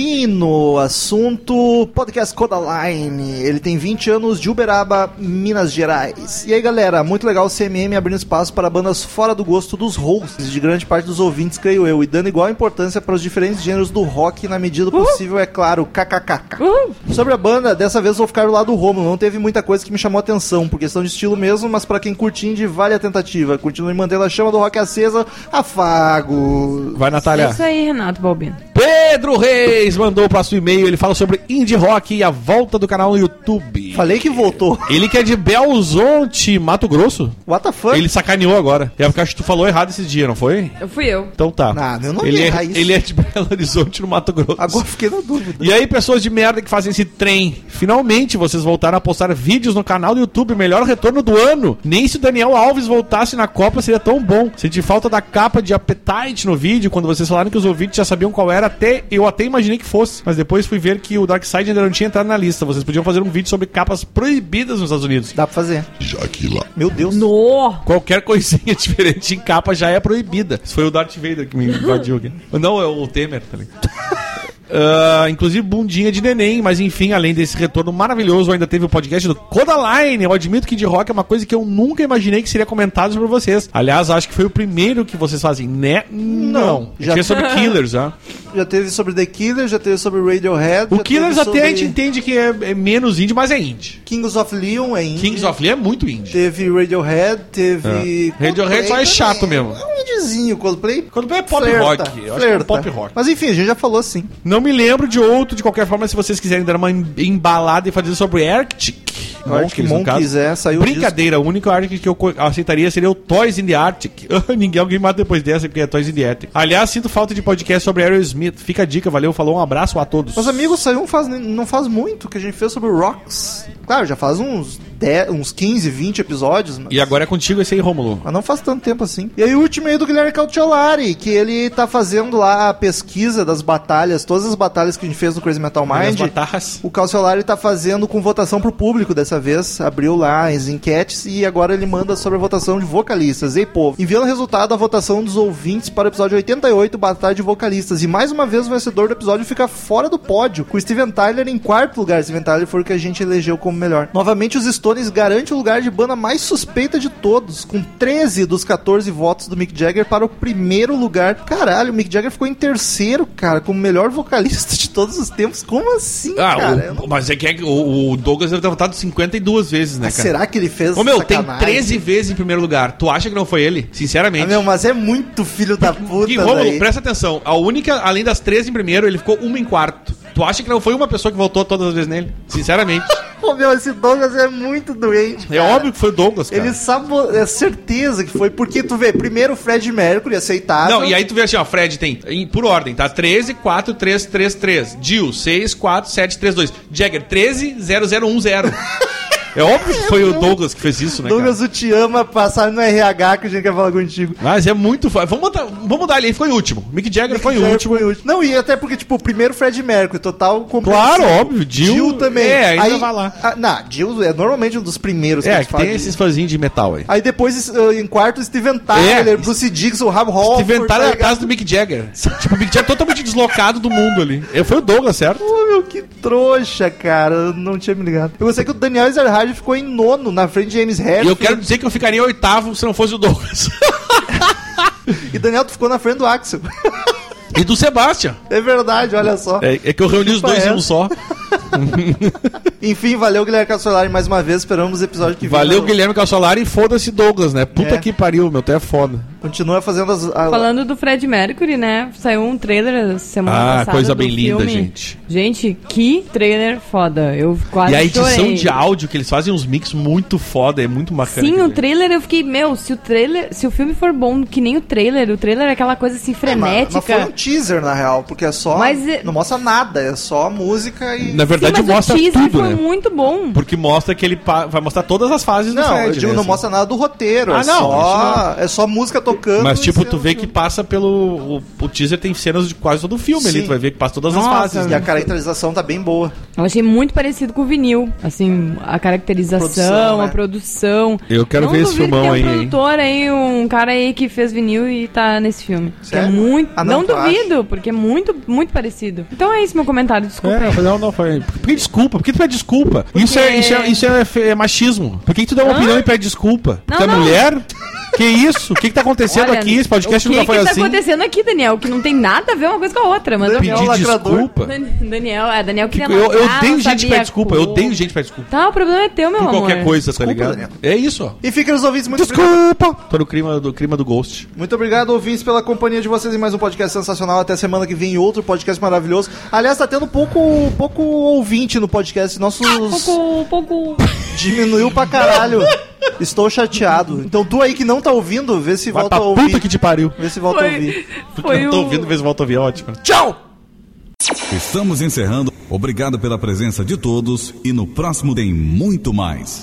Speaker 1: Balbino, assunto podcast Codaline. Ele tem 20 anos de Uberaba, Minas Gerais. E aí, galera, muito legal o CMM abrindo espaço para bandas fora do gosto dos hosts, de grande parte dos ouvintes, creio eu, e dando igual importância para os diferentes gêneros do rock na medida do possível, é claro, kkkk.
Speaker 8: Uhul.
Speaker 1: Sobre a banda, dessa vez vou ficar do lado do Romulo. Não teve muita coisa que me chamou atenção, por questão de estilo mesmo, mas pra quem curte indie, vale a tentativa. Continue mantendo a chama do rock acesa, afago.
Speaker 2: Vai,
Speaker 8: É
Speaker 2: Natália.
Speaker 8: isso aí, Renato Balbino.
Speaker 2: Pedro Reis mandou o próximo e-mail. Ele fala sobre indie rock e a volta do canal no YouTube.
Speaker 1: Falei que voltou.
Speaker 2: Ele que é de Belzonte, Mato Grosso.
Speaker 1: What the fuck?
Speaker 2: Ele sacaneou agora. É porque acho que tu falou errado esse dia, não foi?
Speaker 8: Eu fui eu.
Speaker 2: Então tá.
Speaker 1: Nada, eu não
Speaker 2: ele,
Speaker 1: ia
Speaker 2: é,
Speaker 1: errar isso.
Speaker 2: ele é de Belo Horizonte, no Mato Grosso.
Speaker 1: Agora fiquei na dúvida.
Speaker 2: E aí, pessoas de merda que fazem esse trem. Finalmente vocês voltaram a postar vídeos no canal do YouTube. Melhor retorno do ano. Nem se o Daniel Alves voltasse na Copa seria tão bom. Senti falta da capa de Appetite no vídeo, quando vocês falaram que os ouvintes já sabiam qual era, até eu até imaginei que fosse. Mas depois fui ver que o Dark Side ainda não tinha entrado na lista. Vocês podiam fazer um vídeo sobre capas proibidas nos Estados Unidos.
Speaker 1: Dá pra fazer.
Speaker 4: Já que lá.
Speaker 1: Meu Deus.
Speaker 8: No!
Speaker 2: Qualquer coisinha diferente em capa já é proibida. Isso foi o Darth Vader que me invadiu aqui. Não, é o Temer, tá ligado? Ah, inclusive bundinha de neném, mas enfim, além desse retorno maravilhoso, ainda teve o podcast do Codaline. Eu admito que de rock é uma coisa que eu nunca imaginei que seria comentado por vocês. Aliás, acho que foi o primeiro que vocês fazem, né? Não.
Speaker 1: Já-
Speaker 2: Já tinha sobre Killers, né?
Speaker 1: Já teve sobre The Killer, já teve sobre Radiohead.
Speaker 2: O
Speaker 1: já
Speaker 2: Killers
Speaker 1: teve
Speaker 2: até a
Speaker 1: sobre
Speaker 2: gente entende que é, é menos indie, mas é indie.
Speaker 1: Kings of Leon é indie.
Speaker 2: Kings of Leon é muito indie.
Speaker 1: Teve Radiohead, teve.
Speaker 2: Radiohead só é chato mesmo.
Speaker 1: É um indiezinho, popzinho, Coldplay.
Speaker 2: Coldplay é pop rock, eu acho que é pop rock.
Speaker 1: Mas enfim, a gente já falou assim.
Speaker 2: Não me lembro de outro, de qualquer forma, se vocês quiserem dar uma em- embalada e fazer sobre Arctic.
Speaker 1: Arctic Monkeys, é, saiu o
Speaker 2: Brincadeira, o único Arctic que eu co- aceitaria seria o Toys in the Arctic. Ah, Ninguém alguém mata depois dessa, porque é Toys in the Arctic. Aliás, sinto falta de podcast sobre Aerosmith. Fica a dica, valeu, falou, um abraço a todos.
Speaker 1: Mas, amigos, saiu um faz, não faz muito que a gente fez sobre o Rocks. Claro, já faz uns, 10, uns 15, 20 episódios. Mas...
Speaker 2: E agora é contigo esse aí, Rômulo.
Speaker 1: Mas não faz tanto tempo assim. E aí o último aí do Guilherme Cautiolari, que ele tá fazendo lá a pesquisa das batalhas, todas as batalhas que a gente fez no Crazy Metal
Speaker 2: As
Speaker 1: Mind.
Speaker 2: batarras.
Speaker 1: O Cautiolari tá fazendo com votação pro público dessa vez. Abriu lá as enquetes e agora ele manda sobre a votação de vocalistas. Ei, povo, enviando o resultado da votação dos ouvintes para o episódio 88, Batalha de Vocalistas. E mais uma vez o vencedor do episódio fica fora do pódio, com o Steven Tyler em quarto lugar. Steven Tyler foi o que a gente elegeu como melhor. Novamente, os Stones garante o lugar de banda mais suspeita de todos, com 13 dos 14 votos do Mick Jagger para o primeiro lugar. Caralho, o Mick Jagger ficou em terceiro, cara, como melhor vocalista de todos os tempos. Como assim,
Speaker 2: Ah,
Speaker 1: cara? Eu
Speaker 2: o-
Speaker 1: não
Speaker 2: mas é que é- o, o Douglas deve ter votado 52 vezes, né,
Speaker 1: mas
Speaker 2: cara?
Speaker 1: Ah, será que ele fez
Speaker 2: Ô, meu, tem
Speaker 1: sacanagem?
Speaker 2: 13 vezes em primeiro lugar. Tu acha que não foi ele?
Speaker 1: Ah,
Speaker 2: Sinceramente.
Speaker 1: meu, mas é muito filho da puta,
Speaker 2: Que Rômulo,
Speaker 1: velho.
Speaker 2: presta atenção. A única, além das 13 em primeiro, ele ficou uma em quarto. Tu acha que não foi uma pessoa que votou todas as vezes nele? Sinceramente.
Speaker 1: Ô, meu, esse Douglas é muito doente,
Speaker 2: é óbvio que foi o Douglas, cara.
Speaker 1: Ele sabe, é certeza que foi, porque tu vê, primeiro o Fred Mercury aceitável.
Speaker 2: Não, e aí tu vê assim, ó, Fred tem, em- por ordem, tá? 13, 4, 3, 3, 3. Jill, 6, 4, 7, 3, 2. Jagger, 13, 0, 0, 1, 0. um, É óbvio que foi o Douglas que fez isso, né, cara?
Speaker 1: Douglas, o te ama, passar no RH que a gente quer falar contigo.
Speaker 2: Mas é muito fácil. Vamos, botar- vamos mudar ele, ele foi o último. Mick Jagger foi o
Speaker 1: Já é,
Speaker 2: último.
Speaker 1: foi o último. Não, e até porque, tipo, primeiro Fred Mercury, total compreensão.
Speaker 2: Claro, óbvio. Jill,
Speaker 1: Jill também.
Speaker 2: É, ainda vai lá.
Speaker 1: Ah, não, Jill é normalmente um dos primeiros
Speaker 2: É,
Speaker 1: eles
Speaker 2: que
Speaker 1: falam
Speaker 2: tem
Speaker 1: de-
Speaker 2: esses fãzinhos de metal aí.
Speaker 1: Aí depois, eh, em quarto, Steven Tyler,
Speaker 2: É.
Speaker 1: Bruce Dixon, Rob tá Hall.
Speaker 2: Inventaram a casa do Mick Jagger. tipo, o Mick Jagger totalmente deslocado do mundo ali. Eu, foi o Douglas, certo?
Speaker 1: Ô, meu, que trouxa, cara. Eu não tinha me ligado. Eu gostei que o Daniel Ezerhard ficou em nono, na frente de James
Speaker 2: E
Speaker 1: Hetfield.
Speaker 2: eu quero dizer que eu ficaria em oitavo se não fosse o Douglas.
Speaker 1: E Daniel, tu ficou na frente do Axel.
Speaker 2: e do Sebastian.
Speaker 1: é verdade, olha só.
Speaker 2: É, é que eu reuni os
Speaker 1: Chupa
Speaker 2: dois em
Speaker 1: essa.
Speaker 2: um só.
Speaker 1: Enfim, valeu, Guilherme Cassolari, mais uma vez. Esperamos o episódio que
Speaker 2: Valeu,
Speaker 1: né?
Speaker 2: Guilherme Calçolari e foda-se Douglas, né? Puta
Speaker 1: É.
Speaker 2: que pariu, meu, tu é foda.
Speaker 1: Continua fazendo as... a-
Speaker 8: Falando do Fred Mercury, né? Saiu um trailer semana
Speaker 2: Ah,
Speaker 8: passada.
Speaker 2: coisa
Speaker 8: do
Speaker 2: bem linda,
Speaker 8: filme.
Speaker 2: gente.
Speaker 8: Gente, que trailer foda. Eu quase
Speaker 2: e a edição
Speaker 8: chorei.
Speaker 2: de áudio que eles fazem uns mix muito foda, é muito bacana.
Speaker 8: Sim, um
Speaker 2: aquilo
Speaker 8: o
Speaker 2: ali.
Speaker 8: trailer eu fiquei, meu, se o trailer, se o filme for bom que nem o trailer, o trailer é aquela coisa assim
Speaker 2: Ah,
Speaker 1: É, mas-
Speaker 8: frenética.
Speaker 1: Mas foi um teaser, na real, porque é só...
Speaker 8: Mas, é-
Speaker 1: Não mostra nada, é só música e...
Speaker 2: Na verdade,
Speaker 8: Sim, mas
Speaker 2: mostra
Speaker 8: o teaser
Speaker 2: tudo,
Speaker 8: foi um-
Speaker 2: né?
Speaker 8: muito bom.
Speaker 2: Porque mostra que ele pa- vai mostrar todas as fases do
Speaker 1: Não,
Speaker 2: Fred,
Speaker 1: eu digo,
Speaker 2: né,
Speaker 1: não
Speaker 2: assim.
Speaker 1: mostra nada do roteiro.
Speaker 2: Ah,
Speaker 1: é,
Speaker 2: não,
Speaker 1: só, é só música tocando.
Speaker 2: Mas,
Speaker 1: e
Speaker 2: tipo, tu
Speaker 1: sendo-
Speaker 2: vê que passa pelo. O, o teaser tem cenas de quase todo o filme
Speaker 1: Sim.
Speaker 2: ali. Tu vai ver que passa todas
Speaker 8: Nossa,
Speaker 2: as fases.
Speaker 1: E a
Speaker 2: Né?
Speaker 1: caracterização tá bem boa.
Speaker 8: Eu achei muito parecido com o vinil. Assim, a caracterização,
Speaker 1: Produção, né?
Speaker 8: a produção.
Speaker 2: Eu quero
Speaker 8: Não
Speaker 2: ver esse
Speaker 8: duvido
Speaker 2: filmão
Speaker 8: que tem um
Speaker 2: aí, hein?
Speaker 8: produtor aí, um cara aí que fez vinil e tá nesse filme. Que
Speaker 1: Sério?
Speaker 8: É muito.
Speaker 1: Ah, não,
Speaker 8: não
Speaker 1: tu acha?
Speaker 8: duvido, porque é muito, muito parecido. Então é isso meu comentário, desculpa.
Speaker 2: É, não, não, foi. Por que desculpa? Por que tu pede desculpa? Isso, é, isso, é, isso é, fe- é machismo. Por que que tu dá uma
Speaker 8: Hã?
Speaker 2: opinião e pede desculpa?
Speaker 8: Não,
Speaker 2: tu é
Speaker 8: não.
Speaker 2: mulher? Que isso? O que, que tá acontecendo
Speaker 8: Olha,
Speaker 2: aqui? Esse podcast
Speaker 8: o que
Speaker 2: nunca foi
Speaker 8: que
Speaker 2: assim.
Speaker 8: tá acontecendo aqui, Daniel? Que não tem nada a ver uma coisa com a outra, mas... é
Speaker 1: Daniel
Speaker 2: Pedir
Speaker 1: Lacrador.
Speaker 2: desculpa? Tipo,
Speaker 8: Dan- Daniel, é, Daniel queria
Speaker 2: Eu, eu
Speaker 8: largar,
Speaker 2: odeio
Speaker 8: não
Speaker 2: gente que
Speaker 8: sabia
Speaker 2: pede desculpa. Eu
Speaker 8: como.
Speaker 2: odeio gente que pede desculpa.
Speaker 8: Tá, o problema é teu, meu
Speaker 2: Por
Speaker 8: amor. né?
Speaker 2: qualquer coisa, tá
Speaker 1: Desculpa,
Speaker 2: ligado?
Speaker 1: Daniel.
Speaker 2: É isso, ó.
Speaker 1: E fica os ouvintes muito obrigado.
Speaker 2: Desculpa! Tô no clima do, clima do Ghost.
Speaker 1: Muito obrigado, ouvintes, pela companhia de vocês em mais um podcast sensacional. Até semana que vem, outro podcast maravilhoso. Aliás, tá tendo pouco, pouco ouvinte no podcast. Nossos
Speaker 8: Ah, Pouco, pouco...
Speaker 1: diminuiu pra caralho. Estou chateado. Então tu aí que não tá ouvindo, vê se
Speaker 2: Vai
Speaker 1: volta
Speaker 2: pra
Speaker 1: a ouvir.
Speaker 2: puta que te pariu.
Speaker 1: Vê se volta a ouvir.
Speaker 2: Eu não tô
Speaker 8: o-
Speaker 2: ouvindo, vez volta a ouvir, é ótimo.
Speaker 9: Estamos encerrando. Obrigado pela presença de todos e no próximo tem muito mais.